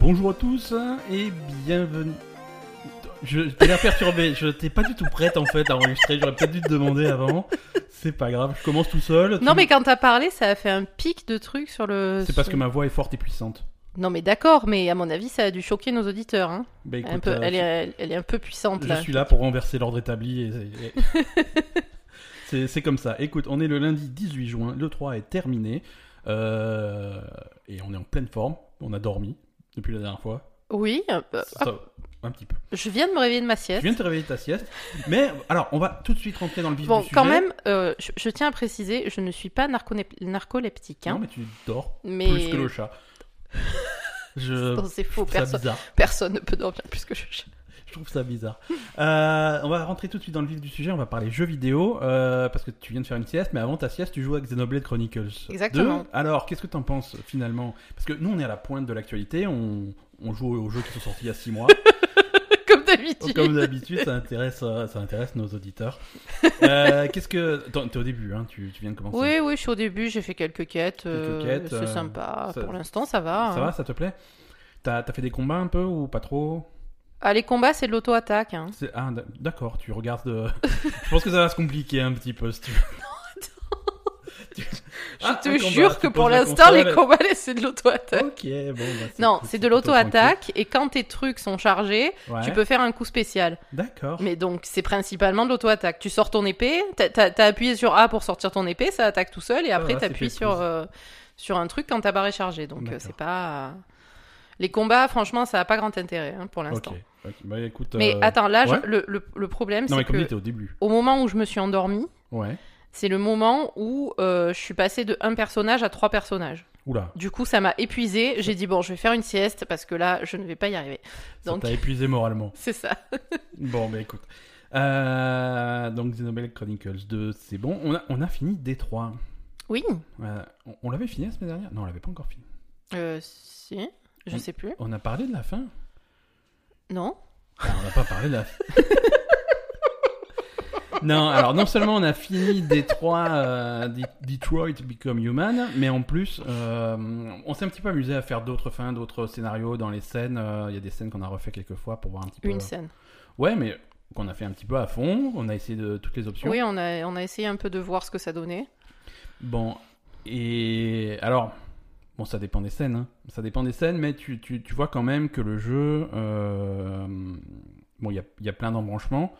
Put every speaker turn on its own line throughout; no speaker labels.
Bonjour à tous et bienvenue. Je t'ai l'air perturbé, je t'ai pas du tout prête en fait à enregistrer, j'aurais peut-être dû te demander avant. C'est pas grave, je commence tout seul.
Non
tout-
mais quand t'as parlé, ça a fait un pic de trucs sur le.
C'est parce
sur-
que ma voix est forte et puissante.
Non mais d'accord, mais à mon avis, ça a dû choquer nos auditeurs. Hein.
Bah, écoute,
un peu,
euh,
elle, est, elle, elle est un peu puissante
je
là.
suis là pour renverser l'ordre établi. et- et- C'est c'est comme ça. Écoute, on est le lundi 18 juin, le 3 est terminé. euh, Et on est en pleine forme, on a dormi depuis la dernière fois.
Oui, euh, bah,
Ça- un petit peu.
je viens de me réveiller de ma sieste.
Tu viens de te réveiller de ta sieste. Mais alors, on va tout de suite rentrer dans le vif
Bon,
du sujet.
quand même, euh, je, je tiens à préciser, je ne suis pas narconep- narcoleptique.
Non,
Hein,
mais tu dors
mais
plus que le chat. Je
Non, c'est faux.
trouve ça
Personne,
bizarre.
personne ne peut dormir plus que le chat.
Je trouve ça bizarre. Euh, on va rentrer tout de suite dans le vif du sujet. On va parler jeux vidéo euh, parce que tu viens de faire une sieste, mais avant ta sieste, tu joues à Xenoblade Chronicles. 2.
Exactement.
Alors, qu'est-ce que t'en penses finalement Parce que nous, on est à la pointe de l'actualité. On, on joue aux jeux qui sont sortis il y a 6 mois.
Comme d'habitude.
Comme d'habitude, ça intéresse, euh, ça intéresse nos auditeurs. Euh, qu'est-ce que t'en- t'es au début hein, tu, tu viens de commencer.
Oui, oui, je suis au début, j'ai fait quelques quêtes. euh,
quêtes,
c'est
euh,
sympa.
ça-
Pour l'instant, ça va.
Ça
hein.
va, ça te plaît T'as t'as fait des combats un peu ou pas trop
Ah, les combats, c'est de l'auto-attaque. hein.
C'est- Ah, d- d'accord, tu regardes. euh, Je pense que ça va se compliquer un petit peu si tu veux. Tu-
Je
Ah, un
te
combat,
jure
tu
que
poses
pour
la
l'instant, les
console.
combats, c'est de l'auto-attaque.
Ok, bon. bah,
Non,
cool,
c'est de
plutôt
l'auto-attaque et quand tes trucs sont chargés,
tranquille. Ouais,
tu peux faire un coup spécial.
D'accord.
Mais donc, c'est principalement de l'auto-attaque. Tu sors ton épée, t'as- t'as t'as appuyé sur A pour sortir ton épée, ça attaque tout seul et après,
va, Ah, c'est
t'appuies
fait
sur,
plaisir.
euh, sur un truc quand ta barre est chargée. Donc, euh,
D'accord.
c'est pas. Les combats, franchement, ça n'a pas grand intérêt hein, pour
Ok.
l'instant.
ok. Bah écoute.
Mais
euh,
attends, là, je-
ouais.
le, le- le problème,
Non,
c'est
mais comme dit,
que
t'es au début.
au moment où je me suis endormie,
Ouais.
c'est le moment où euh, je suis passée de un personnage à trois personnages.
Oula.
Du coup, ça m'a épuisé. J'ai dit, bon, je vais faire une sieste parce que là, je ne vais pas y arriver.
Ça
Donc,
t'a épuisé moralement.
c'est ça.
Bon, bah écoute. Euh, donc Xenoblade Chronicles 2, c'est bon. On a, on a fini D3.
Oui.
Euh, on on l'avait fini la semaine dernière Non, on l'avait pas encore fini.
Euh, si. Je sais plus.
On a parlé de la fin
Non.
Ah, on n'a pas parlé de la... non, alors non seulement on a fini Détroit, euh, D- Detroit Become Human, mais en plus, euh, on s'est un petit peu amusé à faire d'autres fins, d'autres scénarios dans les scènes. Euh, Il y a des scènes qu'on a refait quelques fois pour voir un petit peu.
Une scène.
Ouais, mais qu'on a fait un petit peu à fond. On a essayé de toutes les options.
Oui, on a, on a essayé un peu de voir ce que ça donnait.
Bon, et alors, bon, ça dépend des scènes, hein. ça dépend des scènes, mais tu, tu, tu vois quand même que le jeu, euh, bon, il y a, il y a plein d'embranchements,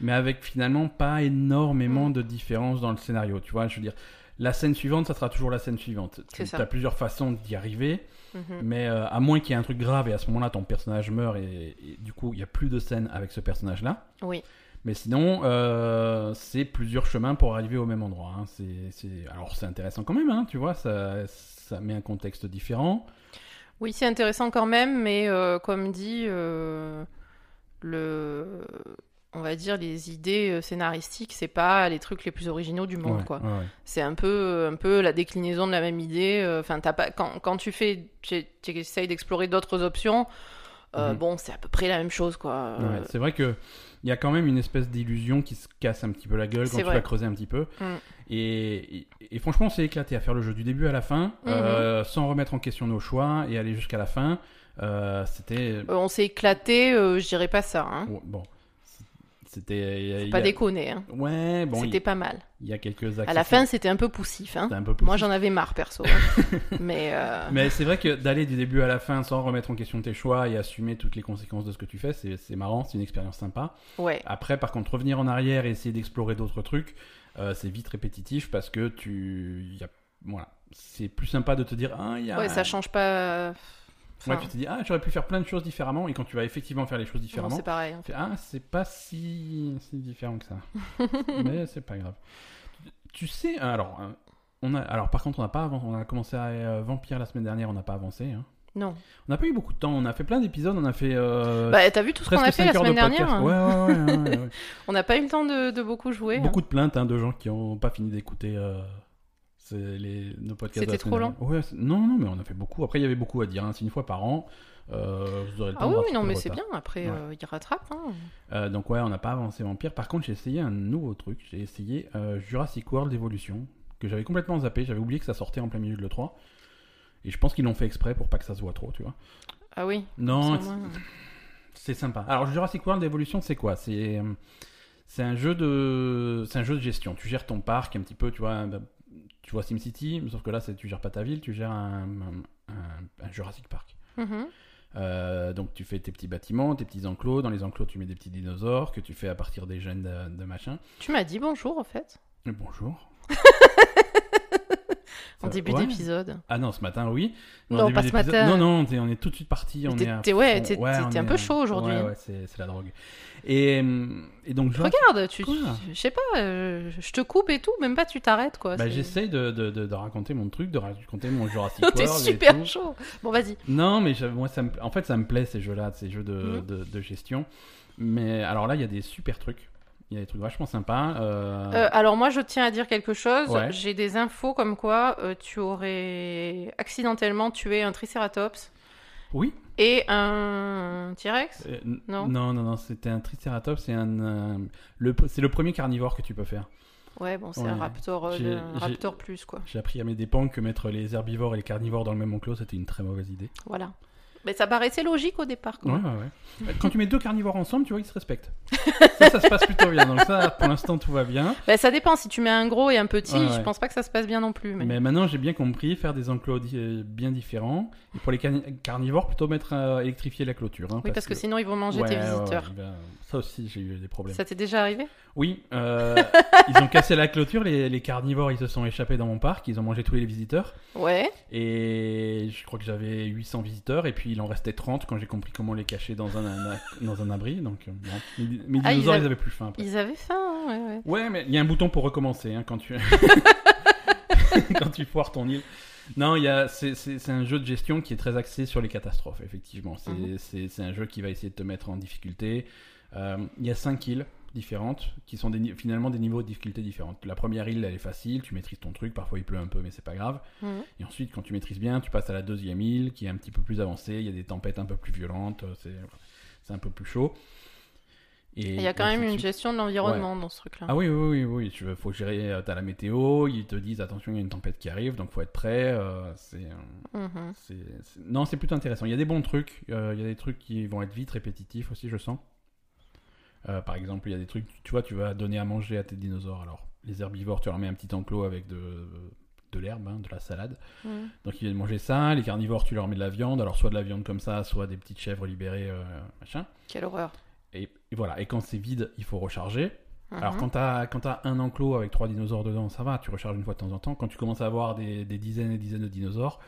mais avec finalement pas énormément de différence dans le scénario, tu vois, je veux dire. La scène suivante, ça sera toujours la scène suivante.
C'est ça.
Tu as plusieurs façons d'y arriver,
Mhm.
mais euh, à moins qu'il y ait un truc grave et à ce moment-là, ton personnage meurt et, et du coup, il n'y a plus de scène avec ce personnage-là.
Oui.
Mais sinon, euh, c'est plusieurs chemins pour arriver au même endroit. hein. C'est, c'est- Alors, c'est intéressant quand même, hein, tu vois, ça, ça met un contexte différent.
Oui, c'est intéressant quand même, mais euh, comme dit, euh, le, on va dire les idées euh, scénaristiques, c'est pas les trucs les plus originaux du monde,
Ouais,
quoi.
ouais, ouais.
C'est un peu, un peu la déclinaison de la même idée. euh, Enfin, t'as pas quand, quand tu fais, tu tu essayes d'explorer d'autres options. euh,
Mhm.
Bon, c'est à peu près la même chose, quoi.
Ouais,
Euh,
C'est vrai que il y a quand même une espèce d'illusion qui se casse un petit peu la gueule quand
C'est
tu
vrai.
vas creuser un petit peu.
Mm.
Et, et- et franchement, on s'est éclaté à faire le jeu du début à la fin,
Mm-hmm.
euh, sans remettre en question nos choix et aller jusqu'à la fin. Euh, c'était
euh, on s'est éclaté, euh, je dirais pas ça. Hein.
Ouais, bon, c'était il y a- il y
Pas
a-
déconner. hein.
Ouais, bon,
c'était
il
pas mal.
il y a quelques
À la fin, c'était un peu poussif. Hein.
c'était un peu
Moi, j'en avais marre, perso. hein. Mais euh,
Mais c'est vrai que d'aller du début à la fin sans remettre en question tes choix et assumer toutes les conséquences de ce que tu fais, c'est c'est marrant, c'est une expérience sympa.
ouais.
Après, par contre, revenir en arrière et essayer d'explorer d'autres trucs, euh, c'est vite répétitif parce que tu. y a- voilà. C'est plus sympa de te dire Ah, il y a.
ouais, ça change pas.
Ouais,
Enfin,
tu te dis Ah, j'aurais pu faire plein de choses différemment. Et quand tu vas effectivement faire les choses
bon,
différemment,
c'est pareil. hein.
tu fais, Ah, c'est pas si, si différent que ça. Mais c'est pas grave. Tu sais, alors. euh, On a, alors par contre, on n'a pas avancé, on a commencé à euh, Vampire la semaine dernière, on n'a pas avancé. hein.
Non.
On n'a pas eu beaucoup de temps, on a fait plein d'épisodes, on a fait euh,
Bah, t'as vu tout ce qu'on
presque
a
5
fait la
heures de
semaine
podcast.
dernière hein.
Ouais, ouais, ouais, ouais, ouais, ouais.
On n'a pas eu le temps de, de beaucoup jouer. hein.
Beaucoup de plaintes hein, de gens qui n'ont pas fini d'écouter euh, c'est les, nos podcasts. de la
C'était
semaine
trop
dernière. Ouais, c'est- non, non, mais on a fait beaucoup. Après, il y avait beaucoup à dire, hein. c'est une fois par an. Euh, vous aurez le temps
Ah oui,
de voir un
oui, non,
petit peu
mais
le
c'est
retard.
bien. Après,
Ouais.
euh, il rattrape. hein.
Euh, donc ouais, on n'a pas avancé Vampire. Par contre, j'ai essayé un nouveau truc. J'ai essayé euh, Jurassic World Evolution, que j'avais complètement zappé. J'avais oublié que ça sortait en plein milieu de l'E3. Et je pense qu'ils l'ont fait exprès pour pas que ça se voit trop, tu vois.
Ah oui.
Non,
c'est au moins-
c'est sympa. Alors, Jurassic World Evolution, c'est quoi C'est euh, c'est un jeu de c'est un jeu de gestion. Tu gères ton parc un petit peu, tu vois. bah, tu vois SimCity, sauf que là, c'est tu gères pas ta ville, tu gères un, un- un- un Jurassic Park.
Mhm.
Euh, donc, tu fais tes petits bâtiments, tes petits enclos. Dans les enclos, tu mets des petits dinosaures que tu fais à partir des gènes de, de machin.
Tu m'as dit bonjour en fait,
Mais Bonjour.
en
Ça-
début
ouais.
d'épisode.
Ah non, ce matin, oui. Mais en
Non,
début
pas ce
d'épisode-
matin.
Non, non, on est, on est tout de suite parti. On
Mais
est à
t'es- ouais,
fond.
t'es-
on
t'es un
est
peu
à-
chaud aujourd'hui,
Ouais,
hein.
ouais, c'est c'est la drogue. Et, hum, et donc, Jurassic
Regarde, tu,
Quoi
je sais pas, euh, je te coupe et tout, même pas tu t'arrêtes quoi.
Bah,
c'est-
j'essaye de, de, de, de raconter mon truc, de raconter mon Jurassic
Oh,
World.
T'es
et tout.
super chaud. Bon, vas-y.
Non, mais j'avoue, moi, ça me... en fait, ça me plaît ces jeux-là, ces jeux de,
Mhm.
de, de gestion. Mais alors là, il y a des super trucs. Il y a des trucs vachement sympas. Euh...
Euh, alors moi, je tiens à dire quelque chose.
Ouais.
J'ai des infos comme quoi euh, tu aurais accidentellement tué un Triceratops
Oui
et un T-Rex.
euh, n-
Non.
Non, non, non, c'était un Triceratops. C'est un, euh, le, c'est le premier carnivore que tu peux faire.
Ouais, bon, c'est
Ouais.
un Raptor, euh,
J'ai-
de- un
j'ai-
Raptor plus quoi.
J'ai appris à mes dépens que mettre les herbivores et les carnivores dans le même enclos, c'était une très mauvaise idée.
Voilà. Mais ça paraissait logique au départ. quoi.
Ouais, ouais, ouais. Bah, Quand tu mets deux carnivores ensemble, tu vois, ils se respectent. ça, ça se passe plutôt bien. Donc ça, pour l'instant, tout va bien.
Bah, ça dépend. Si tu mets un gros et un petit,
Ouais,
je
ouais.
pense pas que ça se passe bien non plus. Mais,
Mais maintenant, j'ai bien compris, faire des enclos di- euh, bien différents. Et pour les carni- carnivores, plutôt mettre à électrifier la clôture. hein,
oui, parce, que, sinon ils vont manger
Ouais,
tes
ouais, ouais,
visiteurs.
ben, ça aussi, j'ai eu des problèmes.
Ça t'est déjà arrivé
Oui, euh, ils ont cassé la clôture, les, les carnivores, ils se sont échappés dans mon parc, ils ont mangé tous les visiteurs.
Ouais.
Et je crois que j'avais 800 visiteurs, et puis il en restait 30 quand j'ai compris comment les cacher dans un, un- dans un abri. Donc, euh, bon. Mes- mes
Ah, ils
dinosaures, ils,
avaient-
avaient plus faim après.
Ils avaient faim. hein, ouais, ouais.
Ouais, mais il y a un bouton pour recommencer hein, quand tu quand tu foires ton île. Non, il y a c'est- c'est c'est un jeu de gestion qui est très axé sur les catastrophes. Effectivement, c'est
Mhm.
c'est- c'est un jeu qui va essayer de te mettre en difficulté. Euh, Il y a cinq îles différentes qui sont des ni- finalement des niveaux de difficulté différents. La première île, elle est facile, tu maîtrises ton truc. Parfois, il pleut un peu, mais c'est pas grave.
Mhm.
Et ensuite, quand tu maîtrises bien, tu passes à la deuxième île qui est un petit peu plus avancée. Il y a des tempêtes un peu plus violentes. euh, C'est c'est un peu plus chaud. Et
Il y a quand
ainsi
même
de
une
suite.
gestion de l'environnement dans ce truc-là.
Ah oui, oui, oui, oui. Tu veux- faut gérer, euh, t'as la météo, ils te disent attention, il y a une tempête qui arrive, donc faut être prêt. euh, c'est, euh,
Mhm.
c'est- c'est- Non, c'est plutôt intéressant. Il y a des bons trucs, euh, il y a des trucs qui vont être vite répétitifs aussi, je sens. Euh, par exemple, il y a des trucs, tu vois, tu vas donner à manger à tes dinosaures. Alors, les herbivores, tu leur mets un petit enclos avec de, de l'herbe, hein, de la salade.
Mhm.
Donc, ils viennent manger ça. Les carnivores, tu leur mets de la viande. Alors, soit de la viande comme ça, soit des petites chèvres libérées, euh, machin.
Quelle horreur.
Et, et voilà. Et quand c'est vide, il faut recharger. Alors
Mhm.
quand t'as quand t'as un enclos avec trois dinosaures dedans, ça va, tu recharges une fois de temps en temps. Quand tu commences à avoir des, des dizaines et dizaines de dinosaures,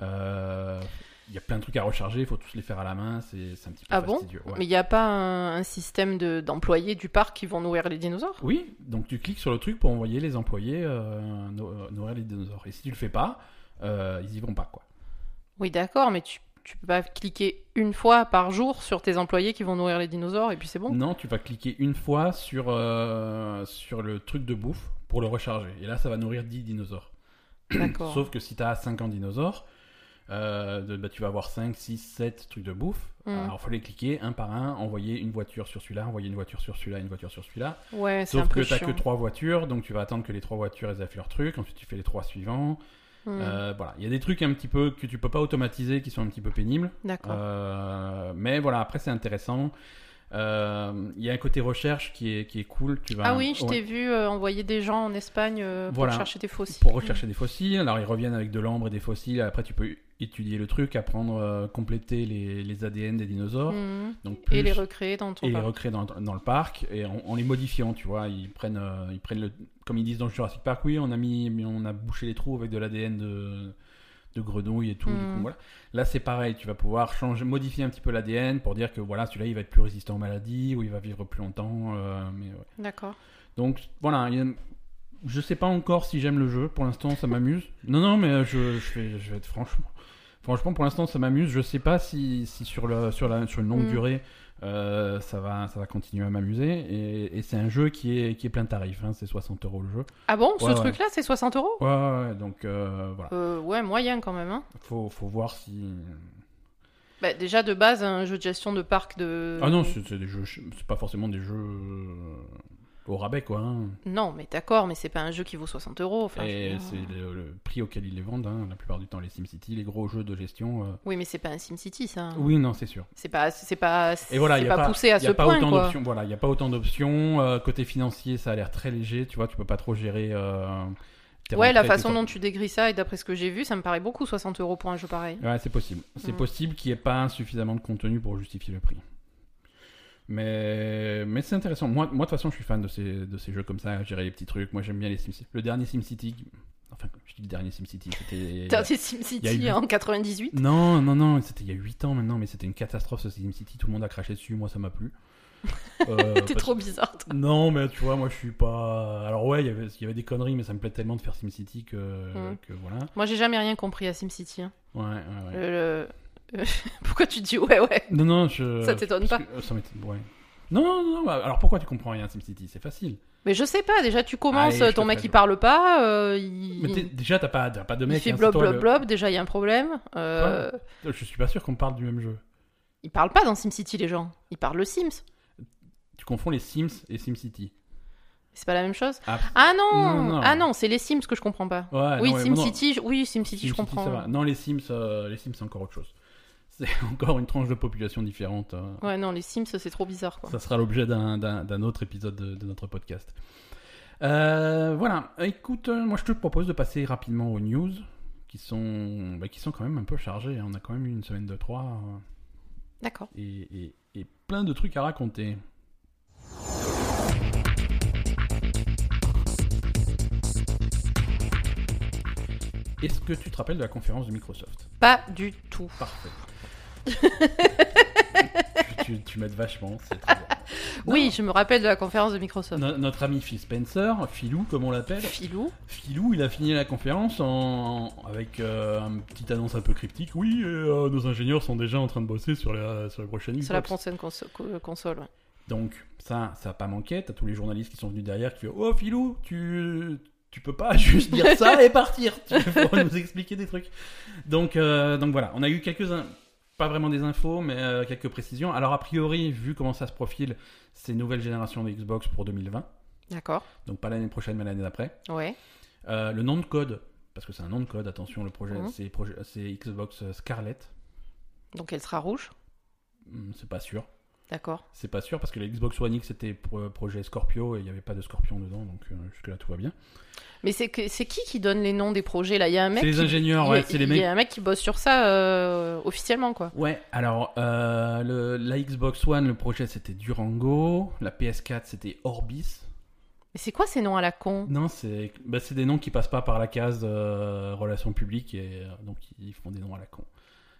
euh, il y a plein de trucs à recharger, il faut tous les faire à la main, c'est c'est un petit peu
Ah bon
fastidieux. ouais.
Mais il n'y a pas un, un système de- d'employés du parc qui vont nourrir les dinosaures
Oui, donc tu cliques sur le truc pour envoyer les employés euh, nou- euh, nourrir les dinosaures. Et si tu le fais pas, euh, ils y vont pas quoi.
Oui, d'accord, mais tu, tu peux pas cliquer une fois par jour sur tes employés qui vont nourrir les dinosaures et puis c'est bon.
Non, tu vas cliquer une fois sur euh, sur le truc de bouffe pour le recharger. Et là, ça va nourrir 10 dinosaures.
D'accord.
Sauf que si tu as 50 dinosaures, euh, de- bah, tu vas avoir 5, 6, 7 trucs de bouffe.
Mm.
Alors il faut les cliquer un par un, envoyer une voiture sur celui-là, envoyer une voiture sur celui-là, une voiture sur celui-là.
Ouais, Ah, c'est un
Sauf que
peu
tu
chiant.
que 3 voitures, donc tu vas attendre que les 3 voitures aient fait leur truc, ensuite tu fais les 3 suivants.
Mhm.
Euh, voilà, il y a des trucs un petit peu que tu peux pas automatiser qui sont un petit peu pénibles.
D'accord.
Euh, mais voilà, après c'est intéressant. Euh, Il y a un côté recherche qui est, qui est cool. Tu vas,
Ah oui, je
ben, Ouais.
t'ai vu euh, envoyer des gens en Espagne euh, pour
Voilà.
chercher des fossiles.
pour rechercher des fossiles. Alors ils reviennent avec de l'ambre et des fossiles. Après tu peux étudier le truc, apprendre, euh, compléter les, les ADN des dinosaures.
Mhm.
Donc plus-
Et les recréer dans ton
et les
parc.
recréer dans, dans le parc et en, en les modifiant, tu vois. Ils prennent, euh, ils prennent le, comme ils disent dans Jurassic Park, oui, on a mis, on a bouché les trous avec de l'ADN de de grenouille et tout. du
Mm.
coup, voilà. Là, c'est pareil, tu vas pouvoir changer, modifier un petit peu l'ADN pour dire que voilà, celui-là, il va être plus résistant aux maladies ou il va vivre plus longtemps. euh, mais, ouais.
D'accord.
Donc voilà, il y a- je sais pas encore si j'aime le jeu. Pour l'instant, ça m'amuse. Non, non, mais euh, je, je, vais, je vais être franchement. Franchement, pour l'instant, ça m'amuse. Je sais pas si, si sur, le, sur, la, sur une longue
Mm.
durée, euh, ça, va, ça va continuer à m'amuser. Et, et c'est un jeu qui est, qui est plein de tarif. hein. C'est 60 euros le jeu.
Ah bon, ce
Ouais, ouais.
truc-là, c'est 60 euros
Ouais, ouais, ouais, donc euh, voilà.
Euh, Ouais, moyen quand même. hein.
Faut, faut voir si.
Bah, déjà, de base, un jeu de gestion de parc de...
Ah non, c'est c'est des jeux. C'est pas forcément des jeux. euh, au rabais, quoi. hein.
Non, mais d'accord, mais c'est pas un jeu qui vaut 60 euros. enfin, je veux
Et
dire,
c'est
euh,
le, le prix auquel ils les vendent, hein, la plupart du temps, les SimCity, les gros jeux de gestion. euh.
Oui, mais c'est pas un SimCity, ça.
Oui, non, c'est sûr.
C'est pas, c'est pas,
Et voilà, il
c'est
n'y a
pas
pas,
poussé à
il y
ce
a pas
point,
autant
quoi.
d'options. Voilà, il n'y a pas autant d'options. Euh, côté financier, ça a l'air très léger. Tu vois, tu peux pas trop gérer. euh, tes
Ouais, la
retraites et
façon
ton-
dont tu décris ça, et d'après ce que j'ai vu, ça me paraît beaucoup 60 euros pour un jeu pareil.
Ouais, c'est possible. C'est
Mm.
possible qu'il n'y ait pas suffisamment de contenu pour justifier le prix. Mais, mais c'est intéressant. Moi, moi, de toute façon, je suis fan de ces, de ces jeux comme ça, gérer les petits trucs. Moi, j'aime bien les SimCity. Le dernier SimCity. Enfin, je dis le dernier SimCity, c'était.
Putain, c'est
y a
SimCity
eu-
en 98
Non, non, non, c'était il y a 8 ans maintenant, mais c'était une catastrophe ce SimCity. Tout le monde a craché dessus. Moi, ça m'a plu. Euh,
T'es
parce-
trop bizarre, toi.
Non, mais tu vois, moi je suis pas. Alors, ouais, il y avait- il y avait des conneries, mais ça me plaît tellement de faire SimCity que,
Mm.
que voilà.
Moi, j'ai jamais rien compris à SimCity. hein.
Ouais, ouais, ouais.
Le- le- Pourquoi tu dis ouais, ouais
Non, non, je.
Ça t'étonne
Euh, parce que- ça m'étonne, ouais. Non, non, non, bah, alors pourquoi tu comprends rien à SimCity C'est facile.
Mais je sais pas, déjà, tu commences,
Allez, je
ton
te
mec,
fais-
il parle pas, euh, il...
Mais t'es- déjà, t'as pas, t'as pas de
il
mec.
fait
hein, c'est
blob,
toi,
blob,
le-
blob, déjà, il y a un problème. Euh...
Je suis pas sûr qu'on parle du même jeu.
Ils parlent pas dans SimCity, les gens. Ils parlent le Sims.
Tu confonds les Sims et SimCity.
C'est pas la même chose
Ah,
Ah non,
Non, non.
Ah non, c'est les Sims que je comprends pas.
Ouais,
oui,
non, mais bon, non.
SimCity, je- oui, SimCity,
SimCity,
je comprends.
ça va. Non, les Sims, euh, les Sims, c'est encore autre chose. C'est encore une tranche de population différente. euh.
Ouais, non, les Sims, c'est trop bizarre, quoi.
Ça sera l'objet d'un- d'un d'un autre épisode de, de notre podcast. Euh, voilà, écoute, euh, moi je te propose de passer rapidement aux news qui sont, bah, qui sont quand même un peu chargées. hein. On a quand même eu une semaine de 3
D'accord.
et, et- et plein de trucs à raconter. Est-ce que tu te rappelles de la conférence de Microsoft
Pas du tout.
Parfait. tu tu m'aides vachement, c'est très bien.
Oui, je me rappelle de la conférence de Microsoft.
No- notre ami Phil Spencer, Philou comme on l'appelle,
Filou.
Philou, il a fini la conférence en... avec euh, une petite annonce un peu cryptique. Oui, euh, nos ingénieurs sont déjà en train de bosser sur la, sur la prochaine
C'est la
Xbox.
prochaine conso- co- euh, console. ouais.
Donc ça, ça a pas manqué. T'as tous les journalistes qui sont venus derrière qui font Oh Philou, tu, tu peux pas juste dire ça et partir. Tu vas nous expliquer des trucs. Donc, euh, donc voilà, on a eu quelques in- pas vraiment des infos, mais euh, quelques précisions. Alors a priori, vu comment ça se profile, c'est nouvelle génération de Xbox pour 2020.
D'accord.
Donc pas l'année prochaine, mais l'année d'après.
Ouais.
Euh, le nom de code, parce que c'est un nom de code, attention, le projet,
Mhm.
c'est proje- c'est Xbox Scarlett.
Donc elle sera rouge.
Hmm, C'est pas sûr.
D'accord.
C'est pas sûr parce que la Xbox One X c'était pro- projet Scorpio et il n'y avait pas de Scorpion dedans, donc euh, jusque-là tout va bien.
Mais c'est que- c'est qui qui donne les noms des projets là Il y a un mec.
C'est les
qui-
ingénieurs,
il y a-
ouais, c'est les
il y
mecs.
a un mec qui bosse sur ça euh, officiellement, quoi.
Ouais, alors euh, le- la Xbox One, le projet c'était Durango, la PS4 c'était Orbis.
Mais c'est quoi ces noms à la con
Non, c'est bah, c'est des noms qui passent pas par la case euh, relations publiques et euh, donc ils font des noms à la con.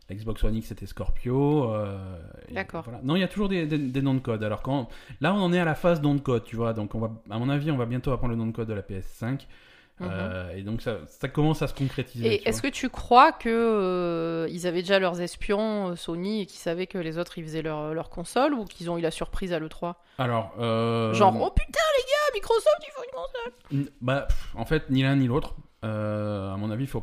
La Xbox One X c'était Scorpio. euh, et
D'accord.
voilà. Non, il y a toujours des, des- des noms de code. Alors quand là on en est à la phase nom de code, tu vois. Donc on va, à mon avis, on va bientôt apprendre le nom de code de la PS5. euh, et donc ça, ça commence à se concrétiser. tu
Mhm. Et est-ce
vois.
que tu crois que euh, ils avaient déjà leurs espions euh, Sony et qu'ils savaient que les autres ils faisaient leur, leur console ou qu'ils ont eu la surprise à l'E3
Alors euh,
Genre oh putain les gars, Microsoft ils font une console
n- bah, pff, en fait ni l'un ni l'autre. Euh, à mon avis, faut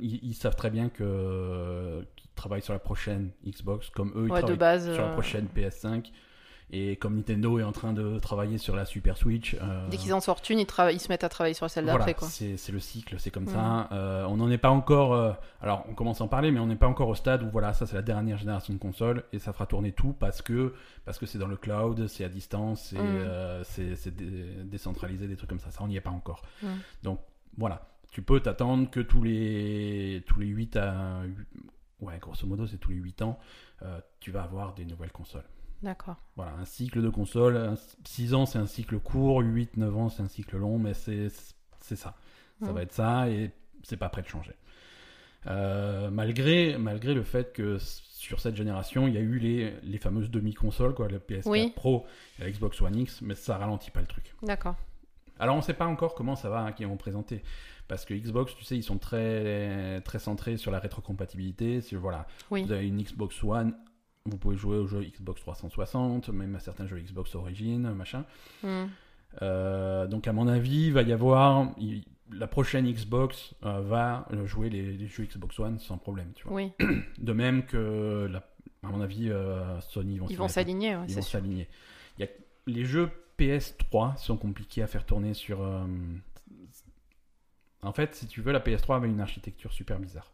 ils, ils savent très bien que qu'ils travaillent sur la prochaine Xbox comme eux ils
Ouais, de
travaillent
base.
sur la
euh,
prochaine PS5. Et comme Nintendo est en train de travailler sur la Super Switch, euh,
Dès qu'ils en sortent une, ils, trava- ils se mettent à travailler sur celle
voilà,
d'après, quoi.
c'est c'est le cycle, c'est comme
Mhm.
ça. Euh, on n'en est pas encore. euh, alors, on commence à en parler, mais on n'est pas encore au stade où voilà, ça c'est la dernière génération de consoles et ça fera tourner tout parce que parce que c'est dans le cloud, c'est à distance, et
Mhm.
euh, c'est c'est dé- décentralisé, des trucs comme ça. Ça, on n'y est pas encore.
Mhm.
Donc voilà, tu peux t'attendre que tous les tous les 8 à ouais, grosso modo, c'est tous les 8 ans, euh, tu vas avoir des nouvelles consoles.
D'accord.
Voilà, un cycle de console, 6 ans c'est un cycle court, 8-9 ans c'est un cycle long, mais c'est c'est ça. Ça
Mhm.
va être ça et c'est pas prêt de changer. Euh, malgré, malgré le fait que s- sur cette génération, il y a eu les, les fameuses demi-consoles, quoi, la PS4
Oui.
Pro et la Xbox One X, mais ça ralentit pas le truc.
D'accord.
Alors on sait pas encore comment ça va, hein, qu'ils vont présenter. Parce que Xbox, tu sais, ils sont très, très centrés sur la rétrocompatibilité, sur voilà,
Oui.
vous avez une Xbox One, vous pouvez jouer aux jeux Xbox 360, même à certains jeux Xbox Origin, machin.
Hmm.
Euh, donc à mon avis, il va y avoir... il- la prochaine Xbox euh, va euh, jouer les, les jeux Xbox One sans problème, tu vois.
Oui.
De même que, la- à mon avis, euh, Sony vont
Ils
s'y
vont
mettre.
s'aligner, ouais,
Ils
Ah, c'est
vont
sûr.
s'aligner. Il y a- Les jeux PS3 sont compliqués à faire tourner sur. euh, En fait, si tu veux, la PS3 avait une architecture super bizarre.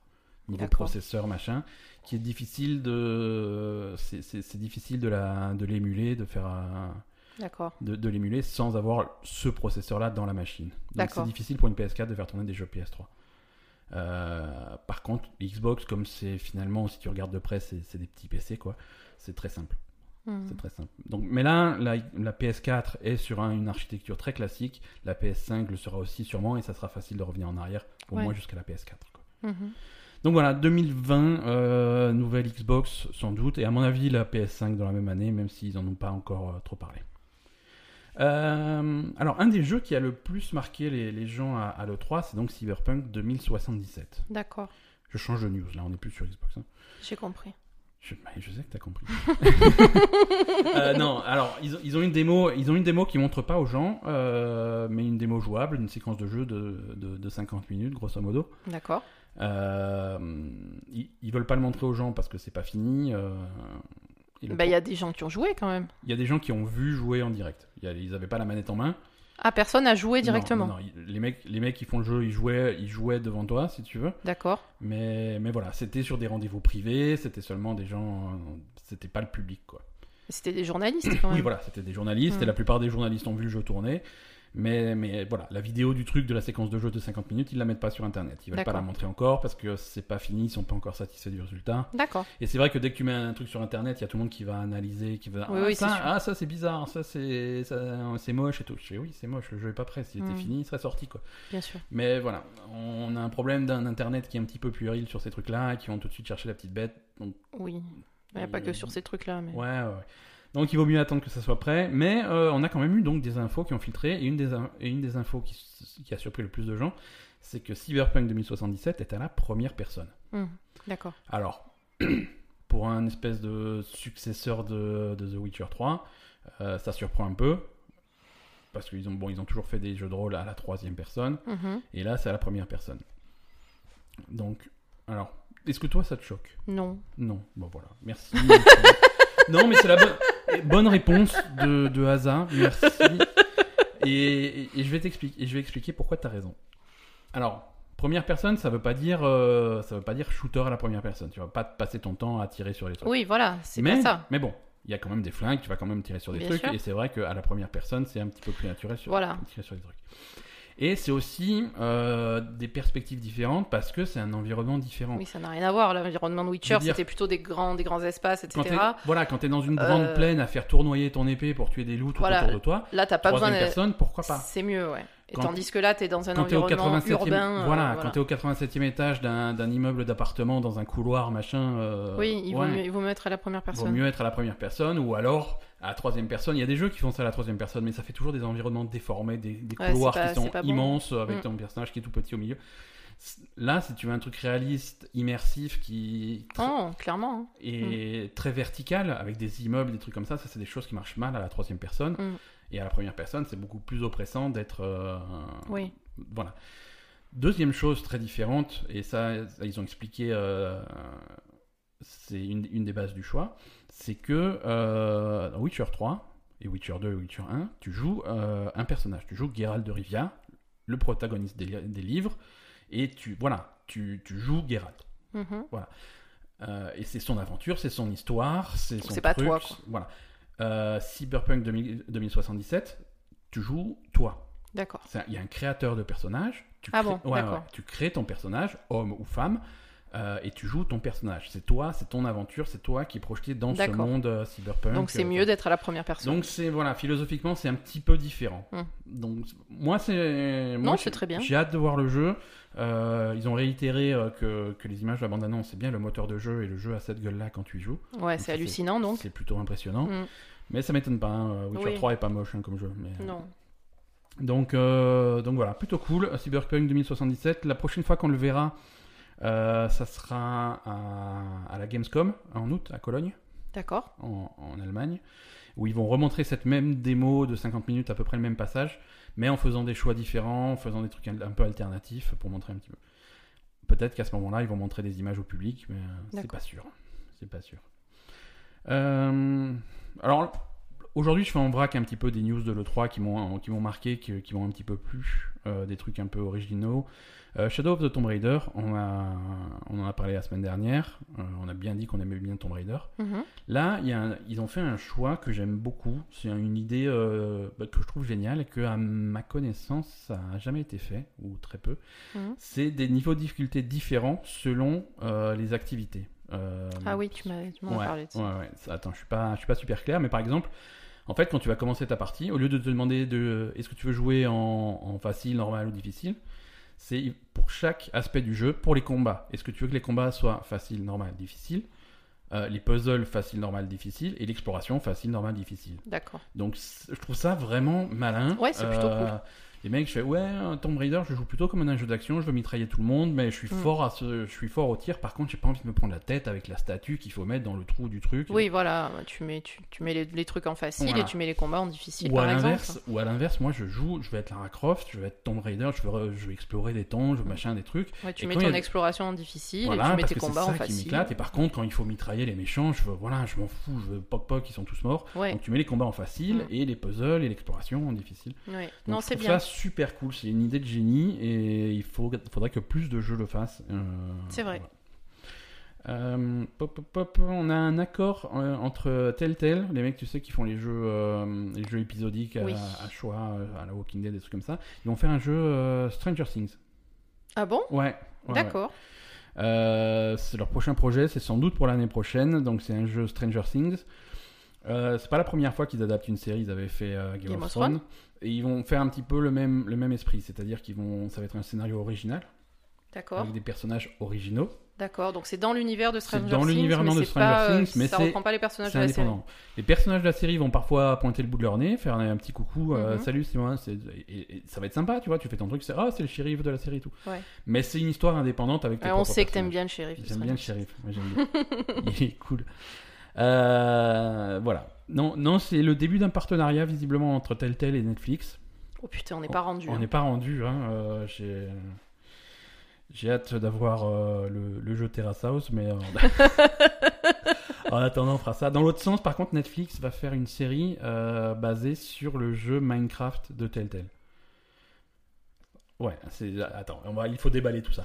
Niveau
D'accord.
processeur, machin, qui est difficile de. C'est c'est- c'est difficile de la- de l'émuler, de, faire. un-
D'accord.
de, de l'émuler sans avoir ce processeur-là dans la machine. Donc
D'accord.
c'est difficile pour une PS4 de faire tourner des jeux PS3. Euh, par contre, Xbox, comme c'est finalement, si tu regardes de près, c'est c'est des petits PC, quoi, c'est très simple.
Hmm.
C'est très simple. Donc, mais là, la, la PS4 est sur un- une architecture très classique. La PS5 le sera aussi sûrement et ça sera facile de revenir en arrière, au
Ouais.
moins jusqu'à la PS4. quoi.
Mhm.
Donc voilà, 2020, euh, nouvelle Xbox sans doute, et à mon avis la PS5 dans la même année, même s'ils n'en ont pas encore euh, trop parlé. Euh, alors, un des jeux qui a le plus marqué les, les gens à, à l'E3, c'est donc Cyberpunk 2077.
D'accord.
Je change de news, là, on n'est plus sur Xbox. hein.
J'ai compris.
Je, bah, je sais que t'as compris. Euh, non, alors ils ont, ils ont une démo, ils ont une démo qui montre pas aux gens, euh, mais une démo jouable, une séquence de jeu de, de, de 50 minutes grosso modo.
D'accord.
Euh, ils, ils veulent pas le montrer aux gens parce que c'est pas fini. euh, et le
Bah, Il
pro-
y a des gens qui ont joué quand même.
il y a des gens qui ont vu jouer en direct. Il y a- ils avaient pas la manette en main.
Ah, personne n'a joué
Non,
directement.
non, non, ils- les mecs, les mecs qui font le jeu, ils jouaient, ils jouaient devant toi si tu veux.
D'accord.
Mais, mais voilà, c'était sur des rendez-vous privés, c'était seulement des gens, euh, c'était pas le public quoi.
C'était des journalistes quand même.
Oui, voilà, c'était des journalistes
Mm.
et la plupart des journalistes ont vu le jeu tourner. Mais, mais voilà, la vidéo du truc de la séquence de jeu de 50 minutes, ils la mettent pas sur internet. Ils veulent pas
D'accord.
la montrer encore parce que c'est pas fini, ils sont pas encore satisfaits du résultat.
D'accord.
Et c'est vrai que dès que tu mets un truc sur internet, il y a tout le monde qui va analyser, qui va dire,
Oui,
ah,
oui, c'est
ça,
sûr.
ah, ça, c'est bizarre, ça c'est ça, c'est moche et tout. Je dis oui, c'est moche, le jeu est pas prêt, s'il était
Mm.
fini, il serait sorti quoi.
Bien sûr.
Mais voilà, on a un problème d'un internet qui est un petit peu puéril sur ces trucs-là et qui vont tout de suite chercher la petite bête. Donc
Oui. Il n'y a pas que sur ces trucs-là. Mais...
Euh, Ouais, ouais, ouais. Donc il vaut mieux attendre que ça soit prêt, mais euh, on a quand même eu donc des infos qui ont filtré, et une des, in- et une des infos qui, s- qui a surpris le plus de gens, c'est que Cyberpunk 2077 est à la première personne.
Mhm. D'accord.
Alors, pour un espèce de successeur de, de The Witcher 3, euh, ça surprend un peu, parce qu'ils ont, bon, ils ont toujours fait des jeux de rôle à la troisième personne,
Mhm.
et là c'est à la première personne. Donc, alors, est-ce que toi ça te choque
Non.
non, bon voilà, merci. non, mais c'est la bonne, bonne réponse de, de Asa, merci. Et, et- et je vais t'expliquer, et je vais expliquer pourquoi t'as raison. Alors, première personne, ça veut pas dire, euh, ça veut pas dire shooter à la première personne. Tu vas pas te passer ton temps à tirer sur les trucs.
Oui, voilà. C'est
mais,
pas ça.
Mais bon, il y a quand même des flingues, tu vas quand même tirer sur des
Bien
trucs.
sûr.
Et c'est vrai qu'à la première personne, c'est un petit peu plus naturel sur,
Voilà.
tirer sur des trucs. Et c'est aussi euh, des perspectives différentes parce que c'est un environnement différent.
Oui, ça n'a rien à voir. L'environnement de
Je
Witcher,
veux dire-
c'était plutôt des grands, des grands espaces,
Quand
etc.
t'es, voilà, quand t'es dans une
Euh,
grande plaine à faire tournoyer ton épée pour tuer des loups tout
Voilà.
autour de toi,
Là, t'as pas
troisième
besoin de.
personne, pourquoi pas
C'est mieux, ouais. Et
Quand-
tandis que là, t'es dans un
quand t'es, au
environnement
87e,
urbain. euh,
voilà, quand t'es au 87e étage d'un, d'un immeuble d'appartement dans un couloir, machin. euh,
Oui, il vaut,
ouais,
mieux, il vaut mieux être à la première
vaut
personne.
mieux être à la première personne ou alors à la troisième personne. Il y a des jeux qui font ça à la troisième personne, mais ça fait toujours des environnements déformés, des, des
Ouais, c'est
couloirs
pas-
qui
c'est
sont
pas bon.
immenses avec
Mm.
ton personnage qui est tout petit au milieu. C'est- Là, si tu veux un truc réaliste, immersif, qui
Non, clairement. hein.
et très vertical avec des immeubles, des trucs comme ça. Ça, c'est des choses qui marchent mal à la troisième personne.
Mm.
Et à la première personne, c'est beaucoup plus oppressant d'être. euh,
Oui.
Voilà. Deuxième chose très différente, et ça, ça, ils ont expliqué, euh, c'est une, une des bases du choix, c'est que euh, dans Witcher 3 et Witcher 2 et Witcher 1, tu joues euh, un personnage. Tu joues Geralt de Rivia, le protagoniste des, li- des livres, et tu, voilà, tu, tu joues Geralt.
Mhm.
Euh, et c'est son aventure, c'est son histoire, c'est son
c'est pas
truc,
toi, quoi.
Voilà. Euh, Cyberpunk 2000 2077, tu joues toi.
D'accord.
C'est un- Il y a un créateur de personnage. Tu
Ah
crées,
bon,
ouais,
d'accord.
ouais, tu crées ton personnage, homme ou femme, euh, et tu joues ton personnage. C'est toi, c'est ton aventure, c'est toi qui est projeté dans ce
D'accord.
monde euh, cyberpunk.
Donc c'est
euh,
mieux d'être à la première personne.
donc c'est voilà, philosophiquement c'est un petit peu différent.
Hmm.
Donc moi c'est
Non,
moi,
c'est très bien.
J'ai hâte de voir le jeu. Euh, ils ont réitéré euh, que, que les images de la bande annonce c'est bien le moteur de jeu et le jeu a cette gueule là quand tu y joues.
ouais, c'est
c'est-
hallucinant Ah, donc.
C'est plutôt impressionnant.
Mm.
Mais ça m'étonne pas. hein, Witcher
Oui.
3 est pas moche hein, comme jeu. mais-
Non.
Donc euh, donc voilà, plutôt cool. Cyberpunk 2077. La prochaine fois qu'on le verra, euh, ça sera à, à la Gamescom en août à Cologne
D'accord.
en, en Allemagne, où ils vont remontrer cette même démo de 50 minutes, à peu près le même passage, mais en faisant des choix différents, en faisant des trucs un, un peu alternatifs pour montrer un petit peu. Peut-être qu'à ce moment-là, ils vont montrer des images au public, mais euh, c'est
D'accord.
pas sûr. C'est pas sûr. Euh, alors, Aujourd'hui, je fais en vrac un petit peu des news de l'E3 qui m'ont qui m'ont marqué, qui, qui m'ont un petit peu plu, euh, des trucs un peu originaux. Euh, Shadow of the Tomb Raider, on, a, on en a parlé la semaine dernière. Euh, on a bien dit qu'on aimait bien Tomb Raider.
Mhm.
Là, il y a un- ils ont fait un choix que j'aime beaucoup. C'est une idée euh, bah, que je trouve géniale et que, à ma connaissance, ça n'a jamais été fait, ou très peu.
Mhm.
C'est des niveaux de difficulté différents selon euh, les activités. Euh,
Ah oui, tu m'as tu m'en as
ouais,
parlé de ça.
ouais, ouais. Ça, Attends, je suis pas, je suis pas super clair, mais par exemple, en fait, quand tu vas commencer ta partie, au lieu de te demander de, est-ce que tu veux jouer en, en facile, normal ou difficile, c'est pour chaque aspect du jeu, pour les combats. Est-ce que tu veux que les combats soient facile, normal, difficile, euh, les puzzles facile, normal, difficile, et l'exploration facile, normal, difficile.
D'accord.
Donc c- je trouve ça vraiment malin. Euh,
Ouais, c'est plutôt cool.
Les mecs, je fais ouais, un Tomb Raider, je joue plutôt comme un jeu d'action, je veux mitrailler tout le monde, mais je suis
Mm.
fort à ce, je suis fort au tir. Par contre, j'ai pas envie de me prendre la tête avec la statue qu'il faut mettre dans le trou du truc.
Oui, voilà, tu mets, tu, tu mets les, les trucs en facile
Voilà.
et tu mets les combats en difficile,
Ou à
par exemple.
l'inverse, ou à l'inverse, moi je joue, je vais être Lara Croft, je vais être Tomb Raider, je vais, re- je vais explorer des temps, je veux machin des trucs.
Ouais, tu
Et
mets
quand il y
ton
a des-
exploration en difficile et
voilà,
tu mets
parce
tes
que c'est
combats en
ça qui
facile.
m'éclate. Et par contre, quand il faut mitrailler les méchants, je veux, voilà, je m'en fous, je veux poc poc, ils sont tous morts.
Ouais,
Donc tu mets les combats en facile
Mm.
et les puzzles et l'exploration en difficile.
ouais.
Donc,
non,
je
c'est
trouve
bien.
ça super cool, c'est une idée de génie et il faut, faudrait que plus de jeux le fassent. euh,
C'est vrai.
voilà. Euh, pop, pop, pop, on a un accord euh, entre Telltale, les mecs tu sais qui font les jeux, euh, les jeux épisodiques à,
Oui.
à choix, euh, à la Walking Dead, des trucs comme ça. Ils vont faire un jeu euh, Stranger Things.
Ah bon
Ouais. ouais, ouais.
D'accord.
Euh, c'est leur prochain projet, c'est sans doute pour l'année prochaine, donc c'est un jeu Stranger Things. Euh, c'est pas la première fois qu'ils adaptent une série, ils avaient fait euh, Game, of Thrones. Et ils vont faire un petit peu le même, le même esprit, c'est-à-dire qu'ils vont, ça va être un scénario original,
D'accord.
avec des personnages originaux.
D'accord. Donc c'est dans l'univers de Stranger Things.
dans l'univers, non,
mais
de
c'est
Stranger
pas, euh,
Things, mais
ça
c'est-
reprend pas les personnages
C'est
de la série.
indépendant. Les personnages de la série vont parfois pointer le bout de leur nez, faire un petit coucou, euh,
Mhm.
salut, c'est moi, c'est- et, et ça va être sympa, tu vois, tu fais ton truc, c'est ah, c'est le shérif de la série et tout.
Ouais.
Mais c'est une histoire indépendante avec tes
Ah, on
propres
sait que t'aimes
personnages.
bien le shérif. de
J'aime
Stranger
bien le
Things.
shérif, moi, j'aime bien. Il est cool. Euh, voilà. Non, non c'est le début d'un partenariat visiblement entre Telltale et Netflix.
Oh putain, on n'est pas rendu.
On
hein.
n'est pas rendu. Hein. euh, J'ai j'ai hâte d'avoir euh, le, le jeu Terrace House, mais en... en attendant, on fera ça. Dans l'autre sens, par contre, Netflix va faire une série euh, basée sur le jeu Minecraft de Telltale. Ouais, c'est attends, on va... il faut déballer tout ça.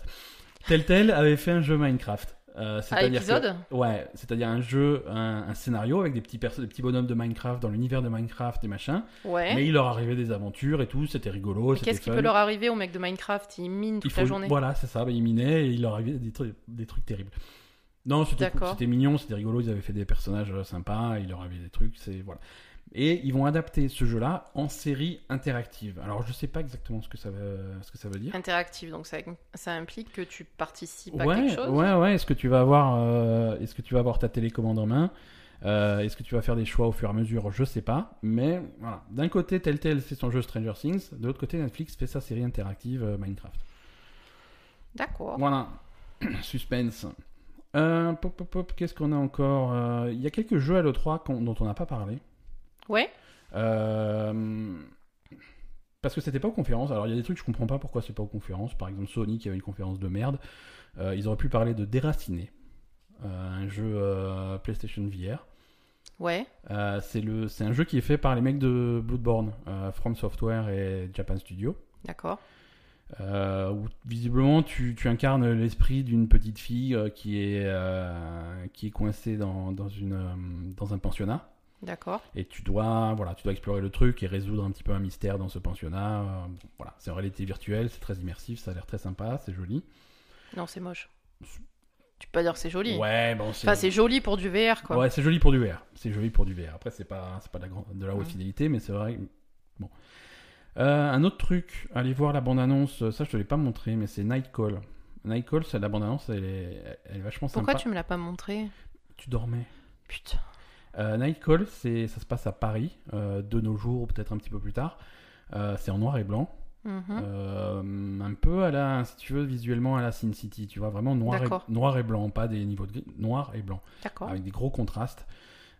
Telltale avait fait un jeu Minecraft. euh,
À
c'est-à-dire que-
épisode
Ouais, c'est-à-dire un jeu, un, un scénario avec des petits, perso- des petits bonhommes de Minecraft dans l'univers de Minecraft et machin.
Ouais.
mais il leur arrivait des aventures et tout, c'était rigolo,
Mais
c'était
Qu'est-ce qui
fun.
peut leur arriver aux mecs de Minecraft Ils minent
Il
toute
faut-
la journée.
Voilà, c'est ça, bah, ils minaient et il leur arrivait des trucs, des trucs terribles. Non, c'était cool,
D'accord.
c'était mignon, c'était rigolo, ils avaient fait des personnages euh, sympas, il leur arrivait des trucs, c'est voilà. Et ils vont adapter ce jeu-là en série interactive. Alors je sais pas exactement ce que ça veut, ce que ça veut dire.
Interactive, donc ça, ça implique que tu participes à
ouais,
quelque chose.
ouais, ouais. Est-ce que tu vas avoir, euh, est-ce que tu vas avoir ta télécommande en main Euh, Est-ce que tu vas faire des choix au fur et à mesure Je sais pas. Mais voilà. D'un côté, Telltale fait son jeu Stranger Things. De l'autre côté, Netflix fait sa série interactive euh, Minecraft.
D'accord.
Voilà. Suspense. Euh, pop, pop, pop, Qu'est-ce qu'on a encore Euh, Il y a quelques jeux à l'E3 qu'on- dont on n'a pas parlé.
Ouais.
Euh, parce que c'était pas aux conférences. Alors il y a des trucs, je comprends pas pourquoi c'est pas aux conférences. Par exemple, Sony qui avait une conférence de merde, euh, ils auraient pu parler de Déraciné, euh, un jeu euh, PlayStation VR.
Ouais.
Euh, c'est le- c'est un jeu qui est fait par les mecs de Bloodborne, euh, From Software et Japan Studio.
D'accord.
euh, où visiblement tu, tu incarnes l'esprit d'une petite fille euh, qui, est, euh, qui est coincée dans, dans une, euh, dans un pensionnat.
D'accord.
Et tu dois, voilà, tu dois explorer le truc et résoudre un petit peu un mystère dans ce pensionnat. Euh, bon, voilà, c'est en réalité virtuelle, c'est très immersif, ça a l'air très sympa, c'est joli.
Non, c'est moche. Tu peux pas dire que c'est joli.
Ouais, bon, c'est.
Enfin, c'est joli pour du VR, quoi.
ouais, c'est joli pour du VR. C'est joli pour du VR. Après, c'est pas, c'est pas de la, grande- de la haute
Ouais.
fidélité, mais c'est vrai. que- Bon. Euh, un autre truc, allez voir la bande-annonce. Ça, je te l'ai pas montré, mais c'est Nightcall. Nightcall, c'est la bande-annonce, elle est, elle est vachement
Pourquoi
sympa.
tu me l'as pas montré
tu dormais
Putain.
Euh, Nightcall, c'est, ça se passe à Paris, euh, de nos jours, ou peut-être un petit peu plus tard. Euh, c'est en noir et blanc.
Mhm.
Euh, un peu à la, si tu veux, visuellement à la Sin City, tu vois, vraiment noir
D'accord.
et, noir et blanc, pas des niveaux de gris, noir et blanc,
D'accord.
avec des gros contrastes.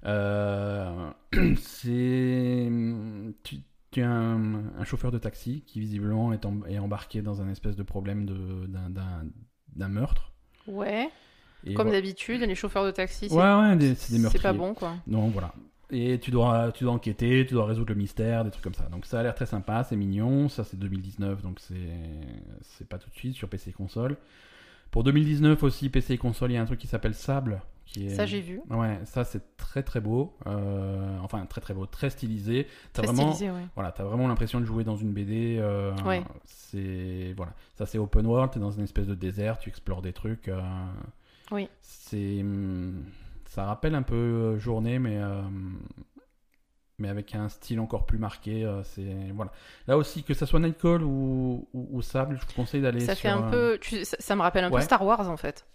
Euh, c'est. Tu, tu as un, un chauffeur de taxi qui, visiblement, est, em- est embarqué dans un espèce de problème de- d'un- d'un d'un meurtre.
Ouais.
Et
Comme
voilà.
d'habitude, les chauffeurs de taxi, c'est
Ouais, ouais, des- c'est des
c'est
meurtriers.
pas bon, quoi.
Non, voilà. Et tu dois, tu dois enquêter, tu dois résoudre le mystère, des trucs comme ça. Donc ça a l'air très sympa, c'est mignon. Ça, c'est 2019, donc c'est c'est pas tout de suite sur PC et console. Pour 2019 aussi, PC et console, il y a un truc qui s'appelle Sable. Qui est...
Ça, j'ai vu.
Ouais, ça, c'est très très beau. Euh, enfin, très très beau, très stylisé. T'as
Très
vraiment,
stylisé, ouais.
voilà, t'as vraiment l'impression de jouer dans une BD. euh,
Ouais.
C'est voilà, ça c'est open world, t'es dans une espèce de désert, tu explores des trucs. euh,
Oui.
C'est hum, ça rappelle un peu euh, journée, mais euh, mais avec un style encore plus marqué. euh, c'est voilà. Là aussi, que ça soit Nightcall ou, ou, ou Sable, je vous conseille d'aller.
Ça fait
sur,
un
euh,
peu. tu- Ça, ça me rappelle un
Ouais.
peu Star Wars en fait.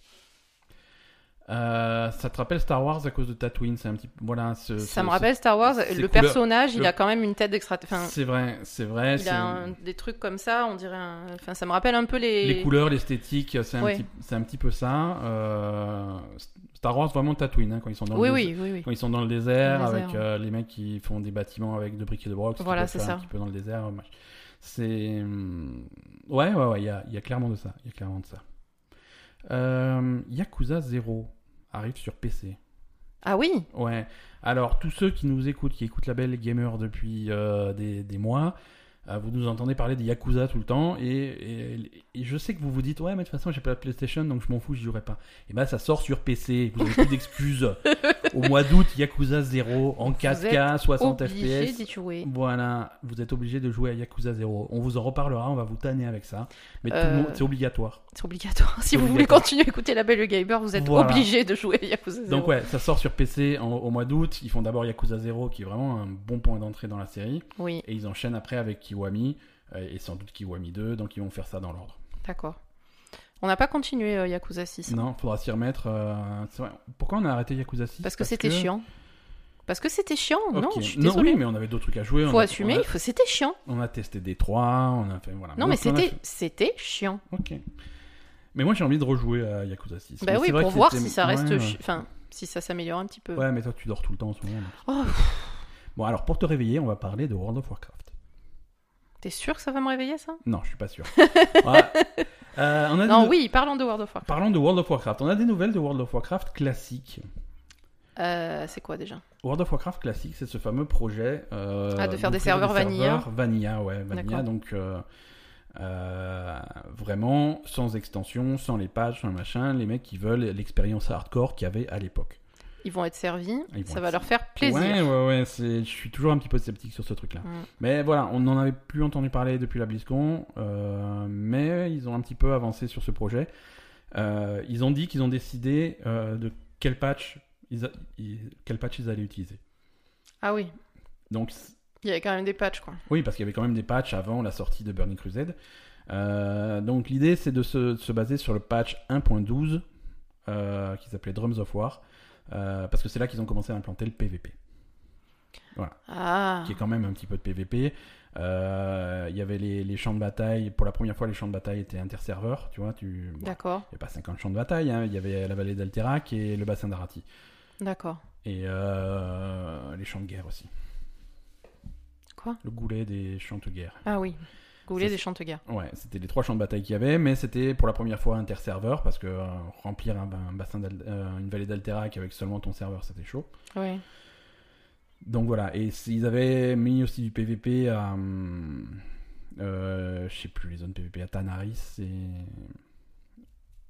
euh, ça te rappelle Star Wars à cause de Tatooine, c'est un petit peu- voilà. ce- ce-
Ça me rappelle Star Wars.
ces
Le
couleurs-
personnage, il
le-
a quand même une tête d'extra.
ce-
Enfin,
C'est vrai, c'est vrai.
il
c'est-
a un- des trucs comme ça, on dirait. un- Enfin, ça me rappelle un peu les.
Les couleurs, l'esthétique, c'est un,
Ouais.
petit- c'est un petit peu ça. Euh, Star Wars, vraiment Tatooine, hein, quand ils sont dans
Oui,
le
oui, oui, oui.
Quand ils sont dans le désert,
Dans le
avec
désert,
euh, les mecs qui font des bâtiments avec de briques et de brocs, qui
Voilà,
peuvent
c'est
faire Un
ça.
petit peu dans le désert. euh, mach- C'est. hum, Ouais, ouais, ouais, il y a, il y a clairement de ça. Il y a clairement de ça. Euh, Yakuza 0 arrive sur PC.
Ah oui
Ouais. Alors, tous ceux qui nous écoutent, qui écoutent la belle gamer depuis euh, des, des mois, euh, vous nous entendez parler de Yakuza tout le temps. Et, et- et je sais que vous vous dites, ouais, mais de toute façon, j'ai pas la PlayStation, donc je m'en fous, j'y jouerai pas. Et ben, ça sort sur PC. Vous n'avez plus d'excuses. Au mois d'août, Yakuza 0 en 4K, 60
Obligé
FPS.
d'y jouer.
Voilà, vous êtes obligé de jouer à Yakuza 0. On vous en reparlera, on va vous tanner avec ça. Mais tout le
Euh,
monde- c'est obligatoire.
C'est obligatoire. Si
C'est
vous voulez
obligatoire.
continuer à écouter la Belle et le Gamer, vous êtes
Voilà.
obligé de jouer à Yakuza Zero.
Donc ouais, ça sort sur PC en- au mois d'août. Ils font d'abord Yakuza 0, qui est vraiment un bon point d'entrée dans la série.
Oui,
Et ils enchaînent après avec Kiwami, euh, et sans doute Kiwami 2, donc ils vont faire ça dans l'ordre.
d'accord. On n'a pas continué euh, Yakuza 6.
Non, faudra s'y remettre. euh, c'est vrai. Pourquoi on a arrêté Yakuza 6
Parce que c'était chiant. Parce que c'était chiant,
Ok.
non, je suis
non,
désolée.
oui, mais on avait d'autres trucs à jouer.
Faut
on a-
assumer,
on
il
a-
faut... c'était chiant.
On a, testé Détroit, on a fait... Voilà. Donc,
Non, mais
on a
c'était
fait-
c'était chiant.
Ok. Mais moi j'ai envie de rejouer à Yakuza 6. Mais
Bah oui,
c'est vrai
pour
que
voir
c'était-
si ça reste...
Ouais,
chi- Enfin, si ça s'améliore un petit peu.
Ouais, mais toi tu dors tout le temps en ce moment. donc.
Oh,
Bon, alors pour te réveiller, on va parler de World of Warcraft.
T'es sûr que ça va me réveiller, ça
Non, je suis pas sûr. Voilà. Euh, on a
Non,
des-
oui, parlons de World of Warcraft.
Parlons de World of Warcraft. On a des nouvelles de World of Warcraft classique.
Euh, c'est quoi déjà
World of Warcraft classique, c'est ce fameux projet euh,
Ah, de faire des serveurs
serveurs vanilla, ouais, vanilla.
D'accord.
Donc euh, euh, vraiment sans extension, sans les pages, sans le machin, les mecs qui veulent l'expérience hardcore qu'il y avait à l'époque.
Ils vont être servis,
Ils vont
ça
être
va leur faire plaisir.
Ouais, ouais, ouais. c'est- Je suis toujours un petit peu sceptique sur ce truc-là.
Mm.
Mais voilà, on n'en avait plus entendu parler depuis la BlizzCon, euh, mais ils ont un petit peu avancé sur ce projet. Euh, ils ont dit qu'ils ont décidé euh, de quel patch ils, a- ils- quel patch ils allaient utiliser.
Ah oui,
Donc c-
il y avait quand même des patchs, quoi.
oui, parce qu'il y avait quand même des patchs avant la sortie de Burning Crusade. Euh, donc l'idée, c'est de se, de se baser sur le patch 1.12 euh, qui s'appelait Drums of War, euh, parce que c'est là qu'ils ont commencé à implanter le PvP,
Ah,
qui est quand même un petit peu de PvP. Euh, Il y avait les, les champs de bataille. Pour la première fois, les champs de bataille étaient interserveurs, tu vois. Tu... bon,
d'accord,
il n'y avait pas 50 champs de bataille. hein, Il y avait la vallée d'Alterac et le bassin d'Arati.
d'accord.
Et euh, les champs de guerre aussi.
Quoi
Le goulet des champs de guerre.
Ah oui, Goulet
Ça,
des Chanteguerres.
Ouais, c'était les trois champs de bataille qu'il y avait, mais c'était pour la première fois inter-serveur, parce que euh, remplir un, un bassin d'al- euh, une vallée d'Alterac avec seulement ton serveur, c'était chaud.
Oui.
Donc voilà, et c- ils avaient mis aussi du PVP à... hum, euh, je sais plus, les zones PVP à Tanaris et...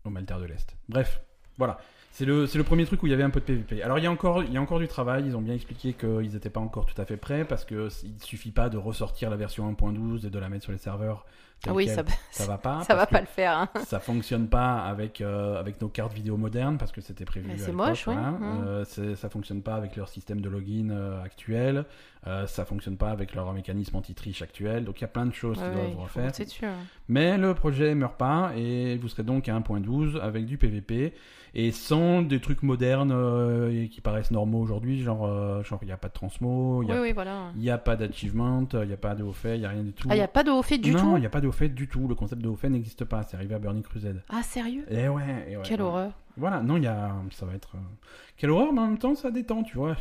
au Maltaire de l'Est. Bref, voilà. C'est le, c'est le premier truc où il y avait un peu de PVP. Alors il y a encore, il y a encore du travail, ils ont bien expliqué qu'ils n'étaient pas encore tout à fait prêts, parce que s- il suffit pas de ressortir la version 1.12 et de la mettre sur les serveurs. telle
Ah oui,
quelle.
ça,
ça va pas.
ça va
parce que-
pas le faire. hein.
ça fonctionne pas avec, euh, avec nos cartes vidéo modernes parce que c'était prévu.
Mais
à
c'est
l'époque,
moche, ouais.
voilà.
Mm.
Euh, c'est- ça fonctionne pas avec leur système de login euh, actuel. Euh, ça fonctionne pas avec leur mécanisme anti-triche actuel. Donc il y a plein de choses
Ouais,
qu'ils
ouais,
doivent
il faut
refaire.
bosser dessus, hein.
Mais le projet meurt pas et vous serez donc à 1.12 avec du PVP et sans des trucs modernes euh, et qui paraissent normaux aujourd'hui, genre euh, genre il n'y a pas de transmo, il n'y
Oui,
a,
oui, voilà.
il Oh, y a pas d'achievement, il n'y a pas de haut fait, il n'y a rien du tout.
Ah, il n'y a pas de haut fait du
non, il
tout
n'y a pas de haut fait du tout. Le concept de haut fait n'existe pas. C'est arrivé à Burning Crusade.
Ah, sérieux
Eh ouais, eh ouais.
Quelle
ouais.
horreur.
Voilà, non, il y a, ça va être. euh, Quelle horreur, mais en même temps, ça détend, tu vois.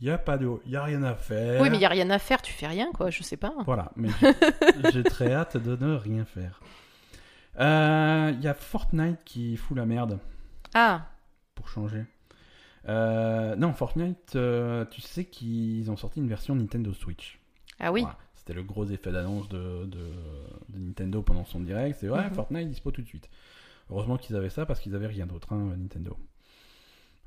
Il y a pas de, il y a rien à faire.
Oui, mais il n'y a rien à faire, tu fais rien, quoi, je sais pas.
Voilà, mais j'ai- j'ai très hâte de ne rien faire. Euh, Il y a Fortnite qui fout la merde
Ah,
pour changer. Euh, non, Fortnite, euh, tu sais qu'ils ont sorti une version Nintendo Switch.
Ah oui,
Voilà. C'était le gros effet d'annonce de, de- de Nintendo pendant son direct. C'est ouais,
Mhm.
Fortnite dispo tout de suite. Heureusement qu'ils avaient ça parce qu'ils avaient rien d'autre, hein, Nintendo.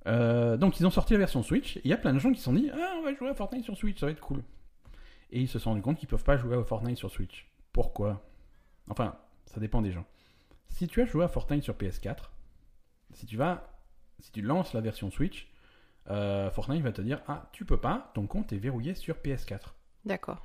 Euh, donc ils ont sorti la version Switch. et Il y a plein de gens qui se sont dit Ah, on va jouer à Fortnite sur Switch, ça va être cool. Et ils se sont rendus compte qu'ils peuvent pas jouer à Fortnite sur Switch. Pourquoi Enfin, ça dépend des gens. Si tu as joué à Fortnite sur PS4, si tu vas, si tu lances la version Switch, euh, Fortnite va te dire Ah, tu peux pas, ton compte est verrouillé sur PS4.
d'accord.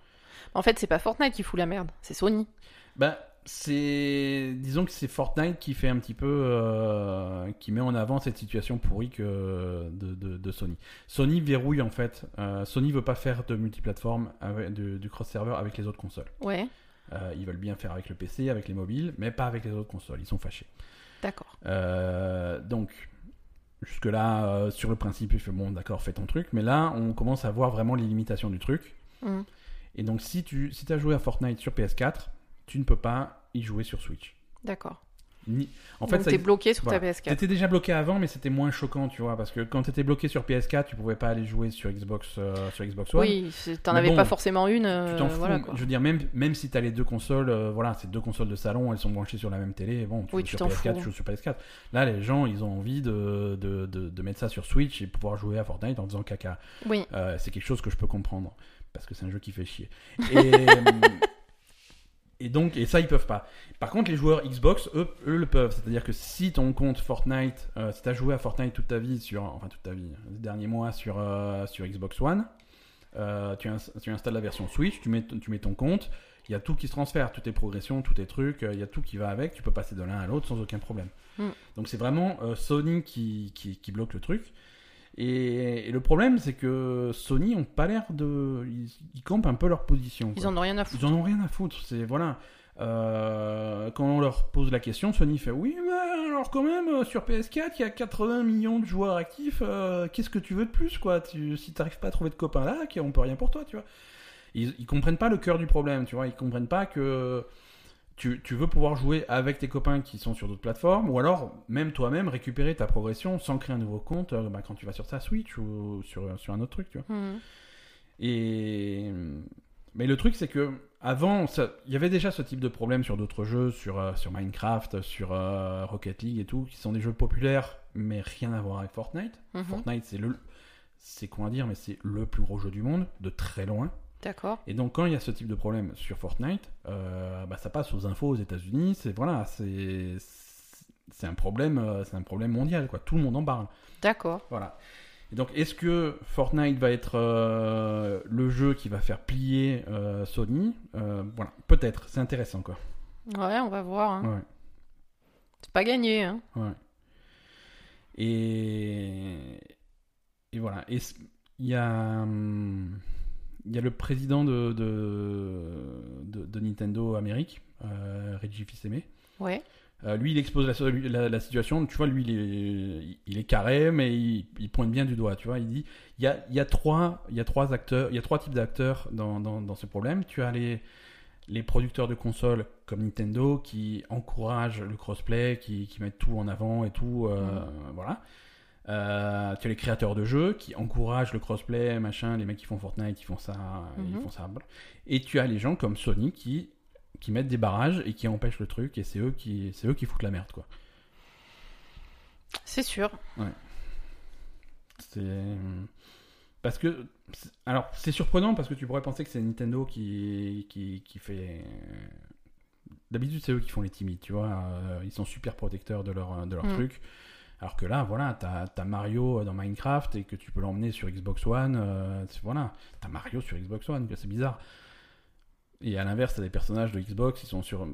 En fait, c'est pas Fortnite qui fout la merde, c'est Sony.
Bah, c'est. Disons que c'est Fortnite qui fait un petit peu. euh, qui met en avant cette situation pourrie que de, de- de Sony. Sony verrouille en fait. Euh, Sony veut pas faire de multiplateforme, avec- de- du cross-server avec les autres consoles.
Ouais,
Euh, ils veulent bien faire avec le PC, avec les mobiles, mais pas avec les autres consoles. Ils sont fâchés.
d'accord.
Euh, donc. Jusque-là, euh, sur le principe, il fait bon, d'accord, fais ton truc. Mais là, on commence à voir vraiment les limitations du truc.
Hmm.
Et donc, si tu si as joué à Fortnite sur PS4, tu ne peux pas y jouer sur Switch.
D'accord.
Ni- En
Donc
fait, ça
t'es
ex-
bloqué sur ta
voilà.
PS4.
t'étais déjà bloqué avant, mais c'était moins choquant, tu vois, parce que quand t'étais bloqué sur PS4, tu pouvais pas aller jouer sur Xbox, euh, sur Xbox One.
Oui, c'est- t'en
Mais
avais
bon,
pas forcément une.
Tu
euh,
t'en fous.
voilà, quoi.
Je veux dire, même, même si t'as les deux consoles, euh, voilà, c'est deux consoles de salon, elles sont branchées sur la même télé. Bon, tu
Oui,
joues
tu
sur
t'en
PS4,
fous.
tu joues sur PS4. Là, les gens, ils ont envie de, de, de, de mettre ça sur Switch et pouvoir jouer à Fortnite en faisant caca.
Oui,
Euh, c'est quelque chose que je peux comprendre parce que c'est un jeu qui fait chier. Et, euh, et donc, et ça, ils peuvent pas. Par contre, les joueurs Xbox, eux, eux le peuvent. C'est-à-dire que si ton compte Fortnite, euh, si t'as joué à Fortnite toute ta vie, sur, enfin toute ta vie, les derniers mois sur, euh, sur Xbox One, euh, tu, ins- tu installes la version Switch, tu mets, ton- tu mets ton compte, il y a tout qui se transfère, toutes tes progressions, tous tes trucs, euh, il y a tout qui va avec, tu peux passer de l'un à l'autre sans aucun problème.
Mm.
Donc c'est vraiment euh, Sony qui, qui, qui bloque le truc. Et, et le problème, c'est que Sony ont pas l'air de. Ils, ils campent un peu leur position.
ils
quoi.
en ont rien à foutre.
Ils en ont rien à foutre. C'est voilà. Euh, quand on leur pose la question, Sony fait oui, mais alors quand même euh, sur PS4, il y a 80 millions de joueurs actifs. euh, Qu'est-ce que tu veux de plus, quoi tu, Si t'arrives pas à trouver de copains là, qui- on peut rien pour toi, tu vois. Ils, ils comprennent pas le cœur du problème, tu vois. Ils comprennent pas que tu, tu veux pouvoir jouer avec tes copains qui sont sur d'autres plateformes, ou alors même toi-même récupérer ta progression sans créer un nouveau compte euh, bah, quand tu vas sur ta Switch ou sur, sur un autre truc, tu vois.
Hmm.
Et mais le truc c'est que avant ça- il y avait déjà ce type de problème sur d'autres jeux, sur euh, sur Minecraft, sur euh, Rocket League et tout, qui sont des jeux populaires mais rien à voir avec Fortnite.
Mhm.
Fortnite c'est le c'est comment dire mais c'est le plus gros jeu du monde de très loin.
D'accord.
Et donc quand il y a ce type de problème sur Fortnite, euh, bah, ça passe aux infos aux États-Unis. C'est voilà c'est c'est un problème euh, c'est un problème mondial quoi. Tout le monde en parle.
D'accord.
Voilà. Et donc, est-ce que Fortnite va être euh, le jeu qui va faire plier euh, Sony Euh, Voilà, peut-être. C'est intéressant, quoi.
Ouais, on va voir. hein.
Ouais.
C'est pas gagné. hein.
Ouais. Et, et voilà. Et c- il y a, hum, il y a le président de, de, de- de Nintendo Amérique, euh, Reggie Fils-Aimé,
Ouais.
Euh, lui, il expose la, la- la situation. Tu vois, lui, il est, il est carré, mais il, il pointe bien du doigt. Tu vois, il dit il y a, il y a trois, il y a trois acteurs, il y a trois types d'acteurs dans, dans- dans ce problème. Tu as les les producteurs de consoles comme Nintendo qui encouragent le crossplay, qui, qui mettent tout en avant et tout, euh, voilà. Euh, tu as les créateurs de jeux qui encouragent le crossplay, machin, les mecs qui font Fortnite, ils font ça, ils
Mhm.
font ça. Et tu as les gens comme Sony qui qui mettent des barrages et qui empêchent le truc et c'est eux qui c'est eux qui foutent la merde quoi.
C'est sûr.
C'est euh, parce que c'est- alors c'est surprenant parce que tu pourrais penser que c'est Nintendo qui qui, qui fait euh, d'habitude c'est eux qui font les timides, tu vois, euh, ils sont super protecteurs de leur de leur
Mm.
truc. Alors que là, voilà, t'as as Mario euh, dans Minecraft et que tu peux l'emmener sur Xbox One. euh, c'est- voilà, t'as Mario sur Xbox One, que c'est bizarre. Et à l'inverse, t'as des personnages de Xbox, ils sont sur.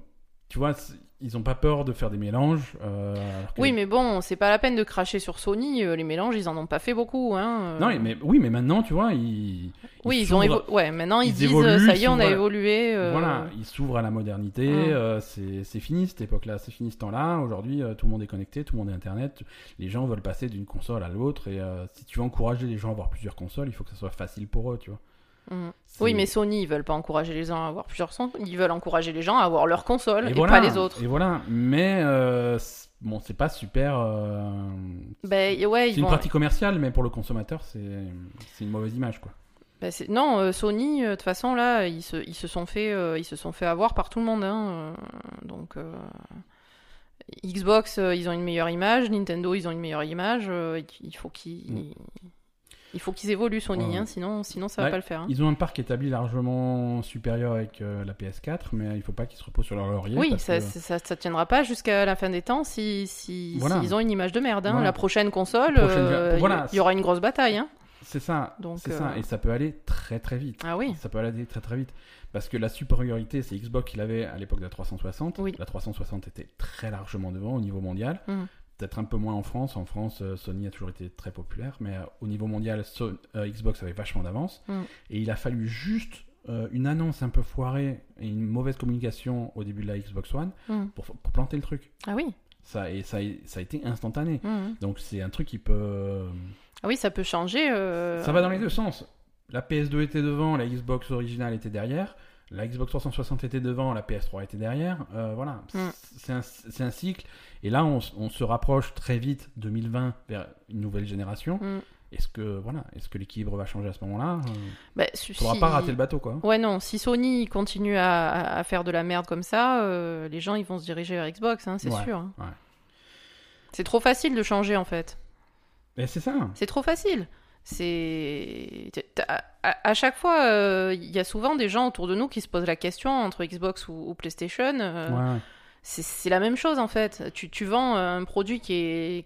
Tu vois, c'est- ils ont pas peur de faire des mélanges. euh, alors que-
Oui, mais bon, c'est pas la peine de cracher sur Sony. euh, Les mélanges, ils en ont pas fait beaucoup. Hein. euh.
Non, mais oui, mais maintenant, tu vois, ils.
Oui, ils ont
s'ouvrent-
évo- Ouais, maintenant ils,
ils
disent
évoluent,
euh, ça
ils
y est, on a
s'ouvrent-
évolué. euh,
Voilà, ils s'ouvrent à la modernité,
Mm.
euh, c'est c'est fini cette époque-là, c'est fini ce temps-là. Aujourd'hui, euh, tout le monde est connecté, tout le monde est Internet. Les gens veulent passer d'une console à l'autre et euh, si tu veux encourager les gens à avoir plusieurs consoles, il faut que ça soit facile pour eux, tu vois.
mm.
C'est-
Oui, mais Sony, ils veulent pas encourager les gens à avoir plusieurs sons. Ils veulent encourager les gens à avoir leur console et,
voilà,
pas les autres.
Et voilà, mais euh, c- bon, c'est pas super. euh,
Ben, ouais,
C'est
ils
une
vont-
pratique commerciale, mais pour le consommateur, c'est c'est une mauvaise image, quoi.
Bah, c'est- non, euh, Sony, euh, de toute façon, là, ils se, ils, se sont fait, euh, ils se sont fait avoir par tout le monde. hein, euh, donc, euh, Xbox, euh, ils ont une meilleure image. Nintendo, ils ont une meilleure image. euh, il faut qu'ils
Mm.
il faut qu'ils évoluent, Sony,
Ouais,
hein,
ouais.
sinon, sinon ça
Ouais.
va pas le faire. hein.
Ils ont un parc établi largement supérieur avec euh, la PS4, mais il faut pas qu'ils se reposent sur leur laurier.
Oui,
parce
ça,
que-
ça, ça- ça tiendra pas jusqu'à la fin des temps si, si,
Voilà.
s'ils ont une image de merde. hein.
Voilà.
La prochaine console,
La prochaine-
euh, il
voilà.
il y aura une grosse bataille. hein.
C'est ça,
Donc,
c'est
euh,
ça, et ça peut aller très très vite.
Ah oui,
Ça peut aller très très vite. Parce que la supériorité, c'est Xbox qui l'avait à l'époque de la 360.
Oui.
La 360 était très largement devant au niveau mondial.
Mhm.
Peut-être un peu moins en France. En France, euh, Sony a toujours été très populaire. Mais euh, au niveau mondial, So- euh, Xbox avait vachement d'avance.
Mhm.
Et il a fallu juste euh, une annonce un peu foirée et une mauvaise communication au début de la Xbox One
Mhm.
pour, pour planter le truc.
ah oui,
Ça, et ça, ça a été instantané.
Mhm.
Donc c'est un truc qui peut... euh,
ah oui, ça peut changer. euh,
Ça va dans les deux sens. La PS2 était devant, la Xbox originale était derrière, la Xbox 360 était devant, la PS3 était derrière. Euh, voilà,
Mm.
c'est un, c'est un cycle. Et là, on, se- on se rapproche très vite 2020 vers une nouvelle génération.
Mm.
Est-ce que voilà, est-ce que l'équilibre va changer à ce moment-là Il
Bah, si-
faudra
si-
pas rater le bateau, quoi. hein.
Ouais, non, si Sony continue à, à- à faire de la merde comme ça, euh, les gens ils vont se diriger vers Xbox, hein, c'est
Ouais,
sûr. hein.
ouais.
C'est trop facile de changer en fait.
Mais c'est ça.
C'est trop facile. C'est t'as- à, à chaque fois, euh, il y a souvent des gens autour de nous qui se posent la question entre Xbox ou, ou PlayStation. euh,
Ouais, ouais.
C'est c'est la même chose en fait. Tu, tu vends euh, un produit qui est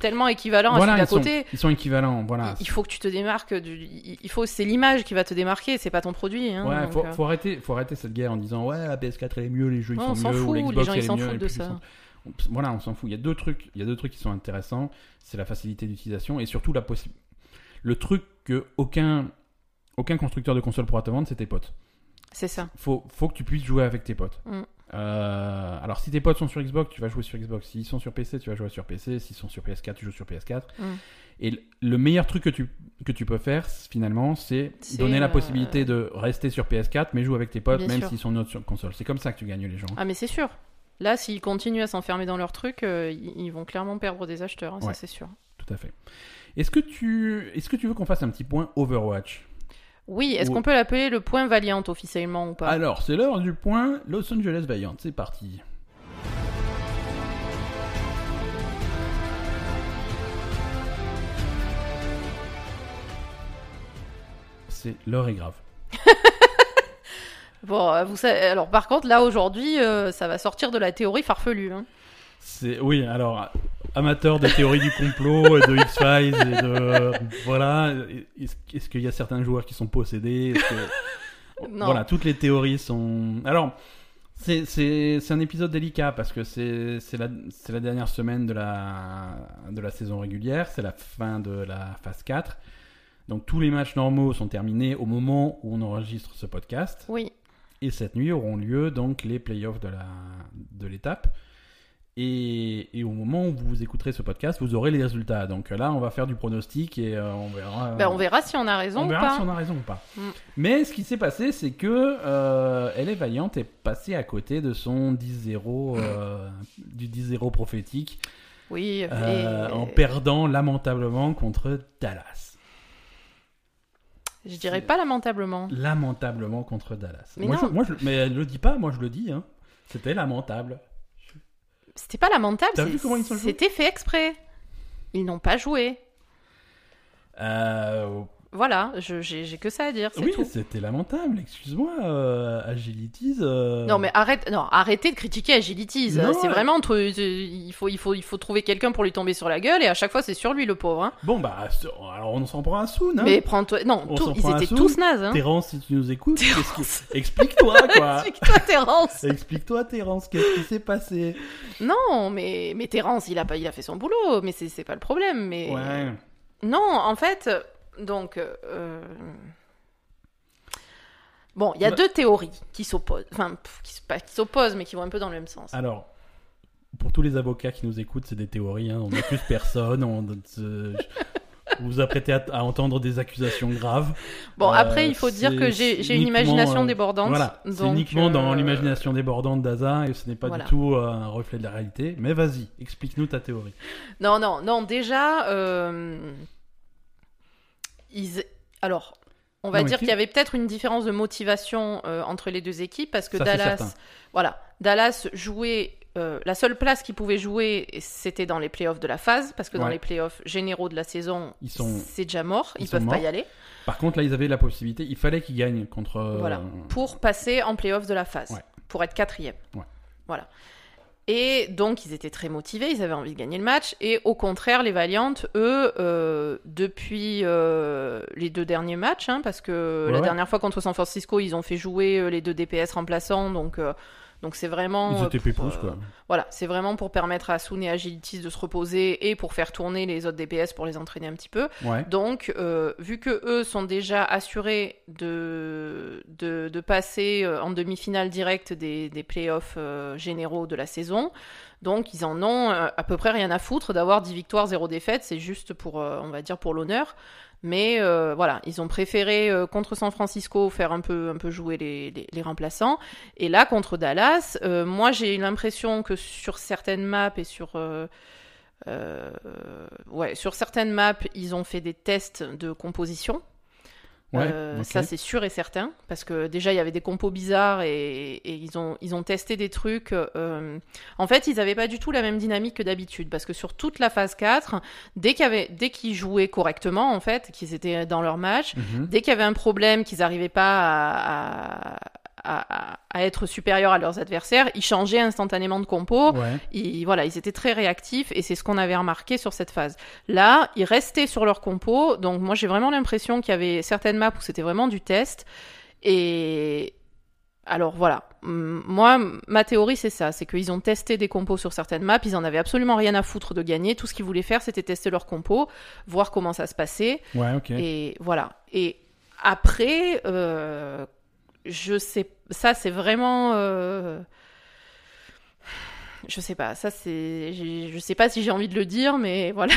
tellement équivalent
Voilà,
à celui d'à
ils sont,
côté.
ils sont équivalents. Voilà.
Il- Il faut que tu te démarques. Du... il- Il faut, c'est l'image qui va te démarquer, c'est pas ton produit. hein,
Ouais,
donc,
faut,
euh,
faut arrêter, faut arrêter cette guerre en disant ouais la PS4 elle est mieux, les jeux ils
Ouais, on
sont
s'en
mieux, ou
fout,
la
les
Xbox
gens,
elle
ils
est
s'en
mieux,
foutent
et
de
puis ils
ça.
sont- Oups, Voilà, on s'en fout. Il y a deux trucs, il y a deux trucs qui sont intéressants, c'est la facilité d'utilisation et surtout la possi- le truc que aucun aucun constructeur de console pourra te vendre, c'est tes potes.
C'est ça.
Faut faut que tu puisses jouer avec tes potes.
Mm.
Euh, alors si tes potes sont sur Xbox, tu vas jouer sur Xbox. S'ils sont sur PC, tu vas jouer sur PC. S'ils sont sur PS4, tu joues sur PS4.
Mm.
Et l- le meilleur truc que tu que tu peux faire c- finalement, c'est
C'est,
donner la
euh,
possibilité de rester sur PS4 mais jouer avec tes potes
Bien
même
sûr.
s'ils sont neutres sur console. C'est comme ça que tu gagnes les gens.
Ah, mais c'est sûr. Là, s'ils continuent à s'enfermer dans leur truc, euh, ils ils vont clairement perdre des acheteurs, hein,
Ouais.
ça c'est sûr.
Tout à fait. Est-ce que tu est-ce que tu veux qu'on fasse un petit point Overwatch
Oui, est-ce
Ou- Ah,
qu'on peut l'appeler le point Valiant officiellement ou pas
Alors, c'est l'heure du point Los Angeles Vaillant, c'est parti. C'est l'heure est grave.
Bon, euh, vous savez- alors par contre, là aujourd'hui, euh, ça va sortir de la théorie farfelue. hein.
C'est oui, alors amateur de théorie du complot, et de X-Files et de voilà, est-ce est-ce qu'il y a certains joueurs qui sont possédés Est-ce que-
Non.
Voilà, toutes les théories sont Alors c'est- c'est c'est un épisode délicat parce que c'est c'est la, c'est la dernière semaine de la, de la saison régulière, c'est la fin de la phase 4. Donc tous les matchs normaux sont terminés au moment où on enregistre ce podcast.
Oui,
Et cette nuit auront lieu donc les playoffs de la de l'étape. Et, et au moment où vous écouterez ce podcast, vous aurez les résultats. Donc là, on va faire du pronostic et euh, on verra.
Ben, on verra si on a raison
on
ou
verra
pas.
si on a raison ou pas.
Mm.
Mais ce qui s'est passé, c'est que euh, elle est vaillante est passée à côté de son 10-0 euh, du 10-0 prophétique
Oui,
euh,
et-
en perdant lamentablement contre Dallas.
je dirais pas lamentablement.
Lamentablement contre Dallas.
Mais
moi,
non.
Je, moi, je- mais elle le dit pas, moi je le dis. hein. C'était lamentable.
C'était pas lamentable,
T'as
c'est-
vu comment ils sont joués
c'était fait exprès. Ils n'ont pas joué.
Euh,
Voilà, je- j'ai j'ai que ça à dire, c'est
oui,
tout.
c'était lamentable, excuse-moi, euh, Agilities. euh,
Non mais arrête, non arrêtez de critiquer Agilities.
Non,
C'est
euh,
vraiment entre, euh, il faut il faut il faut trouver quelqu'un pour lui tomber sur la gueule et à chaque fois c'est sur lui le pauvre. hein.
Bon, bah, ce- alors on s'en prend un sou, non
Mais prends-toi, non,
On
tout-
s'en
ils
prend un
étaient
sou.
tous nazes. Hein.
Terence, si tu nous écoutes, qu'est-ce qui-
Terrence.
explique-toi, quoi.
Explique-toi Terence.
Explique-toi, Terence, qu'est-ce qui s'est passé
non mais mais Terence il a pas il a fait son boulot mais c'est c'est pas le problème mais
Ouais.
non en fait donc euh, bon il y a
Bah-
deux théories qui s'opposent enfin pff, qui s- pas qui s'opposent mais qui vont un peu dans le même sens.
Alors, pour tous les avocats qui nous écoutent, c'est des théories, hein, on n'accuse personne, on. euh, je- vous vous apprêtez à, à entendre des accusations graves.
Bon,
Euh,
après, il faut
c'est-
dire que j'ai
c'est
j'ai une
uniquement,
imagination
euh,
débordante.
Voilà, c'est
donc,
uniquement dans
euh,
l'imagination débordante d'Aza et ce n'est pas
voilà.
du tout euh, un reflet de la réalité. Mais vas-y, explique-nous ta théorie.
Non, non, non, déjà, euh, ils... alors, on va
Non, mais
dire
qui-
qu'il y avait peut-être une différence de motivation euh, entre les deux équipes parce que
Ça, c'est certain.
Dallas, voilà, Dallas jouait. euh, la seule place qu'il pouvait jouer, c'était dans les playoffs de la phase, parce que dans
Ouais.
les playoffs généraux de la saison,
Ils sont-
c'est déjà mort, ils,
ils sont
peuvent pas
morts.
y aller,
Par contre, là, ils avaient la possibilité, il fallait qu'ils gagnent contre. euh,
Voilà. pour passer en playoffs de la phase,
Ouais.
pour être quatrième.
Ouais.
Voilà. Et donc, ils étaient très motivés, ils avaient envie de gagner le match. Et au contraire, les Valiantes, eux, euh, depuis euh, les deux derniers matchs, hein, parce que
Ouais,
la
ouais.
dernière fois contre San Francisco, ils ont fait jouer euh, les deux DPS remplaçants, donc euh, donc c'est vraiment
Ils
euh,
étaient
pour,
pépouses,
euh,
quoi.
voilà, c'est vraiment pour permettre à Asun et Agilitis de se reposer et pour faire tourner les autres DPS pour les entraîner un petit peu.
Ouais.
Donc, euh, vu que eux sont déjà assurés de, de, de passer euh, en demi-finale directe des, des playoffs euh, généraux de la saison, donc ils en ont euh, à peu près rien à foutre d'avoir 10 victoires, 0 défaites, c'est juste pour, euh, on va dire, pour l'honneur. Mais euh, voilà, ils ont préféré euh, contre San Francisco faire un peu, un peu jouer les, les, les remplaçants. Et là, contre Dallas, euh, moi j'ai l'impression que sur certaines maps et sur... euh, euh, ouais, sur certaines maps, ils ont fait des tests de composition.
Ouais,
Euh,
ok.
Ça, c'est sûr et certain. Parce que déjà, il y avait des compos bizarres et, et ils, ont, ils ont testé des trucs. euh, En fait, ils n'avaient pas du tout la même dynamique que d'habitude. Parce que sur toute la phase 4, dès qu'il y avait- dès qu'ils jouaient correctement, en fait, qu'ils étaient dans leur match,
Mhm.
dès qu'il y avait un problème, qu'ils n'arrivaient pas à, à- à- à être supérieurs à leurs adversaires, ils changeient instantanément de compo.
Ouais.
Ils, voilà, ils étaient très réactifs et c'est ce qu'on avait remarqué sur cette phase. Là, ils restaient sur leur compo, donc moi j'ai vraiment l'impression qu'il y avait certaines maps où c'était vraiment du test. Et alors voilà, Hum, moi m- ma théorie c'est ça, c'est qu'ils ont testé des compos sur certaines maps, ils en avaient absolument rien à foutre de gagner, tout ce qu'ils voulaient faire c'était tester leur compo, voir comment ça se passait.
Ouais, ok.
Et voilà. Et après, euh, je sais, ça c'est vraiment, euh, je sais pas, ça c'est, j'ai- je sais pas si j'ai envie de le dire, mais voilà.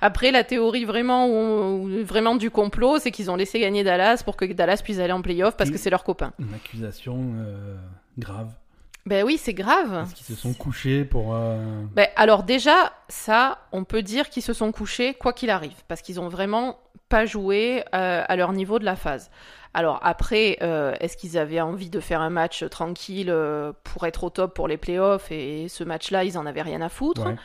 après, la théorie vraiment où- où- vraiment du complot, c'est qu'ils ont laissé gagner Dallas pour que Dallas puisse aller en playoff parce que
Oui.
c'est leur copain.
Une accusation euh, grave.
Ben oui, c'est grave.
Parce qu'ils se sont couchés pour. euh,
Ben, alors déjà, ça, on peut dire qu'ils se sont couchés quoi qu'il arrive, parce qu'ils ont vraiment pas joué euh, à leur niveau de la phase. Alors après, euh, est-ce qu'ils avaient envie de faire un match tranquille euh, pour être au top pour les playoffs et ce match-là, ils en avaient rien à foutre
ouais.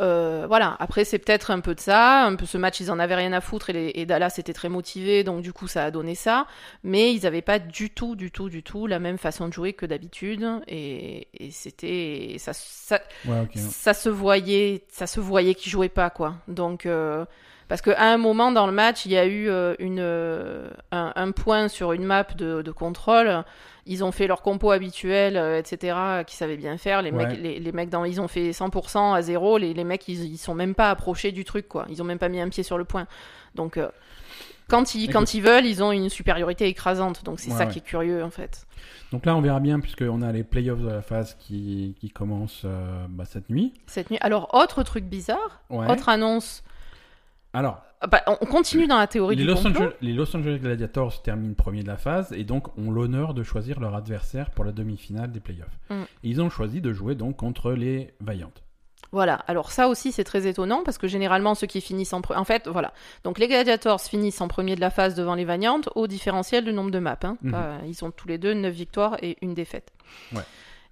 euh, voilà, après c'est peut-être un peu de ça, un peu ce match ils en avaient rien à foutre et, les- et Dallas était très motivé donc du coup ça a donné ça, mais ils n'avaient pas du tout, du tout, du tout la même façon de jouer que d'habitude et, et c'était et ça, ça,
Ouais, ok.
ça se voyait, ça se voyait qu'ils jouaient pas quoi. Donc euh, parce qu'à un moment dans le match, il y a eu euh, une, euh, un, un point sur une map de, de contrôle. Ils ont fait leur compo habituel, euh, etc., qu'ils savaient bien faire. Les,
Ouais.
mecs, les, les mecs, dans, ils ont fait 100% à zéro. Les, les mecs, ils, ils sont même pas approchés du truc, quoi. Ils ont même pas mis un pied sur le point. Donc, euh, quand, ils, quand
Écoute.
ils veulent, ils ont une supériorité écrasante. Donc, c'est
Ouais,
ça
ouais.
qui est curieux, en fait.
Donc là, on verra bien, puisqu'on a les playoffs de la phase qui, qui commencent euh, bah, cette nuit.
Cette nuit. Alors, autre truc bizarre,
Ouais.
autre annonce.
Alors,
Ah bah, on continue dans la théorie
les
du
Los,
complot.
Angeles, les Los Angeles Gladiators terminent premier de la phase et donc ont l'honneur de choisir leur adversaire pour la demi-finale des playoffs.
Mm.
Et ils ont choisi de jouer donc contre les Vaillantes.
Voilà, alors ça aussi c'est très étonnant parce que généralement ceux qui finissent en premier. En fait, voilà. Donc les Gladiators finissent en premier de la phase devant les Valiantes au différentiel du nombre de maps. hein.
Mhm.
Pas- ils ont tous les deux 9 victoires et une défaite.
Ouais.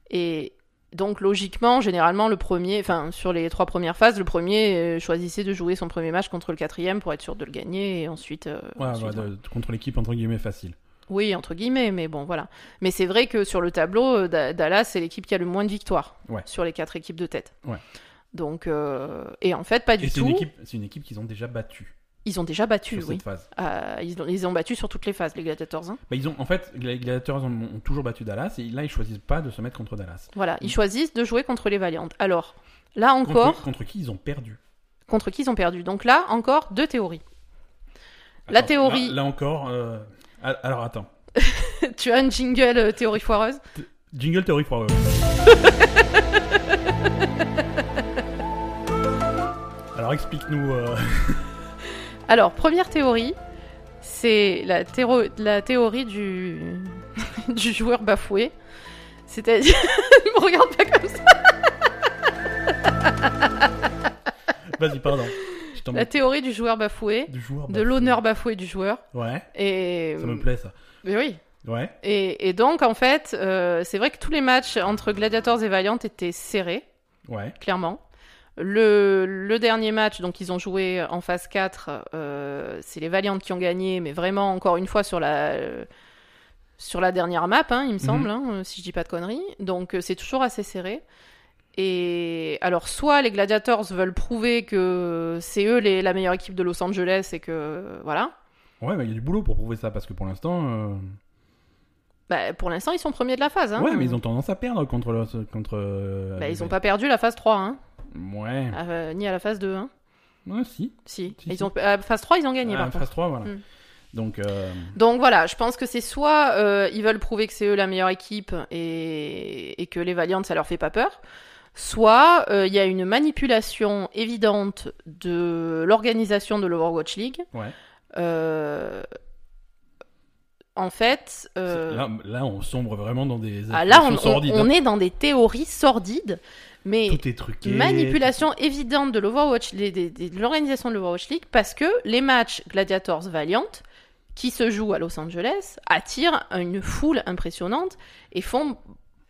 Et donc logiquement, généralement, le premier, enfin sur les trois premières phases, le premier euh, choisissait de jouer son premier match contre le quatrième pour être sûr de le gagner et ensuite. euh,
Ouais,
ensuite,
bah, de- contre l'équipe entre guillemets facile.
oui, entre guillemets, mais bon, voilà. Mais c'est vrai que sur le tableau, euh, Da- Dallas, c'est l'équipe qui a le moins de victoires
Ouais.
sur les quatre équipes de tête.
Ouais.
Donc, euh, et en fait, pas du
et c'est
tout.
une équipe, c'est une équipe qu'ils ont déjà battue
Ils ont déjà battu,
sur
oui.
cette phase.
Euh, ils, ont, ils ont battu sur toutes les phases, les Gladiators. hein.
Bah, ils ont, en fait, les Gladiators ont, ont toujours battu Dallas et là, ils choisissent pas de se mettre contre Dallas.
Voilà, ils
Mm.
choisissent de jouer contre les Valiantes. Alors, là
Contre-
encore,
contre, qui ils ont perdu
contre qui ils ont perdu Donc là, encore, deux théories. La
Attends,
théorie-
Là, là encore. euh, a- Alors attends.
tu as une jingle euh, théorie foireuse
Jingle théorie pour. euh, Alors explique-nous. euh,
Alors, première théorie, c'est la, théro- la théorie du, du joueur bafoué. C'est-à-dire. Ne me regarde pas comme ça.
Vas-y, pardon. Je t'en
La théorie du joueur bafoué,
Du joueur.
de
bafoué.
l'honneur bafoué du joueur.
Ouais,
Et.
ça me plaît ça.
Mais oui.
Ouais.
Et, et donc, en fait, euh, c'est vrai que tous les matchs entre Gladiators et Valiant étaient serrés,
Ouais.
clairement. Le, le dernier match, donc ils ont joué en phase 4, euh, c'est les Valiant qui ont gagné, mais vraiment, encore une fois, sur la, euh, sur la dernière map, hein, il
Mhm.
me semble, hein, euh, si je dis pas de conneries. Donc, euh, c'est toujours assez serré. Et alors, soit les Gladiators veulent prouver que c'est eux les- la meilleure équipe de Los Angeles et que. Voilà.
Ouais, mais il y a du boulot pour prouver ça parce que pour l'instant. euh,
Bah, pour l'instant, ils sont premiers de la phase. Hein,
ouais, mais ils ont tendance à perdre contre. le- contre euh,
Bah, ils
les-
n'ont pas perdu la phase 3, hein.
Ouais.
Ah, euh, ni à la phase 2. Hein.
Ouais, si.
Si.
Si,
ils
si.
Ont... À la phase 3, ils ont gagné.
Ah,
par
phase
contre.
3, voilà.
Mm.
Donc. euh,
Donc voilà, je pense que c'est soit euh, ils veulent prouver que c'est eux la meilleure équipe et, et que les Valiant, ça leur fait pas peur. Soit euh, il y a une manipulation évidente de l'organisation de l'Overwatch League.
Ouais.
Euh, En fait. euh,
Là, là, on sombre vraiment dans des.
ah, là, on,
affections sordides,
on- on
hein.
est dans des théories sordides, mais
Tout est truqué.
manipulation évidente de l'Overwatch, les- des- des- de l'organisation de l'Overwatch League, parce que les matchs Gladiators Valiant qui se jouent à Los Angeles attirent une foule impressionnante et font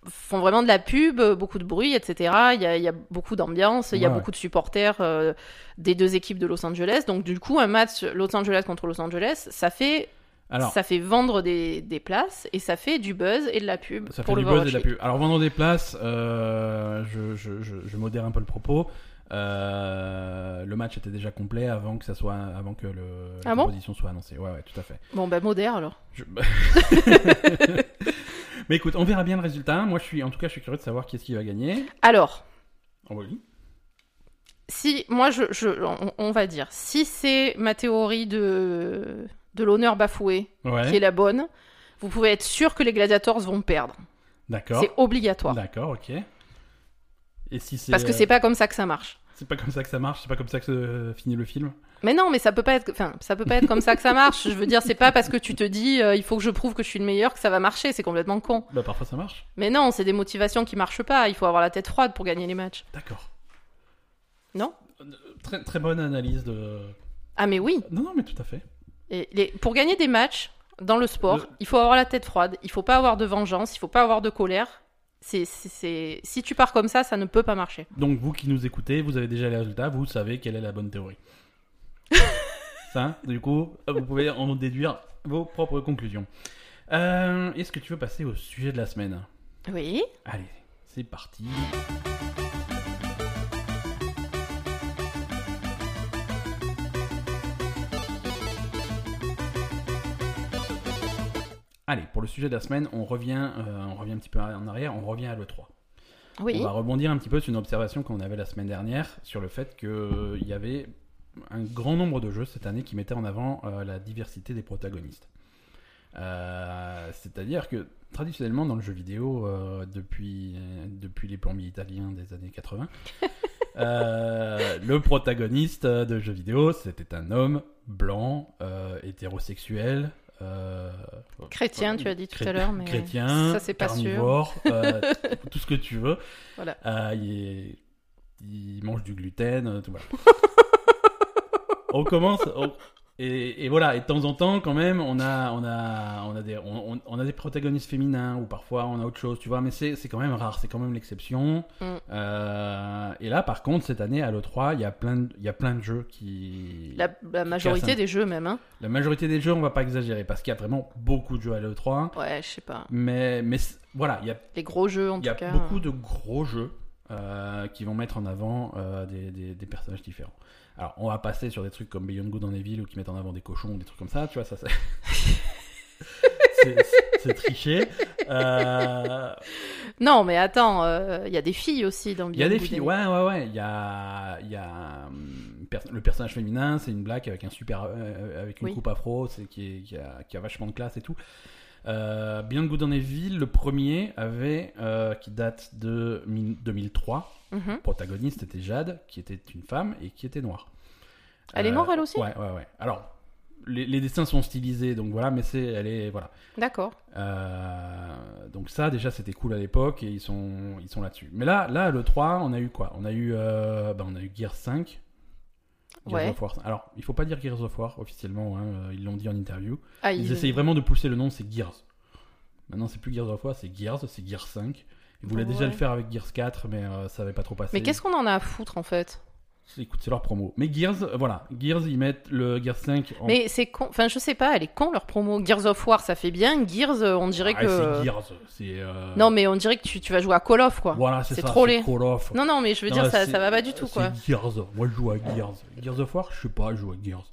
font vraiment de la pub, beaucoup de bruit, etc. Il y a, il y a beaucoup d'ambiance, il y a
Ouais, ouais.
beaucoup de supporters euh, des deux équipes de Los Angeles. Donc du coup, un match Los Angeles contre Los Angeles, ça fait
Alors,
ça fait vendre des, des places et ça fait du buzz et de la pub
Ça
pour
fait du buzz et
le Overwatch
de la
League.
pub. Alors, vendant des places, euh, je, je- je- je modère un peu le propos. Euh, le match était déjà complet avant que ça soit, avant que le, la
Ah bon
composition soit annoncée. Ouais, ouais, tout à fait.
Bon, bah, modère alors.
Je- Mais écoute, on verra bien le résultat. Moi, je suis, en tout cas, je suis curieux de savoir qui est-ce qui va gagner. Oh,
Alors,
On va-
si, moi, je, je- on, on va dire, si c'est ma théorie de, de l'honneur bafoué qui est
Ouais.
la bonne, vous pouvez être sûr que les Gladiators vont perdre.
D'accord.
C'est obligatoire.
D'accord, ok. Et si c'est
Parce que
euh,
c'est pas comme ça que ça marche.
c'est pas comme ça que ça marche, c'est pas comme ça que se finit le film.
Mais non, mais ça peut pas être, enfin, ça peut pas être comme ça que ça marche. Je veux dire, c'est pas parce que tu te dis, euh, il faut que je prouve que je suis le meilleur que ça va marcher. C'est complètement con.
Bah parfois ça marche.
Mais non, c'est des motivations qui marchent pas. Il faut avoir la tête froide pour gagner les matchs.
D'accord.
Non
Euh, Très très bonne analyse de.
Ah mais oui.
Non non mais tout à fait.
Et les- pour gagner des matchs dans le sport,
Le-
il faut avoir la tête froide, il faut pas avoir de vengeance, il faut pas avoir de colère. C'est, c'est- c'est- Si tu pars comme ça, ça ne peut pas marcher.
Donc vous qui nous écoutez, vous avez déjà les résultats, vous savez quelle est la bonne théorie. Ça, du coup, vous pouvez en déduire vos propres conclusions. Euh, Est-ce que tu veux passer au sujet de la semaine
Oui.
Allez, c'est parti. Allez, pour le sujet de la semaine, on revient, euh, on revient un petit peu en arrière, on revient à l'E3.
Oui.
On va rebondir un petit peu sur une observation qu'on avait la semaine dernière sur le fait qu'il y avait un grand nombre de jeux cette année qui mettaient en avant euh, la diversité des protagonistes. Euh, C'est-à-dire que traditionnellement dans le jeu vidéo, euh, depuis, depuis les plombiers italiens des années 80, euh, le protagoniste de jeux vidéo, c'était un homme blanc, euh, hétérosexuel. euh,
Chrétien, tu as dit tout à l'heure, mais
chrétien,
ça c'est pas sûr.
carnivore, euh, tout ce que tu veux.
Voilà.
Euh, il, est- il mange du gluten, euh, tout voilà. on commence. on- Et, et voilà, et de temps en temps, quand même, on a, on a, on a, des, on, on- on a des protagonistes féminins, ou parfois on a autre chose, tu vois, mais c'est c'est quand même rare, c'est quand même l'exception.
Mm.
Euh, et là, par contre, cette année, à l'E3, il y, a plein de- il y a plein de jeux qui.
La, la majorité
Personne.
des jeux même, hein.
La majorité des jeux, on va pas exagérer, parce qu'il y a vraiment beaucoup de jeux à l'E3.
Ouais, je sais pas.
Mais, mais c'est- voilà, il y a
Les gros jeux en
il y a
tout cas.
beaucoup de gros jeux euh, qui vont mettre en avant euh, des, des- des personnages différents. Alors, on va passer sur des trucs comme Beyond Good dans les villes ou qui mettent en avant des cochons ou des trucs comme ça, tu vois, ça, ça- c'est, c'est- c'est triché. Euh,
Non, mais attends, euh, il y a des filles aussi dans
Il y a
Beyond
des
Good
filles,
and
ouais, ouais, ouais. Il y a, il y a hum, pers- le personnage féminin, c'est une blague avec un super, euh, avec une
Oui.
coupe afro, c'est qui, est- qui a, qui a vachement de classe et tout. Euh, Beyond Good dans les villes, le premier avait, euh, qui date de mi- 2003.
Evil. Mhm.
protagoniste était Jade, qui était une femme et qui était noire. Euh,
Elle est noire, elle aussi
Ouais, ouais, ouais. Alors, les, les dessins sont stylisés, donc voilà, mais c'est, elle est, voilà.
D'accord.
Euh, donc ça, déjà, c'était cool à l'époque et ils sont, ils sont là-dessus. Mais là, là, le 3, on a eu quoi On a eu, euh, bah, on a eu Gears 5. Gears
Ouais.
of War. Alors, il faut pas dire Gears of War officiellement, hein, euh, ils l'ont dit en interview.
Ah,
Ils
ils-
essayent vraiment de pousser le nom, c'est Gears. Maintenant, c'est plus Gears of War, c'est Gears, c'est Gears 5. Ils voulaient déjà
Ouais.
le faire avec Gears 4, mais euh, ça avait pas trop passé.
Mais qu'est-ce qu'on en a à foutre en fait
Écoute, c'est leur promo. Mais Gears, euh, voilà, Gears, ils mettent le Gears 5 en.
Mais c'est con. Enfin, je sais pas, elle est con leur promo. Gears of War, ça fait bien. Gears, euh, on dirait
Ah,
que.
C'est Gears, c'est. euh,
Non, mais on dirait que tu, tu vas jouer à Call of quoi.
Voilà, c'est
c'est
ça,
trop
c'est
laid.
Call of.
Non, non, mais je veux
Non,
dire, ça,
c'est-
ça va pas du tout quoi.
C'est Gears. Moi, je joue à Gears. Gears of War, je sais pas, je joue à Gears.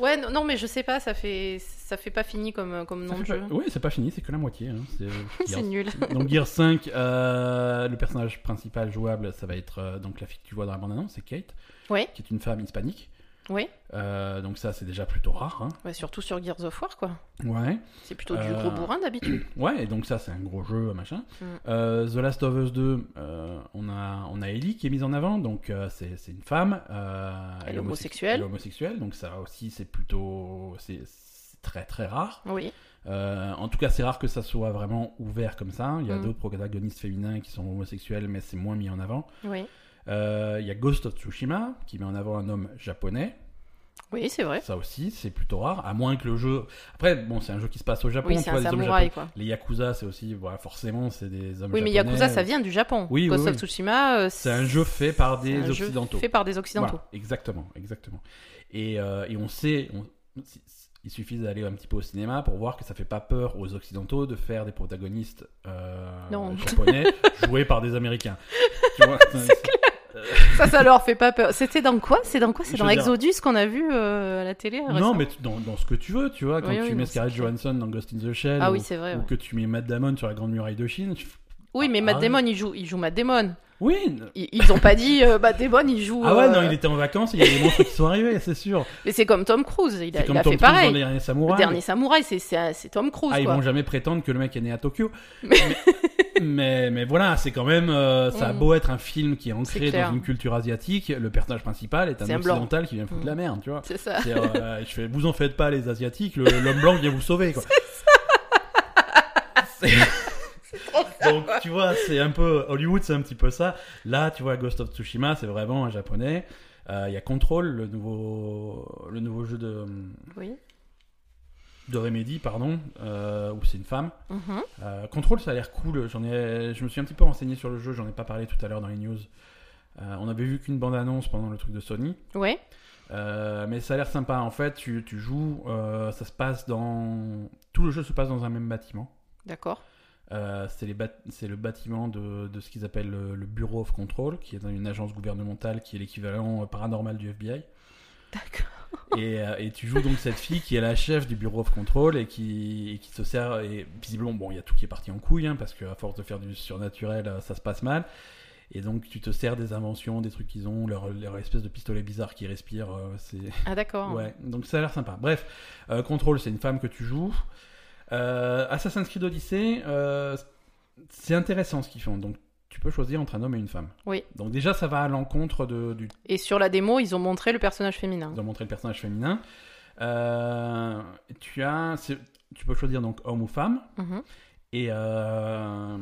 Ouais, non, non, mais je sais pas, ça fait, ça fait pas fini comme, euh, comme nom de jeu.
Oui, c'est pas fini, c'est que la moitié. hein, C'est
c'est
Gears.
nul.
donc Gears 5, euh, le personnage principal jouable, ça va être euh, donc la fille que tu vois dans la bande-annonce, c'est Kate,
Ouais.
qui est une femme hispanique.
Oui,
Euh, donc ça, c'est déjà plutôt rare. hein.
bah, surtout sur Gears of War quoi.
Ouais.
C'est plutôt du
Euh,
gros bourrin d'habitude.
Ouais, et donc ça, c'est un gros jeu, machin.
Mm.
Euh, The Last of Us 2, euh, on, a, on a Ellie qui est mise en avant, donc euh, c'est c'est une femme. euh,
Elle est
homosexu-
homosexuelle.
Elle est homosexuelle, donc ça aussi, c'est plutôt. C'est c'est très très rare.
Oui,
Euh, en tout cas, c'est rare que ça soit vraiment ouvert comme ça. Il y a
Mm.
d'autres protagonistes féminins qui sont homosexuels, mais c'est moins mis en avant.
oui,
Euh, Il y a Ghost of Tsushima qui met en avant un homme japonais.
oui, c'est vrai.
Ça aussi, c'est plutôt rare, à moins que le jeu. Après, bon, c'est un jeu qui se passe au Japon.
Oui, c'est
tu vois,
un
les hommes
samouraï quoi.
les Yakuza, c'est aussi, voilà, forcément, c'est des hommes
Oui, mais
japonais.
Yakuza, ça vient du Japon.
Oui, oui,
Ghost of
oui.
Tsushima, euh,
C'est un jeu fait par des
c'est un jeu
occidentaux.
fait par des occidentaux.
Voilà, exactement, exactement. Et, euh, et on sait, on- si- si- il suffit d'aller un petit peu au cinéma pour voir que ça fait pas peur aux occidentaux de faire des protagonistes euh,
Non.
japonais joués par des Américains. Tu vois, c'est-
Ça, ça leur fait pas peur. C'était dans quoi C'est dans quoi C'est
Je
dans
veux dire-
Exodus qu'on a vu euh, à la télé récemment
Non, mais tu- dans, dans ce que tu veux, tu vois, quand
Oui,
tu
oui,
mets
non,
Scarlett
c'est clair.
Johansson dans Ghost in the Shell,
Ah
ou,
oui, c'est vrai.
ou
ouais.
que tu mets Matt Damon sur la Grande Muraille de Chine, je-
Oui, mais
Ah,
Matt
oui.
Damon, il joue, il joue Matt Damon.
oui.
Ils, ils ont pas dit euh, Matt Damon, il joue.
Ah ouais,
euh,
non, il était en vacances, il y a des monstres qui sont arrivés, c'est sûr.
Mais c'est comme Tom Cruise, il a,
C'est comme
il a
Tom
fait
Cruise dans
pareil.
les derniers
Le
samouraïs.
dernier samouraï, c'est- c'est un- c'est Tom Cruise.
Ah, ils
quoi.
vont jamais prétendre que le mec est né à Tokyo.
Mais-
Mais, mais, mais voilà, c'est quand même. euh, ça a
Mm.
beau être un film qui est
C'est
ancré
clair.
dans une culture asiatique, le personnage principal est un
C'est un blanc.
occidental qui vient foutre
Mm.
la merde, tu vois.
C'est ça.
C'est, euh, je fais, vous en faites pas les asiatiques, le- l'homme blanc vient vous sauver, quoi. C'est- Donc tu vois, c'est un peu Hollywood, c'est un petit peu ça. Là, tu vois, Ghost of Tsushima, c'est vraiment un japonais. Euh, Il y a Control, le nouveau, le nouveau jeu de,
Oui.
de Remedy, pardon, euh, où c'est une femme.
Mhm.
Euh, Control, ça a l'air cool. J'en ai, je me suis un petit peu renseigné sur le jeu. J'en ai pas parlé tout à l'heure dans les news. Euh, on avait vu qu'une bande-annonce pendant le truc de Sony,
Ouais.
Euh, mais ça a l'air sympa. En fait, tu, tu joues, euh, ça se passe dans tout le jeu se passe dans un même bâtiment.
D'accord.
Euh, c'est les bat- c'est le bâtiment de, de ce qu'ils appellent le, le Bureau of Control, qui est une agence gouvernementale qui est l'équivalent euh, paranormal du FBI.
D'accord.
Et, euh, et tu joues donc cette fille qui est la chef du bureau of control et qui, et qui se sert. Et visiblement, bon, il y a tout qui est parti en couille, hein, parce qu'à force de faire du surnaturel, euh, ça se passe mal. Et donc, tu te sers des inventions, des trucs qu'ils ont, leur, leur espèce de pistolet bizarre qui respire. euh, c'est...
Ah d'accord.
Ouais, donc ça a l'air sympa. Bref, euh, Control, c'est une femme que tu joues. Euh, Assassin's Creed Odyssey, euh, c'est intéressant ce qu'ils font. Donc, tu peux choisir entre un homme et une femme.
Oui.
Donc, déjà, ça va à l'encontre de, du
Et sur la démo, ils ont montré le personnage féminin.
ils ont montré le personnage féminin. Euh, tu as, c'est- tu peux choisir donc homme ou femme
Mhm.
et euh,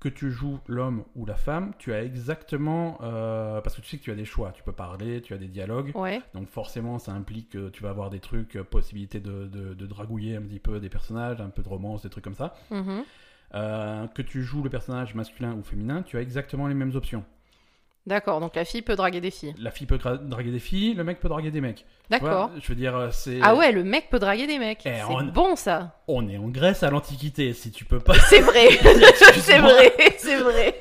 que tu joues l'homme ou la femme, tu as exactement euh, parce que tu sais que tu as des choix, tu peux parler, tu as des dialogues,
Ouais.
donc forcément ça implique que tu vas avoir des trucs, euh, possibilité de, de- de dragouiller un petit peu des personnages, un peu de romance, des trucs comme ça.
Mhm.
Euh, que tu joues le personnage masculin ou féminin, tu as exactement les mêmes options.
D'accord. Donc la fille peut draguer des filles.
La fille peut gra- draguer des filles, le mec peut draguer des mecs. Tu vois,
D'accord.
Je veux dire, euh, c'est
Ah ouais, le mec peut draguer des mecs.
Eh,
c'est
on-
bon ça.
On est en Grèce à l'Antiquité, si tu peux pas.
C'est vrai. c'est
Excuse-moi.
vrai. C'est vrai.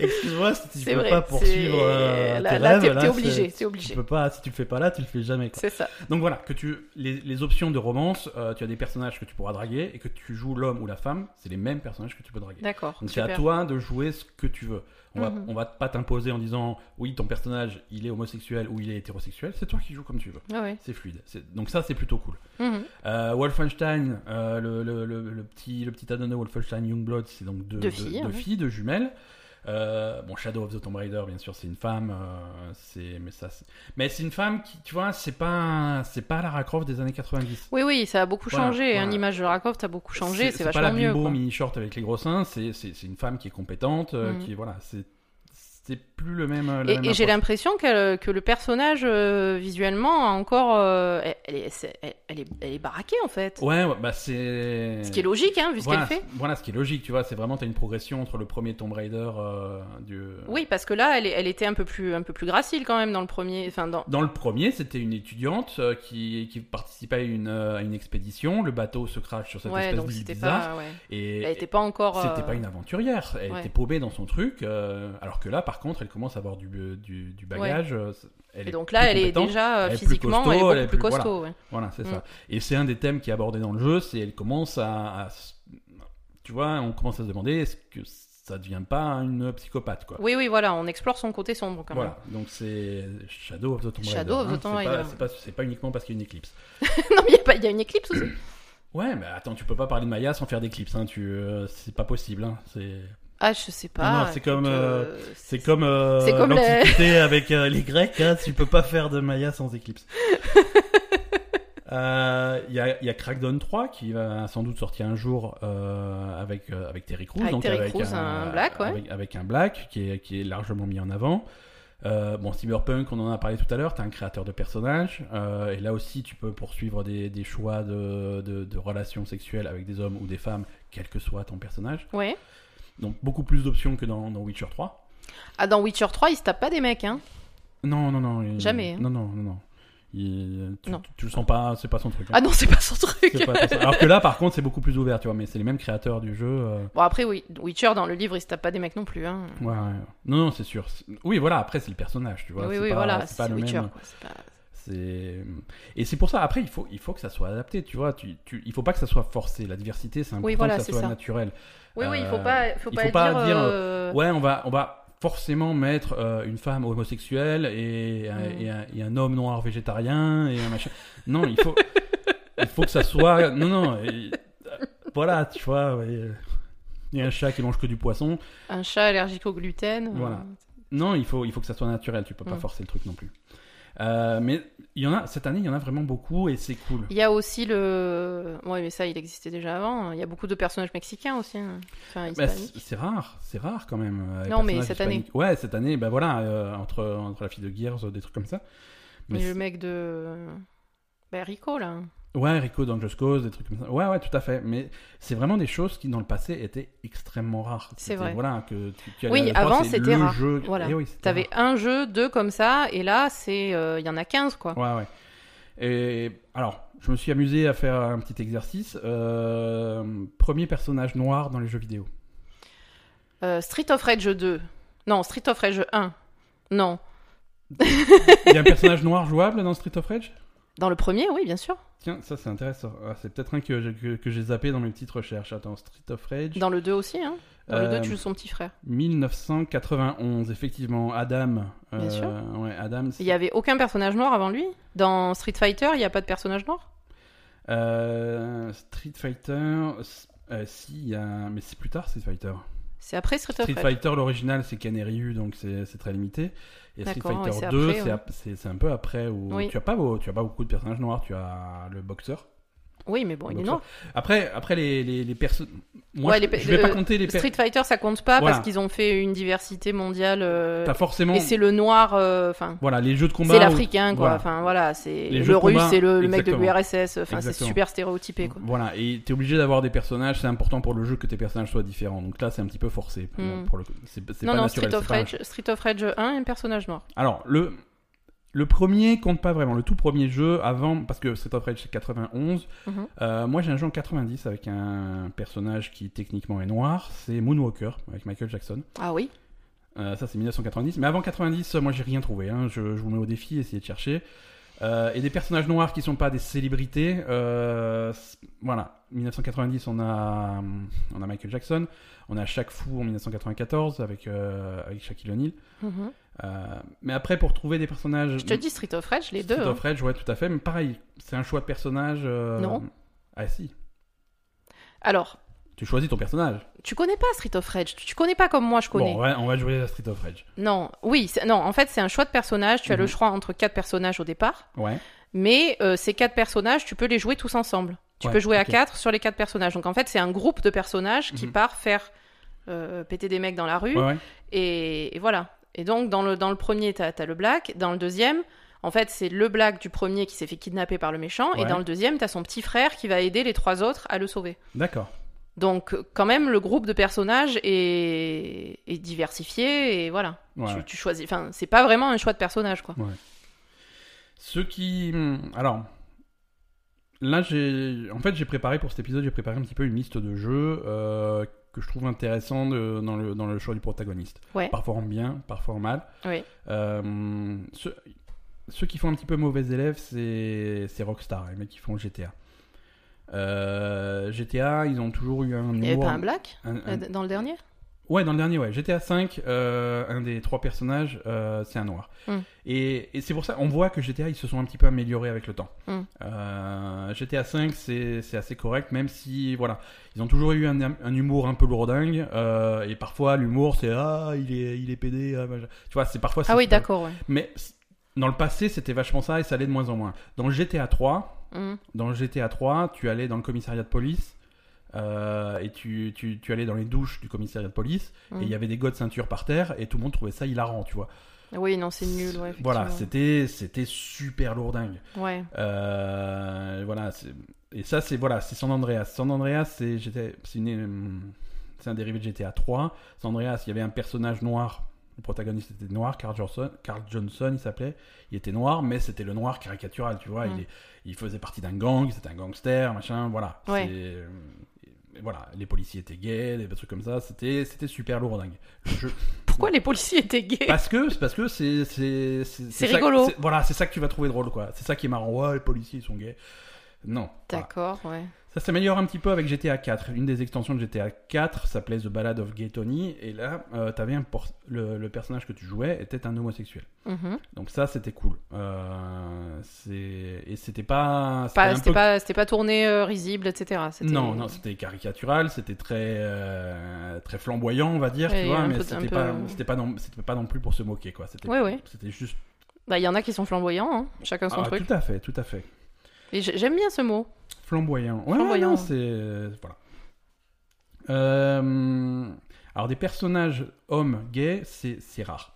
Excuse-moi, si tu
C'est
peux
vrai.
pas
c'est-
poursuivre euh,
là,
tes
là,
rêves, là,
t'es- t'es
c'est-
obligé. T'es
Tu
obligé.
peux pas, si tu le fais pas là, tu le fais jamais. quoi.
C'est ça.
Donc voilà, que tu les, les options de romance, euh, tu as des personnages que tu pourras draguer et que tu joues l'homme ou la femme, c'est les mêmes personnages que tu peux draguer.
D'accord.
Donc c'est à
super.
toi de jouer ce que tu veux. On va,
Mhm.
on va pas t'imposer en disant oui ton personnage il est homosexuel ou il est hétérosexuel, c'est toi qui joues comme tu veux.
Ah ouais.
C'est fluide. C'est- Donc ça c'est plutôt cool.
Mhm.
Euh, Wolfenstein, euh, le, le, le, le petit, le petit addon de Wolfenstein Youngblood, c'est donc deux,
Deux filles, ouais.
filles, deux jumelles. Euh, bon, Shadow of the Tomb Raider, bien sûr, c'est une femme. euh, c'est mais ça, c'est- mais c'est une femme qui, tu vois, c'est pas c'est pas Lara Croft des années 90.
Oui, oui, ça a beaucoup
Voilà,
changé. hein,
voilà.
L'image de Lara Croft a beaucoup changé, c'est
pas
vachement
la
mieux.
bimbo
quoi.
mini short avec les gros seins. C'est c'est c'est une femme qui est compétente, euh,
Mm.
qui voilà, c'est c'est plus le même. euh, la
Et,
même
et j'ai
approche.
l'impression qu'elle- que le personnage, euh, visuellement, a encore. euh, elle, elle est, c'est- elle, elle est, elle est baraquée, en fait.
Ouais, ouais, bah c'est.
Ce qui est logique, hein, vu ce
Voilà,
qu'elle fait.
c'est- voilà, ce qui est logique, tu vois, c'est vraiment t'as une progression entre le premier Tomb Raider euh, du.
Oui, parce que là, elle, est- elle était un peu, plus, un peu plus gracile, quand même, dans le premier. Enfin, dans...
Dans le premier, c'était une étudiante euh, qui, qui participait à une, euh, à une expédition. Le bateau se crache sur cette
Ouais,
espèce
donc
d'île
c'était
bizarre.
pas. ouais.
Et
Elle était pas encore.
c'était
euh,
pas une aventurière. Elle
ouais.
était paumée dans son truc. euh, alors que là, par contre, elle commence à avoir du, euh, du, du bagage. euh, c'est- Elle
Et
est
donc
plus
là, elle est
compétente.
déjà euh,
elle est plus
physiquement, elle est
costaud,
beaucoup
elle est
plus
plus- voilà.
costaud. ouais.
Voilà, c'est
Mm.
ça. Et c'est un des thèmes qui est abordé dans le jeu, c'est elle commence à, à s- tu vois, on commence à se demander est-ce que ça devient pas une psychopathe quoi.
Oui, oui, voilà, on explore son côté sombre quand
voilà, donc c'est Shadow of the Tomb Raider.
Shadow of the
hein.
Tomb
C'est pas-
Raider.
c'est pas- C'est pas uniquement parce qu'il y a une éclipse.
même. non, mais il y a pas- il y, a une éclipse aussi.
Ouais, mais attends, tu peux pas parler de Maya sans faire d'éclipse, hein. Tu, euh, c'est pas possible, hein. C'est,
Ah, je sais pas.
Non, non, c'est comme,
écoute,
euh,
euh,
c'est comme, euh,
C'est comme la-
l'Antiquité avec euh, les Grecs, hein. Tu peux pas faire de Maya sans éclipse. Euh, Il y, a, il y a Crackdown 3 qui va sans doute sortir un jour euh, avec euh, avec Terry Crews,
Avec
donc
Terry
avec
Crews,
un,
un black, ouais.
avec, avec un black qui est qui est largement mis en avant. Euh, bon, Cyberpunk, on en a parlé tout à l'heure, t'as un créateur de personnages, euh, et là aussi tu peux poursuivre des, des choix de, de, de relations sexuelles avec des hommes ou des femmes, quel que soit ton personnage.
Ouais.
Donc beaucoup plus d'options que dans, dans Witcher 3.
Ah, dans Witcher 3, il se tape pas des mecs, hein.
Non, non, non. il-
Jamais, hein.
Non, non, non, non. Il- tu,
Non.
tu- tu le sens pas, c'est pas son truc. hein.
Ah non, c'est pas son
C'est
truc.
pas ton- Alors que là, par contre, c'est beaucoup plus ouvert, tu vois, mais c'est les mêmes créateurs du jeu. euh,
Bon, après, oui, Witcher, dans le livre, il se tape pas des mecs non plus, hein.
Ouais, ouais. Non, non, c'est sûr. C'est- Oui, voilà, après, c'est le personnage, tu vois.
oui,
c'est
oui,
pas,
voilà,
c'est pas
c'est
le
Witcher,
même.
quoi, c'est pas-
C'est et c'est pour ça. Après, il faut il faut que ça soit adapté, tu vois. Tu, tu il faut pas que ça soit forcé. La diversité, c'est important
Oui, voilà,
que
c'est
ça soit
ça.
naturel.
Oui, oui, il faut
Euh,
pas, faut
il
pas
faut pas
dire.
dire,
euh,
Ouais, on va on va forcément mettre euh, une femme homosexuelle et, un-
Mm.
et un, et un homme noir végétarien et un machin. Non, il faut il faut que ça soit. Non, non. et- euh, Voilà, tu vois. ouais. euh, Il y a un chat qui mange que du poisson.
Un chat allergique au gluten.
Voilà.
euh,
Non, il faut, il faut que ça soit naturel. Tu peux pas
Mm.
forcer le truc non plus. Euh, mais il y en a cette année, il y en a vraiment beaucoup et c'est cool.
Il y a aussi le. Oui, mais ça, il existait déjà avant. Il y a beaucoup de personnages mexicains aussi. hein. Enfin,
Bah,
hispaniques.
c'est c'est rare, c'est rare quand même. euh, les
Non, mais
personnages
cette
hispaniques. Ouais, cette année, bah voilà, euh, entre, entre la fille de Gears, euh, des trucs comme ça. Mais
Mais le mec de. Ben, Rico, là.
c'est- ouais, Rico d'Angel's Cause, des trucs comme ça. Ouais, ouais, tout à fait. Mais c'est vraiment des choses qui, dans le passé, étaient extrêmement rares.
C'est
C'était,
vrai.
Voilà, que tu, tu allais
Oui,
à la foire,
avant,
c'est
c'était
le
rare.
Jeu...
Voilà.
Eh oui, c'était
T'avais un jeu, deux comme ça, et là, c'est. euh, Il y en a 15, quoi.
Ouais, ouais. Et alors, je me suis amusé à faire un petit exercice. Euh, premier personnage noir dans les jeux vidéo.
Euh, Street of Rage 2. Non, Street of Rage 1. Non.
Il y a un personnage noir jouable dans Street of Rage
Dans le premier, oui, bien sûr.
Tiens, ça c'est intéressant. Ah, c'est peut-être un que j'ai que, que j'ai zappé dans mes petites recherches. Attends, Street of Rage.
Dans le 2 aussi, hein. Dans le
Euh,
2, tu joues son petit frère.
1991, effectivement. Adam. Euh,
Bien sûr.
Ouais, Adam. c'est-
Il y avait aucun personnage noir avant lui. Dans Street Fighter, il n'y a pas de personnage noir.
Euh, Street Fighter. s- euh, si, il y a... mais c'est plus tard Street Fighter.
C'est après Street,
Street
of Rage.
Fighter, l'original, c'est Ken et Ryu, donc c'est c'est très limité. Et Street
D'accord, ouais,
Fighter
c'est
2,
après,
c'est
ouais.
ap- c'est c'est un peu après où
Oui.
tu as pas beau- tu as pas beaucoup de personnages noirs. Tu as le boxeur.
Oui, mais bon,
le
il est
boxeur.
noir.
Après, après les les, les perso- Moi,
Ouais,
je,
les pe-
je vais pas
euh,
compter les
Street
personnages.
Fighter, ça compte pas
Voilà.
parce qu'ils ont fait une diversité mondiale. euh,
T'as forcément.
et c'est le noir, euh, enfin,
Voilà, les jeux de combat.
c'est
où-
l'africain, quoi.
voilà.
Enfin, voilà, c'est
Les
le
jeux de
russe,
combat,
c'est le, le mec de
exactement.
l'URSS. Enfin, c'est
Exactement.
super stéréotypé, quoi.
Voilà, et t'es obligé d'avoir des personnages, c'est important pour le jeu que tes personnages soient différents. Donc là, c'est un petit peu forcé. pour-
Mm.
Pour le... coup. C'est c'est
Non,
pas
non,
naturel.
Street of,
c'est pas
Rage, Street of Rage 1, un personnage noir.
Alors, le, le premier compte pas vraiment. Le tout premier jeu, avant, parce que Street of Rage c'est 91.
Mhm.
Euh, moi, j'ai un jeu en 90 avec un personnage qui techniquement est noir. C'est Moonwalker avec Michael Jackson.
Ah oui
Euh, ça, c'est 1990. Mais avant 90, euh, moi, j'ai rien trouvé. hein. Je, je vous mets au défi, essayez de chercher. Euh, et des personnages noirs qui sont pas des célébrités. euh, c- voilà. 1990, on a, hum, on a Michael Jackson. On a Shaq Fu en 1994 avec, euh, avec Shaquille O'Neal.
Mhm.
Euh, mais après, pour trouver des personnages.
Je te dis Street of Rage, les
Street
deux. hein.
of Rage, ouais, tout à fait. Mais pareil, c'est un choix de personnage. euh,
Non.
Ah si.
Alors,
Tu choisis ton personnage.
Tu connais pas Street of Rage. Tu tu connais pas comme moi, je connais.
Bon, ouais, on va jouer à Street of Rage.
Non, oui, c'est- non. En fait, c'est un choix de personnage. Tu as le
Mhm.
choix entre quatre personnages au départ,
Ouais.
mais euh, ces quatre personnages, tu peux les jouer tous ensemble. Tu
Ouais,
peux jouer à
ok.
quatre sur les quatre personnages. Donc en fait, c'est un groupe de personnages qui
Mhm.
part faire euh, péter des mecs dans la rue.
Ouais, ouais.
Et, et voilà. Et donc, dans le, dans le premier, t'as as le black. Dans le deuxième, en fait, c'est le black du premier qui s'est fait kidnapper par le méchant. Et
Ouais.
dans le deuxième, t'as son petit frère qui va aider les trois autres à le sauver.
D'accord.
Donc, quand même, le groupe de personnages est, est diversifié. Et voilà.
Ouais,
tu,
ouais.
tu choisis. Enfin, c'est pas vraiment un choix de personnage, quoi.
Ce qui. hmm, Alors. Là, j'ai. En fait, j'ai préparé pour cet épisode, j'ai préparé un petit peu une liste de jeux euh, que je trouve intéressant de- dans, le, dans le choix du protagoniste.
Ouais.
Parfois en bien, parfois en mal.
Oui.
Euh, ceux, ceux qui font un petit peu mauvais élève, c'est c'est Rockstar, les mecs qui font GTA. Euh, GTA, ils ont toujours eu un
Il y avait
humour-
pas un black
un- un-
euh, d- dans le dernier
Ouais, dans le dernier, ouais. GTA 5, euh, un des trois personnages, euh, c'est un noir.
Mm.
Et, et c'est pour ça, on voit que GTA, ils se sont un petit peu améliorés avec le temps.
Mm.
Euh, GTA 5, c'est c'est assez correct, même si, voilà, ils ont toujours eu un, un humour un peu lourdingue. euh, et parfois, l'humour, c'est Ah, il est, il est pédé. ah, machin. tu vois, c'est parfois.
Ah
c'est-
oui, d'accord, ouais.
Mais c- dans le passé, c'était vachement ça et ça allait de moins en moins. Dans GTA 3,
Mhm.
dans GTA 3, tu allais dans le commissariat de police euh, et tu, tu, tu allais dans les douches du commissariat de police
Mhm.
et il y avait des godes ceinture par terre et tout le monde trouvait ça hilarant, tu vois.
Oui, non, c'est nul, ouais.
Voilà,
effectivement.
c'était c'était super lourdingue.
Ouais.
Euh, voilà, c'est- et ça c'est voilà, c'est San Andreas. San Andreas, c'est GTA c'est une- c'est un dérivé de GTA 3. San Andreas, il y avait un personnage noir. Le protagoniste était noir, Carl Johnson, Carl Johnson il s'appelait. Il était noir, mais c'était le noir caricatural, tu vois.
Mm.
Il, est- il faisait partie d'un gang, c'était un gangster, machin, voilà.
Ouais.
C'est- et Voilà, les policiers étaient gays, des trucs comme ça, c'était c'était super lourdingue. Je- Mm.
Pourquoi les policiers étaient gays
parce que parce que c'est c'est
C'est
ça-
rigolo.
c'est- voilà, c'est ça que tu vas trouver drôle quoi. C'est ça qui est marrant. Ouais, les policiers ils sont gays. Non. voilà.
D'accord, ouais.
Ça s'améliore un petit peu avec GTA 4. Une des extensions de GTA 4 s'appelait The Ballad of Gay Tony et là euh, t'avais un por- le, le personnage que tu jouais était un homosexuel.
Mhm.
Donc ça c'était cool. Euh, c'est et c'était pas c'était
Pas-
un
C'était
peu-
pas, c'était pas tourné euh, risible, etc. C'était-
non, non, c'était caricatural, c'était très, euh, très flamboyant, on va dire,
Ouais,
tu vois,
un
mais
peu- un
c'était
peu-
pas, c'était pas, non, c'était pas non plus pour se moquer, quoi. C'était,
Ouais, ouais.
c'était juste
Bah, il y en a qui sont flamboyants, hein, chacun son
Ah,
truc.
Tout à fait, tout à fait.
Et j'ai- j'aime bien ce mot.
Flamboyant. Ouais,
Flamboyant.
non, c'est. Voilà. Euh, Alors, des personnages hommes gays, c'est c'est rare.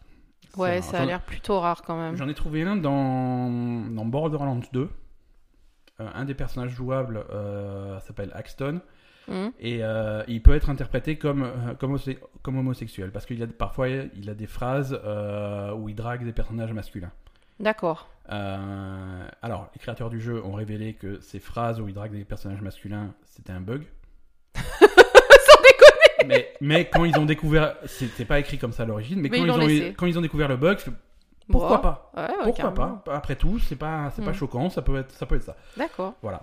C'est
Ouais,
rare.
ça a
J'en-
l'air plutôt rare quand même.
J'en ai trouvé un dans, dans Borderlands 2. Euh, un des personnages jouables euh, s'appelle Axton.
Hum,
Et euh, il peut être interprété comme, euh, comme, homose- comme homosexuel. Parce qu'il a parfois il a des phrases euh, où il drague des personnages masculins.
D'accord.
Euh, alors, les créateurs du jeu ont révélé que ces phrases où ils draguent des personnages masculins, c'était un bug.
Sans déconner
Mais, mais quand ils ont découvert, c'était pas écrit comme ça à l'origine, mais,
Mais
quand, ils
ils l'ont
ont,
laissé.
quand ils ont découvert le bug, pourquoi
Bon,
pas
ouais, ouais,
Pourquoi
carrément.
pas Après tout, c'est pas, c'est pas
Mm.
choquant, ça peut être ça. Peut être ça.
D'accord.
Voilà.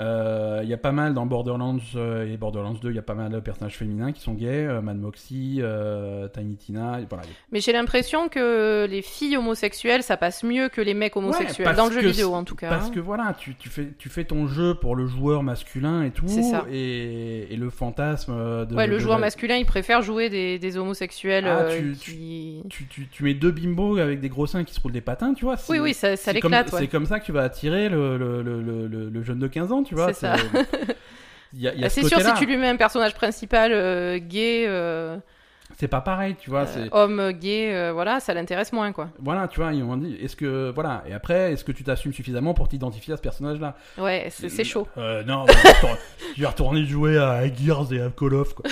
Euh, Il y a pas mal dans Borderlands euh, et Borderlands 2, il y a pas mal de personnages féminins qui sont gays, euh, Mad Moxie, euh, Tiny Tina, et voilà.
Mais j'ai l'impression que les filles homosexuelles, ça passe mieux que les mecs homosexuels.
parce
dans le jeu
que
vidéo,
c'est-
en tout cas.
Parce
hein.
que voilà, tu, tu fais, tu fais ton jeu pour le joueur masculin et tout,
C'est ça.
Et, et le fantasme euh, de.
ouais, le
de-
joueur
de-
masculin, il préfère jouer des, des homosexuels
Ah,
euh,
tu-
qui...
Tu, tu, tu mets deux bimbos avec des gros seins qui se roulent des patins, tu vois. c'est-
Oui, oui, ça, ça
c'est comme-
l'éclate, ouais.
C'est comme ça que tu vas attirer le, le, le, le- le- le jeune de 15 ans, tu vois.
C'est ça.
Il y a- il y a
Ah,
ce
C'est sûr, si
côté-là.
tu lui mets un personnage principal euh, gay, euh,
C'est pas pareil, tu vois.
euh,
c'est-
homme euh, gay, euh, voilà, ça l'intéresse moins, quoi.
Voilà, tu vois, ils m'ont dit, est-ce que. Voilà. Et après, est-ce que tu t'assumes suffisamment pour t'identifier à ce personnage-là
Ouais, c'est c'est chaud.
Euh, non, tu vas retourner- tu vas retourner jouer à Gears et à Call of, quoi.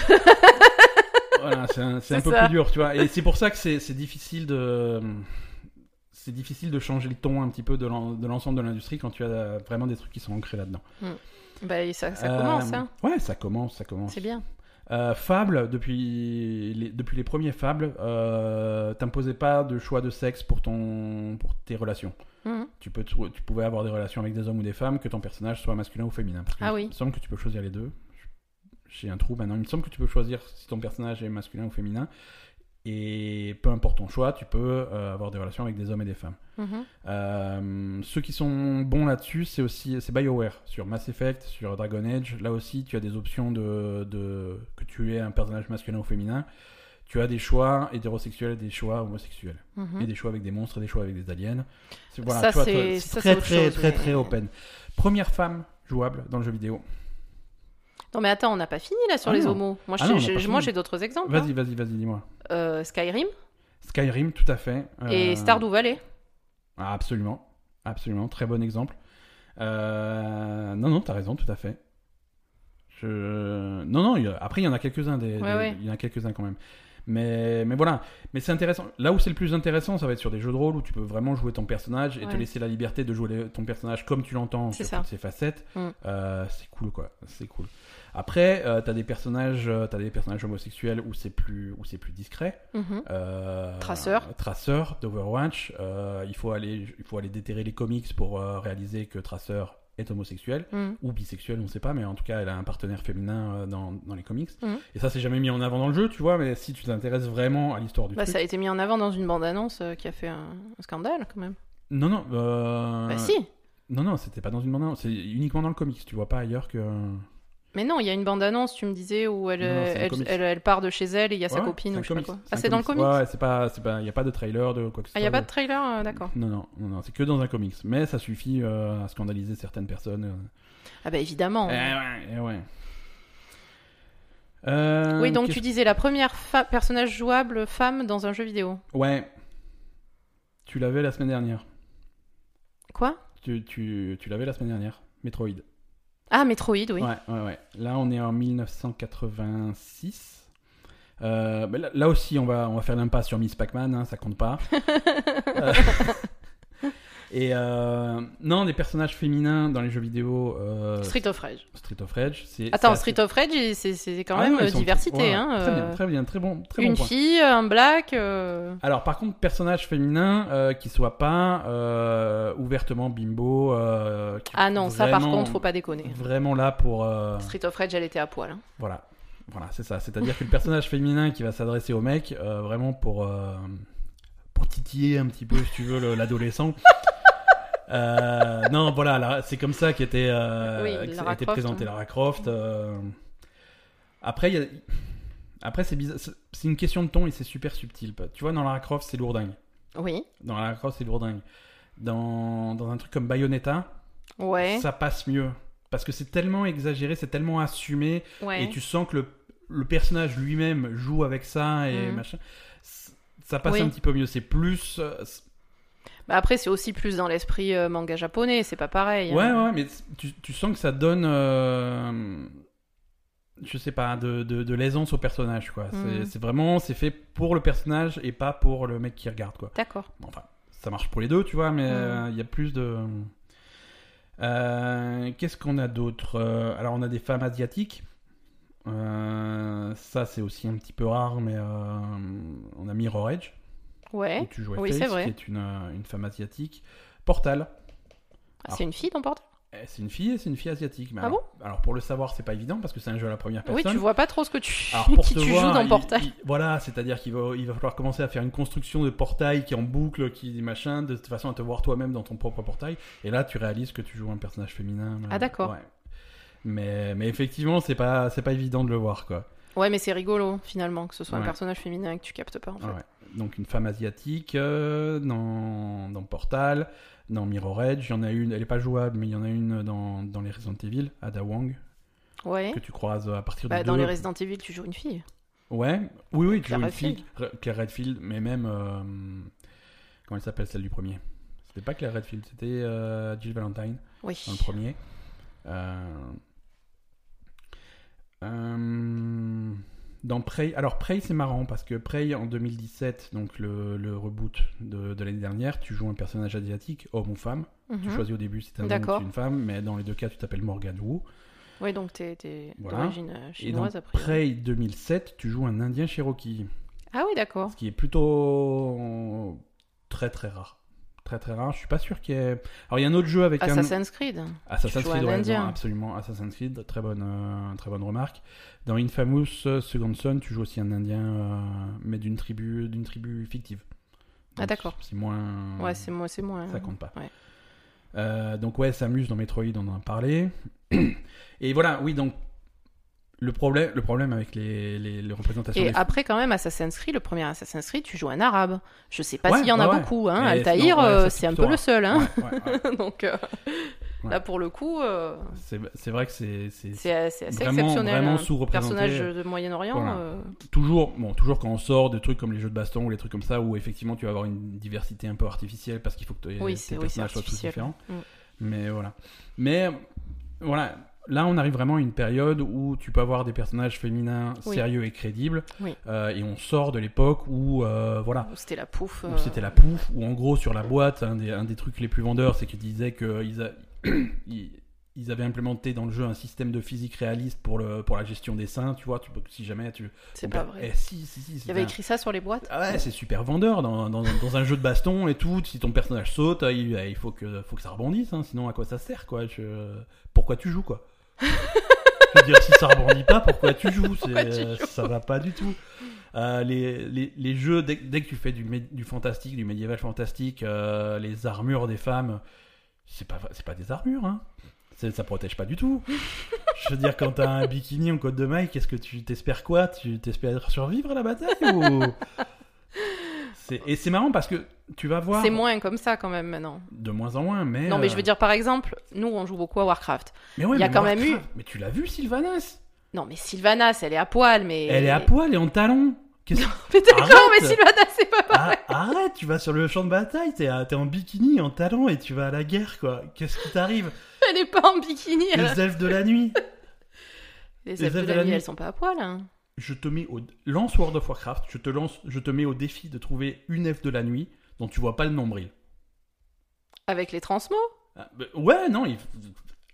voilà, c'est un, c'est un
C'est
peu
ça.
plus dur, tu vois. Et c'est pour ça que c'est c'est difficile de. C'est difficile de changer le ton un petit peu de l'en- de l'ensemble de l'industrie quand tu as vraiment des trucs qui sont ancrés là-dedans.
Bah, et ça, ça
Euh,
commence, hein.
Ouais, ça commence, ça commence.
C'est bien.
Euh, Fable, depuis les, depuis les premiers Fables, euh, t'imposais pas de choix de sexe pour, ton, pour tes relations.
Mhm.
Tu, peux, trou- tu pouvais avoir des relations avec des hommes ou des femmes, que ton personnage soit masculin ou féminin. Parce que
Ah oui.
Il me semble que tu peux choisir les deux. J'ai un trou maintenant. Il me semble que tu peux choisir si ton personnage est masculin ou féminin. Et peu importe ton choix, tu peux euh, avoir des relations avec des hommes et des femmes.
Mhm.
Euh, ceux qui sont bons là-dessus, c'est aussi c'est BioWare sur Mass Effect, sur Dragon Age. Là aussi, tu as des options de, de que tu es un personnage masculin ou féminin. Tu as des choix hétérosexuels et des choix homosexuels.
Mhm.
Et des choix avec des monstres et des choix avec des aliens. C'est, voilà,
Ça,
tu vois,
c'est-
toi,
ça, c'est
très,
autre
très,
chose,
très,
mais-
très open. Première femme jouable dans le jeu vidéo.
Non mais attends, on n'a pas fini là sur
Ah
les
non.
homos. Moi,
Ah
j'ai-
non, on n'a
j'ai-
pas fini.
moi, j'ai d'autres exemples. hein.
Vas-y, vas-y, vas-y, dis-moi.
Euh, Skyrim
Skyrim, tout à fait. Euh,
et Stardew Valley.
ah, Absolument, absolument, très bon exemple. Euh, Non, non, t'as raison, tout à fait. Je... Non, non, il y a- après il y en a quelques-uns, des...
Ouais,
des-
ouais.
il y en a quelques-uns quand même. Mais, mais voilà, mais c'est intéressant. Là où c'est le plus intéressant, ça va être sur des jeux de rôle où tu peux vraiment jouer ton personnage et te
Ouais.
laisser la liberté de jouer les- ton personnage comme tu l'entends
C'est
sur
ça.
toutes ses facettes.
Mm.
Euh, c'est cool quoi, c'est cool. Après, euh, t'as des personnages, euh, t'as des personnages homosexuels où c'est plus, où c'est plus discret.
Mhm.
Euh,
Traceur.
Traceur d'Overwatch. Euh, il, faut aller, il faut aller déterrer les comics pour euh, réaliser que Traceur est homosexuel
Mhm.
ou bisexuel, on ne sait pas, mais en tout cas, elle a un partenaire féminin euh, dans, dans les comics.
Mhm.
Et ça, c'est jamais mis en avant dans le jeu, tu vois, mais si tu t'intéresses vraiment à l'histoire du
Bah,
truc.
ça a été mis en avant dans une bande-annonce euh, qui a fait un, un scandale quand même.
Non, non. euh,
Bah si.
Non, non, c'était pas dans une bande c'est uniquement dans le comics, tu vois pas ailleurs que.
Mais non, il y a une bande-annonce, tu me disais, où elle,
Non, non, c'est dans le
elle,
comics.
elle, elle part de chez elle et il y a sa
Ouais,
copine
un
ou je sais pas
comics,
quoi. Ah,
un
c'est dans le comics
Ouais, c'est pas. Il n'y a pas de trailer, de quoi que ce
Ah,
soit.
il n'y a pas de trailer, euh, d'accord.
Non, non, non, non, c'est que dans un comics. Mais ça suffit euh, à scandaliser certaines personnes. euh,
Ah bah évidemment.
Eh ouais, eh ouais. Euh,
oui, donc
qu'est-ce-
tu disais la première fa- personnage jouable femme dans un jeu vidéo.
Ouais. Tu l'avais la semaine dernière.
Quoi
Tu, tu, tu l'avais la semaine dernière. Metroid.
Ah, Metroid, oui.
Ouais, ouais, ouais. Là, on est en 1986. Euh, mais là, là aussi, on va, on va faire l'impasse sur Miss Pac-Man, hein, ça compte pas. Euh, Et euh, non, des personnages féminins dans les jeux vidéo euh,
Street of Rage.
Street of Rage. c'est-
Attends,
c'est assez-
Street of Rage, il- c'est c'est quand
Ah
même
non, ils
euh,
sont-
diversité.
ouais,
hein,
Très
euh,
bien, très bien, très bon, très bon
une
point.
fille, un black. euh,
Alors par contre, personnage féminin euh, qui soit pas euh, ouvertement bimbo. euh, qui-
Ah non, ça par
vraiment-
contre, faut pas déconner.
Vraiment là pour... euh,
Street of Rage, elle était à poil. hein.
voilà, voilà c'est ça. C'est-à-dire que le personnage féminin qui va s'adresser au mec, euh, vraiment pour, euh, pour titiller un petit peu, si tu veux, le- l'adolescent. Euh, non, voilà, là, c'est comme ça qu'était euh,
Oui,
que
Lara
était
Croft,
présentée
hein.
Lara Croft. euh. Après, il y a- Après c'est bizarre. C'est- C'est une question de ton et c'est super subtil. Tu vois, dans Lara Croft, c'est lourdingue.
Oui.
Dans Lara Croft, c'est lourdingue. Dans, dans un truc comme Bayonetta,
Ouais.
ça passe mieux. Parce que c'est tellement exagéré, c'est tellement assumé,
ouais.
et tu sens que le, le personnage lui-même joue avec ça et
Mhm.
machin. C- Ça passe
Oui.
un petit peu mieux. C'est plus. euh, c-
Bah après, c'est aussi plus dans l'esprit euh, manga japonais, c'est pas pareil.
Ouais,
hein.
ouais, mais c- tu, tu sens que ça donne. euh, Je sais pas, de, de, de l'aisance au personnage, quoi. C'est-
Mhm.
C'est vraiment, c'est fait pour le personnage et pas pour le mec qui regarde, quoi.
D'accord.
Enfin, ça marche pour les deux, tu vois, mais
Mm.
euh, il y a plus de. Euh, Qu'est-ce qu'on a d'autre Euh, Alors, on a des femmes asiatiques. Euh, ça, c'est aussi un petit peu rare, mais euh, on a Mirror Edge, où
Ouais.
tu jouais
Eh Oui, c'est
Face,
vrai.
qui est une, euh, une femme asiatique. Portal,
Ah, C'est une fille dans Portal
Eh, c'est une fille et c'est une fille asiatique. Mais
Ah
alors, alors, pour le savoir, c'est pas évident parce que c'est un jeu à la première
Oui,
personne.
tu vois pas trop ce que tu,
Alors pour
qui
te
tu
voir,
joues dans
il-
Portal.
il- voilà, c'est-à-dire qu'il va, il va falloir commencer à faire une construction de portail qui est en boucle, qui machin, de toute façon à te voir toi-même dans ton propre portail. Et là, tu réalises que tu joues un personnage féminin.
Ah,
euh,
d'accord.
ouais. Mais, mais effectivement, c'est pas, c'est pas évident de le voir, quoi.
Ouais, mais c'est rigolo finalement que ce soit
Ouais. Ah
un personnage féminin que tu captes pas en fait.
Ouais. Donc une femme asiatique euh, dans, dans Portal, dans Mirror Edge, il y en a une, elle est pas jouable, mais il y en a une dans, dans les Resident Evil, Ada Wong,
Ouais.
que tu croises à partir
Eh Bah,
du
dans
deux.
les Resident Evil, tu joues une fille.
Ouais, oui, oui, tu
Claire
joues une
Redfield.
fille, Re- Claire Redfield, mais même. euh, comment elle s'appelle celle du premier C'était pas Claire Redfield, c'était euh, Jill Valentine
Oui.
dans le premier. Euh, euh, dans Prey, alors Prey c'est marrant parce que Prey en 2017, donc le, le reboot de, de l'année dernière, tu joues un personnage asiatique, homme ou femme. Tu
Mhm.
choisis au début si t'es un homme ou
D'accord.
si t'es une femme, mais dans les deux cas tu t'appelles Morgan Wu.
Ouais, donc t'es t'es
Voilà.
d'origine euh,
Et dans
chinoise après.
Prey 2007, tu joues un Indien Cherokee.
Ah oui, d'accord.
Ce qui est plutôt très très rare. Très très rare. Je suis pas sûr qu'il y ait. Alors il y a un autre jeu avec un.
Assassin's Creed.
Assassin's
Tu joues
Creed,
un
ouais,
Indien.
non, absolument. Assassin's Creed, très bonne, euh, très bonne remarque. Dans Infamous euh, Second Son, tu joues aussi un Indien, euh, mais d'une tribu, d'une tribu fictive.
Ah,
Donc,
d'accord.
C'est moins.
Ouais, c'est moi, c'est moi. hein.
Ça compte pas.
Ouais.
Euh, donc ouais, Samus dans Metroid, on en a parlé. Et voilà, oui, donc le problème, le problème avec les, les, les représentations.
Et
des-
après, quand même, Assassin's Creed, le premier Assassin's Creed, tu joues un arabe. Je sais pas
Ouais, bah
s'il y en a
ouais, ouais.
beaucoup. Hein.
Mais
Altaïr,
sinon, ouais,
euh,
ça, c'est
c'est un
plutôt
peu le
rare.
seul. Hein.
Ouais, ouais, ouais.
Donc euh,
Ouais.
là, pour le coup, euh,
C'est c'est vrai que c'est c'est-
c'est assez assez
Vraiment-
exceptionnel.
vraiment
hein.
sous-représenté.
Personnage de Moyen-Orient.
Voilà.
euh,
toujours, bon, toujours quand on sort des trucs comme les jeux de baston ou les trucs comme ça, où effectivement tu vas avoir une diversité un peu artificielle parce qu'il faut que t-
Oui,
tes
c'est- oui,
personnages
c'est
soient tous
artificiel.
différents.
Mm.
Mais voilà. Mais voilà, là on arrive vraiment à une période où tu peux avoir des personnages féminins
Oui.
sérieux et crédibles,
Oui.
Euh, et on sort de l'époque où euh, voilà.
C'était la pouf.
où
euh,
C'était la pouf, ou en gros sur la boîte, un des, un des trucs les plus vendeurs, c'est qu'ils disaient qu'ils a- ils, ils avaient implémenté dans le jeu un système de physique réaliste pour, le, pour la gestion des seins, tu vois, tu, peux- si jamais tu,
C'est
donc,
pas
bah,
vrai.
eh, si, si, si,
Il y
c'est
avait
un-
écrit ça sur les boîtes.
Ah ouais, c'est super vendeur dans, dans, dans un jeu de baston et tout. Si ton personnage saute, euh, il, euh, il faut, que, faut que ça rebondisse, hein, sinon à quoi ça sert quoi Je- Pourquoi tu joues quoi Je veux dire, si ça rebondit pas, pourquoi tu joues C'est-
Pourquoi tu joues
Ça va pas du tout. Euh, les, les, les jeux, dès, que- dès que tu fais du, mé- du fantastique, du médiéval fantastique, euh, les armures des femmes, c'est pas, c'est pas des armures, hein. C'est- ça protège pas du tout. Je veux dire, quand t'as un bikini en côte de maille, qu'est-ce que tu t'espères quoi Tu t'espères survivre à la bataille ou... C'est- Et c'est marrant parce que tu vas voir
C'est moins comme ça quand même maintenant.
de moins en moins, mais
Non, mais
euh,
je veux dire, par exemple, nous, on joue beaucoup à Warcraft.
mais ouais,
il y a
mais
quand même
Warcraft, Mais tu l'as vu, Sylvanas
Non, mais Sylvanas, elle est à poil, mais.
Elle est à poil et en talon. Qu'est-ce
Mais d'accord,
Arrête
mais Sylvanas, c'est pas.
Ah, arrête, tu vas sur le champ de bataille, t'es à- t'es en bikini, en talon et tu vas à la guerre, quoi. Qu'est-ce qui t'arrive
Elle est pas en bikini. elle.
Les elfes de la nuit
Les
les
elfes de
elfes
la nuit, elles sont pas à poil. Hein.
Je te mets au. Lance World of Warcraft, je te, lance... je te mets au défi de trouver une elfe de la nuit dont tu vois pas le nombril.
Avec les transmots.
Ah, bah, ouais, non, il-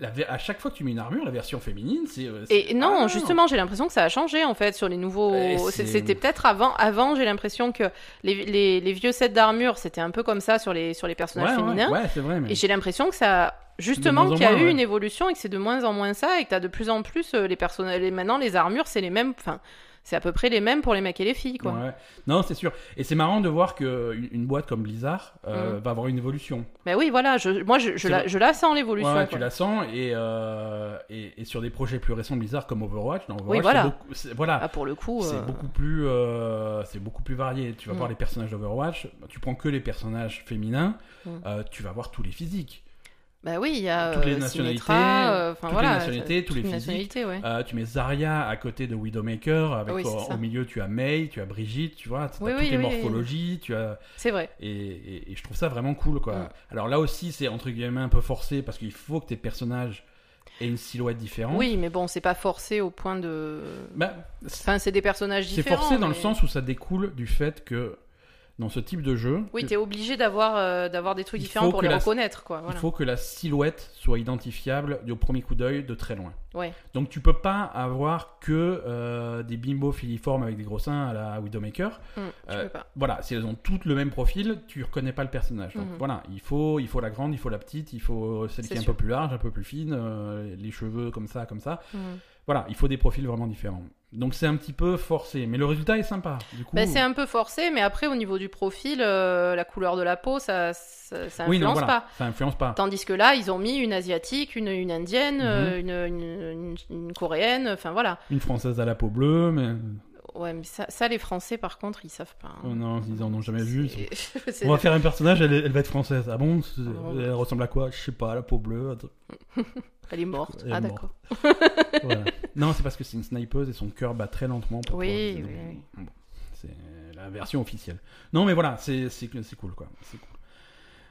la ver- à chaque fois que tu mets une armure, la version féminine, c'est. euh, c'est-
Et non,
Ah,
justement, j'ai l'impression que ça a changé en fait sur les nouveaux.
Et
C'est-
c'est-
C'était peut-être avant. Avant, j'ai l'impression que les, les- les vieux sets d'armure, c'était un peu comme ça sur les sur les
Ouais,
personnages
ouais,
féminins.
ouais, c'est vrai, mais.
Et j'ai l'impression que ça, justement,
De moins en
qu'il y a
moins,
eu
ouais.
une évolution et que c'est de moins en moins ça et que t'as de plus en plus euh, les personnages. Maintenant, les armures, c'est les mêmes. Enfin, c'est à peu près les mêmes pour les mecs et les filles, quoi.
Ouais. Non, c'est sûr. Et c'est marrant de voir qu'une une boîte comme Blizzard euh,
Mmh.
va avoir une évolution.
Mais Bah oui, voilà. Je, moi, je, je
C'est
la,
vrai.
je la sens l'évolution.
Ouais, ouais,
quoi.
tu la sens et, euh, et, et sur des projets plus récents de Blizzard comme Overwatch, dans Overwatch,
voilà.
c'est beaucoup- c'est- voilà,
Ah, pour le coup.
c'est
euh,
beaucoup plus, euh, c'est beaucoup plus varié. Tu vas
Mm.
voir les personnages d'Overwatch, tu prends que les personnages féminins,
Mm.
euh, tu vas voir tous les physiques,
Bah oui, il y a
toutes les
euh,
nationalités,
Symmetra, euh, enfin
toutes
voilà,
les nationalités, tous les
toutes les
physiques.
nationalités, ouais.
Euh, tu mets Zarya à côté de Widowmaker, avec
Oui, c'est
au,
ça.
au milieu tu as May, tu as Brigitte, tu vois, tu as
Oui,
toutes
oui,
les
oui, oui.
morphologies, tu as
C'est vrai.
et, et- et je trouve ça vraiment cool quoi.
Mm.
Alors là aussi c'est entre guillemets un peu forcé parce qu'il faut que tes personnages aient une silhouette différente.
Oui, mais bon, c'est pas forcé au point de.
Bah,
Enfin, c'est des personnages
C'est
différents.
forcé dans le
mais-
sens où ça découle du fait que dans ce type de jeu,
Oui,
que-
t'es obligé d'avoir euh, d'avoir des trucs
Il
différents
faut
pour
que
les
la-
reconnaître, quoi.
il
Voilà.
faut que la silhouette soit identifiable au premier coup d'œil de très loin.
Ouais.
Donc tu peux pas avoir que euh, des bimbos filiformes avec des gros seins à la Widowmaker.
Hum, tu
Euh,
peux pas.
Voilà, si elles ont toutes le même profil, tu reconnais pas le personnage. Donc
Mhm.
voilà, il faut, il faut la grande, il faut la petite, il faut euh, celle
C'est
qui est un
sûr.
peu plus large, un peu plus fine, euh, les cheveux comme ça, comme ça.
Hum.
Voilà, il faut des profils vraiment différents. Donc c'est un petit peu forcé, mais le résultat est sympa. Du coup,
Bah, c'est un peu forcé, mais après, au niveau du profil, euh, la couleur de la peau, ça, ça, ça influence
oui, non, voilà,
pas.
ça influence pas.
Tandis que là, ils ont mis une asiatique, une, une indienne,
Mhm.
euh, une, une- une- une coréenne, enfin voilà.
Une française à la peau bleue, mais
Ouais, mais ça, ça, les Français, par contre, ils savent pas. hein.
oh non, ils en ont jamais vu. ils sont-
C'est- c'est-
On va faire un personnage, elle, elle va être française. Ah bon c'est-
bon
Elle ressemble à quoi Je sais pas, à la peau bleue. attends.
Elle est morte.
Elle est
ah,
morte.
d'accord.
Voilà. non, c'est parce que c'est une snipeuse et son cœur bat très lentement. Pour
Oui,
pouvoir viser.
oui, oui.
Bon, c'est la version officielle. Non, mais voilà, c'est c'est c'est cool quoi. C'est cool.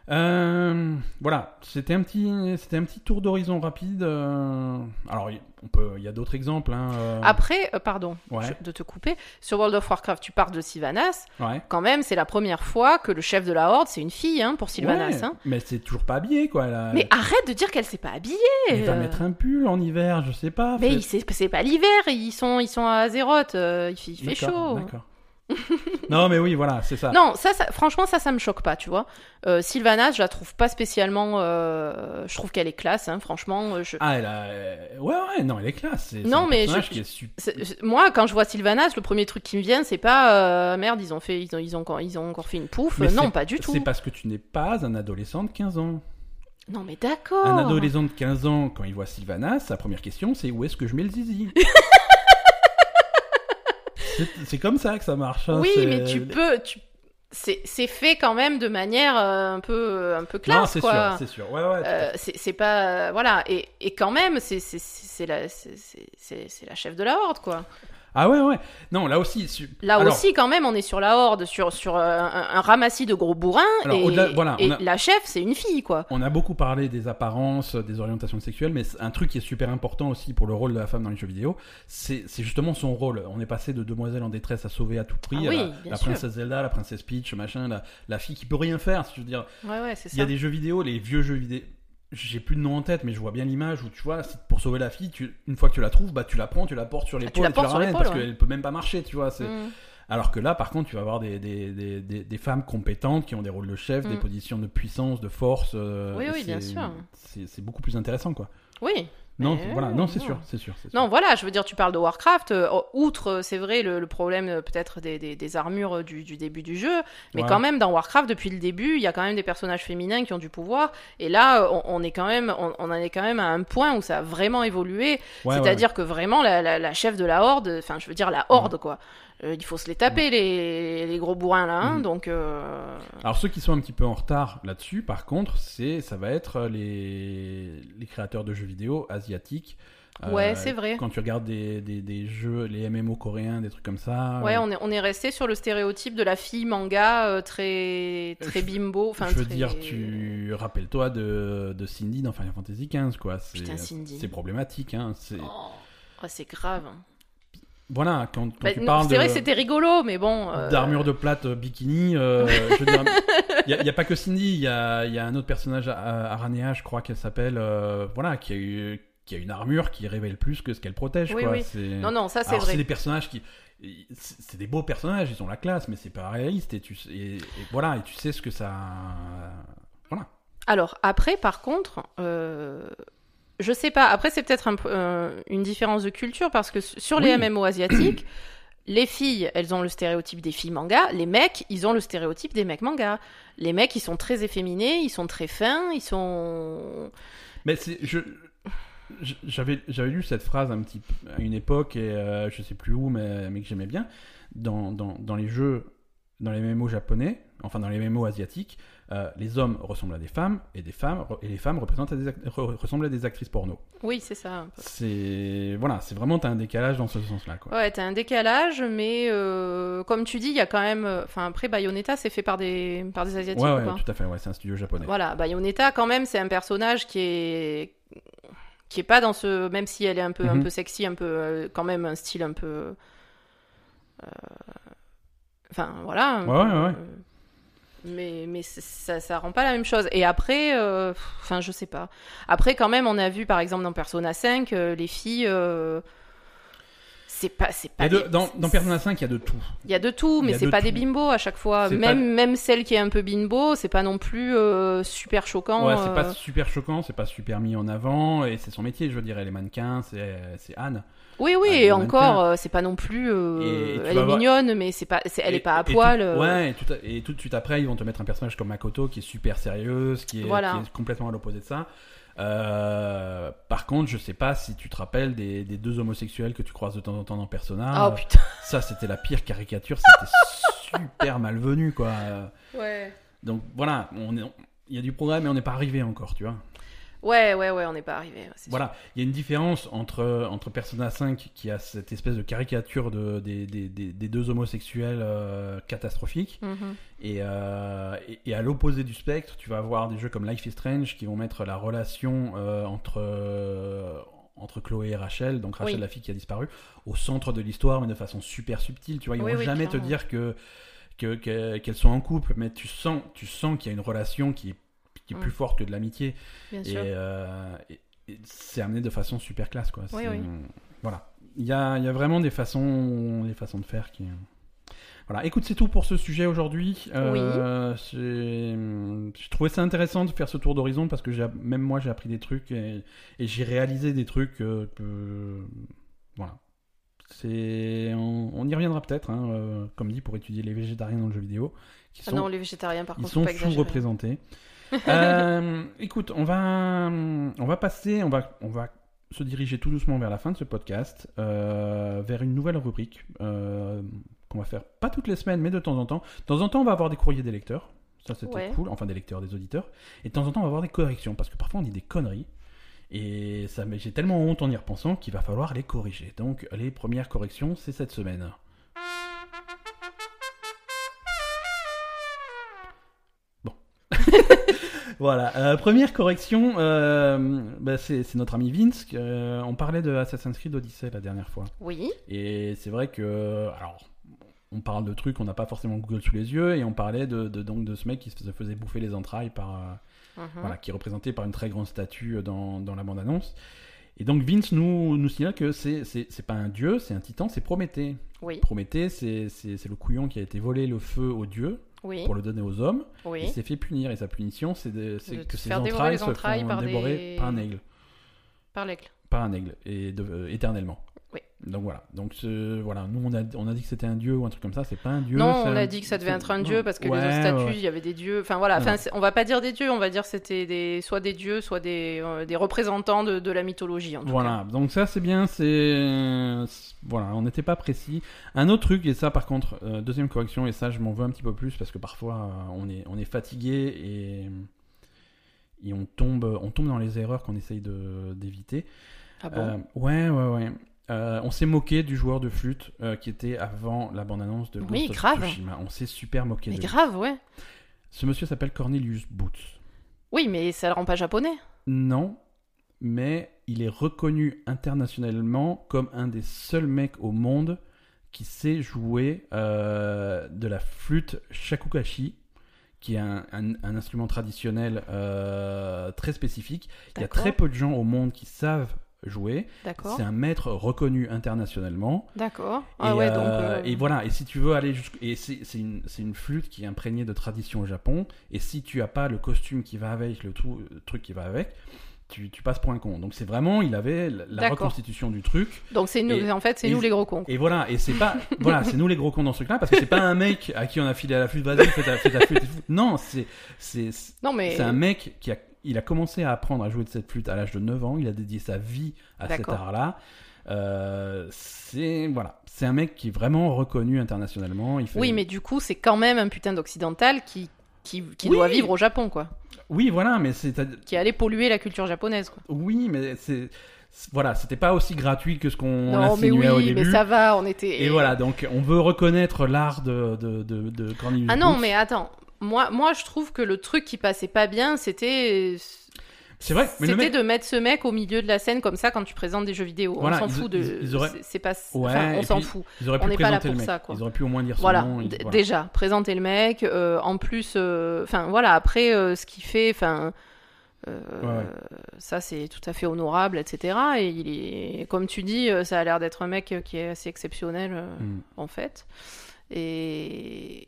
Euh, voilà, c'était un petit, c'était un petit tour d'horizon rapide. euh, Alors, il- on peut, il y a d'autres exemples. Hein, euh,
Après, euh, pardon
Ouais.
je- de te couper, sur World of Warcraft, tu parles de Sylvanas.
ouais.
Quand même, c'est la première fois que le chef de la Horde, c'est une fille hein, pour Sylvanas.
Ouais,
hein.
Mais c'est toujours pas habillé quoi. elle a-
Mais arrête de dire qu'elle s'est pas habillée.
elle va
euh.
mettre un pull en hiver, je sais pas.
Mais
fait-
il- c'est c'est pas l'hiver, ils sont, ils sont à Azeroth, euh, il fait, il fait
D'accord,
chaud.
D'accord. non, mais oui, voilà, c'est ça.
Non, ça, ça- franchement, ça, ça me choque pas, tu vois. Euh, Sylvana, je la trouve pas spécialement. euh, je trouve qu'elle est classe, hein, franchement. euh, je-
Ah, elle a. euh, Ouais, ouais, non, elle est classe. C'est
Non,
non,
mais
mais personnage
je-
qui est super.
c'est- c'est- Moi, quand je vois Sylvana, le premier truc qui me vient, c'est pas euh, merde, ils ont fait, ils ont, ils ont, encore- ils ont encore fait une pouffe.
Mais
non,
c'est-
pas du tout.
C'est parce que tu n'es pas un adolescent de 15 ans.
Non, mais d'accord.
Un adolescent de 15 ans, quand il voit Sylvana, sa première question, c'est où est-ce que je mets le zizi C'est- C'est comme ça que ça marche. hein,
Oui,
c'est-
mais tu peux, tu... C'est, c'est fait quand même de manière euh, un peu, un peu
Non,
classe,
c'est
quoi.
sûr, c'est sûr. Ouais, ouais.
Euh, c'est c'est pas euh, voilà et, et quand même c'est c'est- c'est c'est la c'est- c'est c'est- c'est la chef de la horde quoi
Ah ouais, ouais. Non, là aussi. su-
là
Alors,
aussi quand même on est sur la horde sur sur euh, un, un ramassis de gros bourrins
Alors, au-delà-
et,
voilà,
et
on a-
la chef c'est une fille quoi
On a beaucoup parlé des apparences, des orientations sexuelles, mais c'est un truc qui est super important aussi pour le rôle de la femme dans les jeux vidéo, c'est c'est justement son rôle. On est passé de demoiselle en détresse à sauver à tout prix,
Ah
à
oui,
la-
bien
la,
sûr.
princesse Zelda, la princesse Peach, machin, la, la fille qui peut rien faire. Je veux dire,
ouais ouais c'est
il y
ça
a des jeux vidéo, les vieux jeux vidéo. J'ai plus de nom en tête, mais je vois bien l'image où tu vois, c'est pour sauver la fille, tu, une fois que tu la trouves, bah tu la prends, tu la portes sur
Ah, la
l'épaule, et tu
portes
la
sur
ramènes
l'épaule,
parce
ouais.
qu'elle peut même pas marcher, tu vois. c'est-
Mm.
alors que là, par contre, tu vas avoir des, des, des, des, des femmes compétentes qui ont des rôles de chef, des
Mm.
positions de puissance, de force. euh,
Oui,
et
oui,
c'est-
bien sûr.
C'est c'est beaucoup plus intéressant, quoi.
oui
Non,
Mais
voilà,
ouais,
non, c'est
non.
sûr, c'est sûr. c'est sûr.
non voilà je veux dire tu parles de Warcraft euh, outre euh, c'est vrai le, le problème euh, peut-être des, des, des armures euh, du, du début du jeu mais
Ouais.
quand même dans Warcraft depuis le début il y a quand même des personnages féminins qui ont du pouvoir et là euh, on, on est quand même on, on en est quand même à un point où ça a vraiment évolué
Ouais, ouais, Mm.
C'est-à-dire que vraiment, la, la- la chef de la horde, enfin, je veux dire la horde, quoi. Euh, il faut se les taper, les, les gros bourrins, là, hein,
Mhm.
donc... euh,
ouais. Alors ceux qui sont un petit peu en retard là-dessus, par contre, c'est ça va être les, les créateurs de jeux vidéo asiatiques. Euh,
Ouais, c'est vrai.
Quand tu regardes des, des, des jeux, les MMO coréens, des trucs comme ça.
Ouais,
euh,
on est, on est resté sur le stéréotype de la fille manga euh, très, très
Je-
bimbo, enfin...
je veux
très-
dire, tu rappelles-toi de, de Cindy dans Final Fantasy XV, quoi. C'est-
Putain, Cindy.
C'est problématique, hein. C'est
Oh, ouais, c'est grave.
voilà quand, quand
Bah,
tu
non,
parles
c'est vrai que
de-
c'était rigolo, mais bon... euh,
d'armure de plate euh, bikini. euh, je veux dire, Il n'y a, pas que Cindy, il y a, il y a un autre personnage, à- à- Aranea, je crois qu'elle s'appelle, euh, voilà, qui a, eu, qui a une armure qui révèle plus que ce qu'elle protège.
Oui,
quoi.
oui.
C'est-
Non, non, ça, Ah, c'est
Alors,
vrai.
c'est des personnages qui. C'est c'est des beaux personnages, ils ont la classe, mais c'est pas réaliste. Et, tu, sais- et, et voilà, et tu sais ce que ça.
Alors après, par contre, euh, je sais pas. Après, c'est peut-être un p- euh, une différence de culture parce que s- sur les
Oui.
MMO asiatiques, les filles, elles ont le stéréotype des filles manga. Les mecs, ils ont le stéréotype des mecs manga. Les mecs, ils sont très efféminés, ils sont très fins, ils sont.
Mais c'est. Je... je- J'avais, j'avais lu cette phrase un petit, peu- à une époque, et euh, je sais plus où, mais, mais que j'aimais bien, dans, dans, dans les jeux, dans les MMO japonais, enfin dans les MMO asiatiques, euh, les hommes ressemblent à des femmes, et, des femmes, et les femmes représentent à des act- re- ressemblent à des actrices porno.
Oui, c'est ça. un peu.
C'est, voilà, c'est vraiment, t'as un décalage dans ce sens-là. Quoi.
Ouais, t'as un décalage, mais euh, comme tu dis, il y a quand même. euh, Enfin, après, Bayonetta, c'est fait par des par des asiatiques.
Ouais,
ou
ouais,
pas
tout à fait, ouais, c'est un studio japonais.
Voilà, Bayonetta quand même, c'est un personnage qui est qui est pas dans ce même si elle est un peu un
Mhm.
peu sexy, un peu euh, quand même un style un peu euh, enfin voilà. un
Ouais, ouais, ouais.
euh, Mais, mais c'est- ça, ça rend pas la même chose. Et après, euh, pff, enfin, je sais pas. Après, quand même, on a vu par exemple dans Persona 5, euh, les filles, euh, c'est pas.
Il
c'est
y
pas
a de-
des-
dans, dans Persona 5, il y a de tout.
il y a de tout,
Il y
mais
a
c'est
de
pas
tout.
des bimbos à chaque fois.
C'est
Même,
pas-
même celle qui est un peu bimbo, c'est pas non plus euh, super choquant.
ouais, c'est
euh.
pas super choquant, c'est pas super mis en avant, et c'est son métier, je veux dire, elle est mannequin, c'est, euh, c'est Anne.
Oui, oui,
Ah,
et
le
encore,
mannequin.
euh, c'est pas non plus. euh,
Et- et tu
elle
vas
est
voir-
mignonne, mais c'est pas, c'est- elle
Et-
est pas à
et tout-
poil. euh.
ouais, et tout, à- et tout de suite après, ils vont te mettre un personnage comme Makoto qui est super sérieuse, qui est,
Voilà.
qui est complètement à l'opposé de ça. Euh, par contre, je sais pas si tu te rappelles des, des deux homosexuels que tu croises de temps en temps dans Persona.
Oh putain.
ça, c'était la pire caricature, c'était super malvenu, quoi. Euh,
Ouais.
Donc voilà, on est- on- il y a du progrès, mais on n'est pas arrivé encore, tu vois.
Ouais, ouais, ouais, on n'est pas arrivé. ouais, c'est
Voilà, il y a une différence entre, entre Persona 5 qui a cette espèce de caricature de, des, des- des- des deux homosexuels euh, catastrophiques.
sûr. Mhm.
Et, euh, et, et à l'opposé du spectre, tu vas avoir des jeux comme Life is Strange qui vont mettre la relation euh, entre, euh, entre Chloé et Rachel, donc Rachel
Oui.
la fille qui a disparu, au centre de l'histoire, mais de façon super subtile. Tu vois, ils
Oui,
vont
oui,
jamais te
clairement.
dire que que- que- qu'elles sont en couple, mais tu sens, tu sens qu'il y a une relation qui est, qui est plus
Mm.
forte que de l'amitié.
Bien
Et,
sûr.
euh, et- et c'est amené de façon super classe, quoi.
Oui,
C'est-
oui.
Voilà. Il y a, il y a vraiment des façons, des façons de faire qui. Voilà, écoute, c'est tout pour ce sujet aujourd'hui. Euh, J'ai j'ai trouvé ça intéressant de faire ce tour d'horizon parce que j'ai- même moi j'ai appris des trucs et, et j'ai réalisé des trucs euh, que. Voilà. C'est, on, on y reviendra peut-être, hein, euh, comme dit, pour étudier les végétariens dans le jeu vidéo. Qui
Ah
sont
non, les végétariens, par
ils
contre,
sont
faut pas exagérer.
sous-représentés. Euh, écoute, on va, on va passer, on va, on va se diriger tout doucement vers la fin de ce podcast, euh, vers une nouvelle rubrique euh, qu'on va faire pas toutes les semaines, mais de temps en temps. De temps en temps, on va avoir des courriers des lecteurs. Ça, c'était
Ouais.
cool. Enfin, des lecteurs, des auditeurs. Et de temps en temps, on va avoir des corrections parce que parfois, on dit des conneries. Et ça, m'est- j'ai tellement honte en y repensant qu'il va falloir les corriger. Donc, les premières corrections, c'est cette semaine. Voilà, Euh, première correction, euh, bah, c'est c'est notre ami Vince. euh, on parlait de Assassin's Creed Odyssey la dernière fois.
Oui,
Et c'est vrai que. Alors, on parle de trucs, on n'a pas forcément Google sous les yeux, et on parlait de, de- donc, de ce mec qui se faisait bouffer les entrailles par. euh,
mhm.
voilà, qui est représenté par une très grande statue euh, dans, dans la bande-annonce. Et donc Vince nous, nous signale que c'est- c'est c'est pas un dieu, c'est un titan, c'est Prométhée.
oui,
Prométhée, c'est c'est- c'est le couillon qui a été volé le feu aux dieux
oui,
pour le donner aux hommes. Il
oui.
s'est fait punir et sa punition, c'est de- c'est
De
que
te
ses
faire dévorer
entrailles
les
se
entrailles
font
par
dévorer
des-
par un aigle,
Par l'aigle.
par un aigle et de- euh, éternellement.
Oui.
Donc voilà. Donc ce- voilà, nous on a, on a dit que c'était un dieu ou un truc comme ça, c'est pas un dieu.
non,
c'est
on
un-
a dit que ça devait
c'est-
être un
non.
dieu parce que
Ouais,
les autres
ouais,
statues,
ouais.
il y avait des dieux. Enfin voilà,
Non,
enfin,
non.
c'est- on va pas dire des dieux, on va dire c'était des soit des dieux, soit des, euh, des représentants de, de la mythologie en tout cas.
Voilà, donc ça c'est bien, c'est... c'est- Voilà, on n'était pas précis. Un autre truc, et ça par contre, euh, deuxième correction, et ça je m'en veux un petit peu plus parce que parfois euh, on, est, on est fatigué et, et on, tombe, on tombe dans les erreurs qu'on essaye de- d'éviter.
Ah bon
Euh, ouais, ouais, ouais. Euh, on s'est moqué du joueur de flûte euh, qui était avant la bande-annonce de
Oui,
Ghost of
grave.
Tsushima. On s'est super moqué
Mais
de lui.
grave, ouais.
Ce monsieur s'appelle Cornelius Boots.
Oui, mais ça le rend pas japonais.
Non, mais il est reconnu internationalement comme un des seuls mecs au monde qui sait jouer euh, de la flûte shakuhachi, qui est un, un- un instrument traditionnel euh, très spécifique. Il y a
D'accord.
très peu de gens au monde qui savent jouer.
D'accord.
C'est un maître reconnu internationalement.
D'accord. Ah
et,
ouais, donc.
euh,
euh,
et voilà, et si tu veux aller jusqu'au... Et c'est c'est une, c'est une flûte qui est imprégnée de tradition au Japon, et si tu as pas le costume qui va avec, le, tout, le truc qui va avec, tu, tu passes pour un con. Donc c'est vraiment, il avait la- la
D'accord.
reconstitution du truc,
Donc c'est nous,
et-
en fait, c'est
et-
nous les gros cons.
et voilà, et c'est pas... voilà, c'est nous les gros cons dans ce truc-là, parce que c'est pas un mec à qui on a filé à la flûte, vas-y, fais ta, fais ta flûte. et tout. Non, c'est... c'est- c'est-
Non mais.
c'est un mec qui a, il a commencé à apprendre à jouer de cette flûte à l'âge de 9 ans. Il a dédié sa vie à cet
D'accord.
art-là. Euh, c'est voilà, c'est un mec qui est vraiment reconnu internationalement. Il fait...
Oui, mais du coup, c'est quand même un putain d'occidental qui, qui, qui
Oui.
doit vivre au Japon, quoi.
oui, voilà, mais c'est
Qui allait polluer la culture japonaise, quoi.
oui, mais c'est c'est- voilà, c'était pas aussi gratuit que ce qu'on
non, mais oui,
insinuait au début.
mais ça va, on était.
Et voilà, donc on veut reconnaître l'art de de de, de Cornelius
Ah non,
Booth.
mais attends. Moi, moi, je trouve que le truc qui passait pas bien, c'était.
c'est vrai. Mais le
C'était
mec,
de mettre ce mec au milieu de la scène comme ça quand tu présentes des jeux vidéo.
Voilà,
on s'en
ils-
fout de.
ils- ils auraient-
c'est- C'est pas.
Ouais,
enfin, on
et
s'en
puis-
fout.
ils auraient pu
on n'est pas là
présenter le
pour
mec.
ça, quoi.
Ils auraient pu au moins dire son
Voilà,
nom. il-
d-
voilà.
déjà, présenter le mec. euh, en plus, euh, enfin voilà, après euh, ce qu'il fait, enfin. euh,
Ouais.
Ça, c'est tout à fait honorable, etc. Et il est, comme tu dis, euh, ça a l'air d'être un mec qui est assez exceptionnel euh,
Mm.
en fait. Et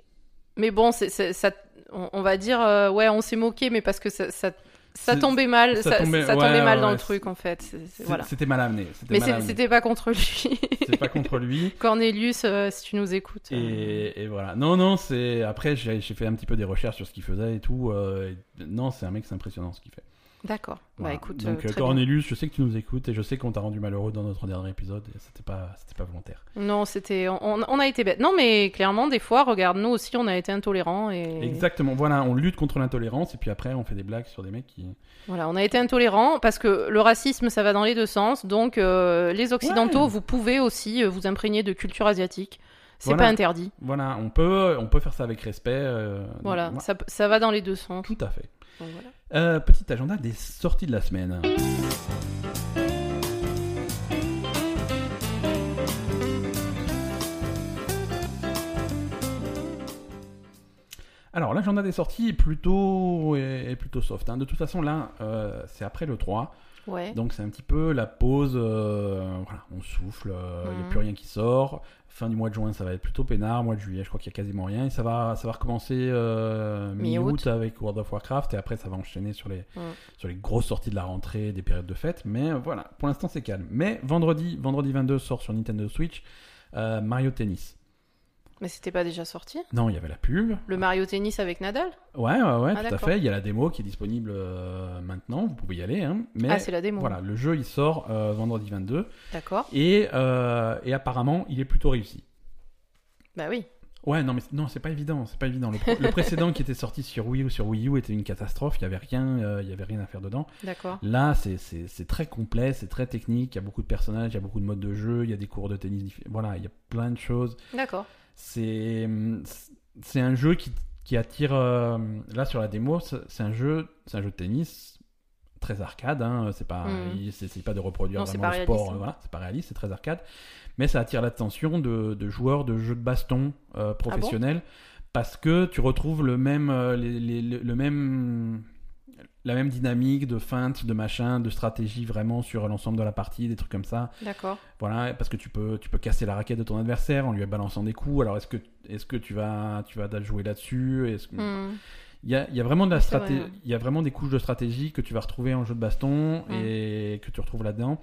mais bon, c'est c'est- ça, on, on va dire euh, ouais, on s'est moqué, mais parce que ça, ça, ça
C'est-
tombait mal,
ça
ça,
tombait-
ça
ouais,
tombait mal
ouais,
dans
ouais,
le truc en fait. C'est- c'est-
C'est-
voilà.
C'était mal amené. C'était
Mais
mal
c'est-
amené.
c'était pas contre lui.
C'était pas contre lui.
Cornelius, euh, si tu nous écoutes. euh,
Et, et voilà. Non, non, c'est. Après, j'ai j'ai fait un petit peu des recherches sur ce qu'il faisait et tout. euh, et- Non, c'est un mec, c'est impressionnant ce qu'il fait.
D'accord.
Voilà.
Bah écoute, euh,
Donc,
très bien.
Cornelius, je sais que tu nous écoutes et je sais qu'on t'a rendu malheureux dans notre dernier épisode. et C'était pas, c'était pas volontaire.
Non, c'était, on, on a été bête. Non, mais clairement, des fois, regarde, nous aussi, on a été intolérants et
Exactement. Voilà, on lutte contre l'intolérance et puis après, on fait des blagues sur des mecs qui.
voilà, on a été intolérants parce que le racisme, ça va dans les deux sens. Donc, euh, les occidentaux,
Ouais.
vous pouvez aussi euh, vous imprégner de culture asiatique. C'est
Voilà.
pas interdit.
Voilà, on peut, on peut faire ça avec respect. euh,
Voilà,
donc,
ça, ça va dans les deux sens.
Tout à fait.
Donc, voilà.
Euh, petit agenda des sorties de la semaine. Alors, l'agenda des sorties est plutôt, est, est plutôt soft. hein. De toute façon, là, euh, c'est après le 3.
Ouais.
Donc, c'est un petit peu la pause. euh, voilà, on souffle, il n'y
Mhm.
a plus rien qui sort. Fin du mois de juin, ça va être plutôt peinard. Mois de juillet, je crois qu'il n'y a quasiment rien. Et ça va, ça va recommencer euh,
Mi-août.
mi-août avec World of Warcraft. Et après, ça va enchaîner sur les,
Mhm.
sur les grosses sorties de la rentrée, des périodes de fête. Mais euh, voilà, pour l'instant, c'est calme. Mais vendredi, vendredi 22 sort sur Nintendo Switch euh, Mario Tennis.
Mais c'était pas déjà sorti
Non, il y avait la pub.
Le Mario Tennis avec Nadal
Ouais, ouais, ouais, tout à
Ah, d'accord.
fait. Il y a la démo qui est disponible euh, maintenant. Vous pouvez y aller. hein. Mais
Ah, c'est la démo.
voilà, le jeu il sort euh, vendredi 22
D'accord.
et, euh, et apparemment il est plutôt réussi.
Bah oui.
Ouais, non, mais c'est- non, c'est pas évident, c'est pas évident. Le, pro- le précédent qui était sorti sur Wii ou sur Wii U était une catastrophe. Il y avait rien, euh, il y avait rien à faire dedans.
D'accord.
Là, c'est- c'est c'est très complet, c'est très technique. Il y a beaucoup de personnages, il y a beaucoup de modes de jeu, il y a des cours de tennis. diffé- Voilà, il y a plein de choses.
D'accord.
c'est hum, c'est un jeu qui, qui attire euh, là sur la démo c'est c'est un jeu c'est un jeu de tennis très arcade hein, c'est pas
Mhm.
il s'essaye pas de reproduire
Non, c'est
vraiment
pas
le
réaliste,
sport
hein.
euh, voilà c'est pas réaliste c'est très arcade mais ça attire l'attention de, de joueurs de jeux de baston
Ah
euh, professionnels parce que tu retrouves le même euh, les- les- le- le même la même dynamique de feinte, de machin, de stratégie vraiment sur l'ensemble de la partie, des trucs comme ça.
D'accord.
Voilà, parce que tu peux, tu peux casser la raquette de ton adversaire en lui balançant des coups. Alors est-ce que, est-ce que tu vas, tu vas jouer là-dessus Est-ce que-
Hmm.
Il y, a, il y a vraiment de la
Oui, c'est vrai,
straté-
ouais.
il y a vraiment des couches de stratégie que tu vas retrouver en jeu de baston
Mm.
et que tu retrouves là-dedans.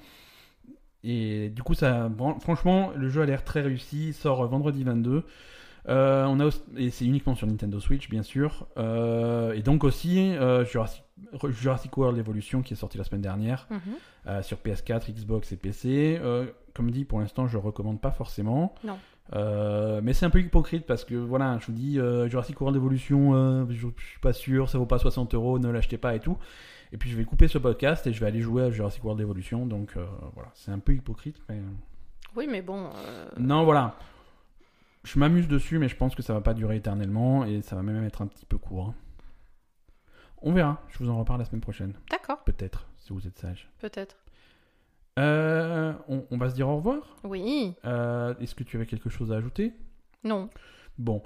Et du coup, ça, bran- franchement, le jeu a l'air très réussi. Il sort vendredi 22. Euh, on a aussi- et c'est uniquement sur Nintendo Switch, bien sûr. Euh, et donc aussi euh, Jurassic, Jurassic World Evolution qui est sorti la semaine dernière
Mhm.
euh, sur PS4, Xbox et PC. Euh, comme dit, pour l'instant, je recommande pas forcément.
Non.
Euh, mais c'est un peu hypocrite parce que voilà, je vous dis euh, Jurassic World Evolution, euh, je, je suis pas sûr, ça vaut pas 60 euros, ne l'achetez pas et tout. Et puis je vais couper ce podcast et je vais aller jouer à Jurassic World Evolution, donc euh, voilà, c'est un peu hypocrite. Mais... euh,
Oui, mais bon. euh,
Non, voilà, je m'amuse dessus, mais je pense que ça va pas durer éternellement et ça va même être un petit peu court. hein. On verra, je vous en reparle la semaine prochaine,
D'accord.
peut-être, si vous êtes sage.
Peut-être.
Euh, on, on va se dire au revoir.
Oui.
Euh, Est-ce que tu avais quelque chose à ajouter
Non.
Bon,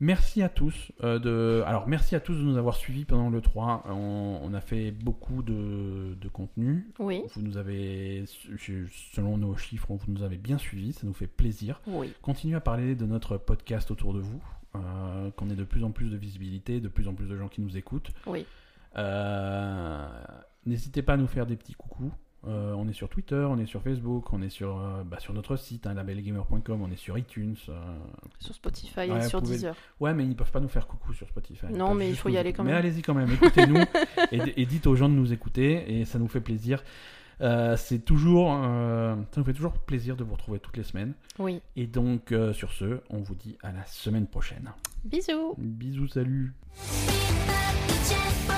merci à tous euh, de. Alors merci à tous de nous avoir suivis pendant le 3. On, on a fait beaucoup de, de contenu.
Oui.
Vous nous avez, je- selon nos chiffres, vous nous avez bien suivis. Ça nous fait plaisir.
Oui.
Continuez à parler de notre podcast autour de vous. euh, qu'on ait de plus en plus de visibilité, de plus en plus de gens qui nous écoutent.
Oui.
Euh, N'hésitez pas à nous faire des petits coucous. Euh, on est sur Twitter, on est sur Facebook, on est sur, euh, bah, sur notre site, hein, labelgamer.com, on est sur iTunes. euh.
Sur Spotify
Ouais,
et sur
pouvez-
Deezer.
Ouais, mais ils peuvent pas nous faire coucou sur Spotify. Ils
Non,
peuvent
mais il
juste
faut y
nous
aller
écouter.
quand
Mais
même.
allez-y quand même, écoutez-nous et, d- et dites aux gens de nous écouter et ça nous fait plaisir. Euh, C'est toujours, euh, ça nous fait toujours plaisir de vous retrouver toutes les semaines.
Oui.
Et donc, euh, sur ce, on vous dit à la semaine prochaine.
Bisous.
Bisous, salut
Beat up the chest,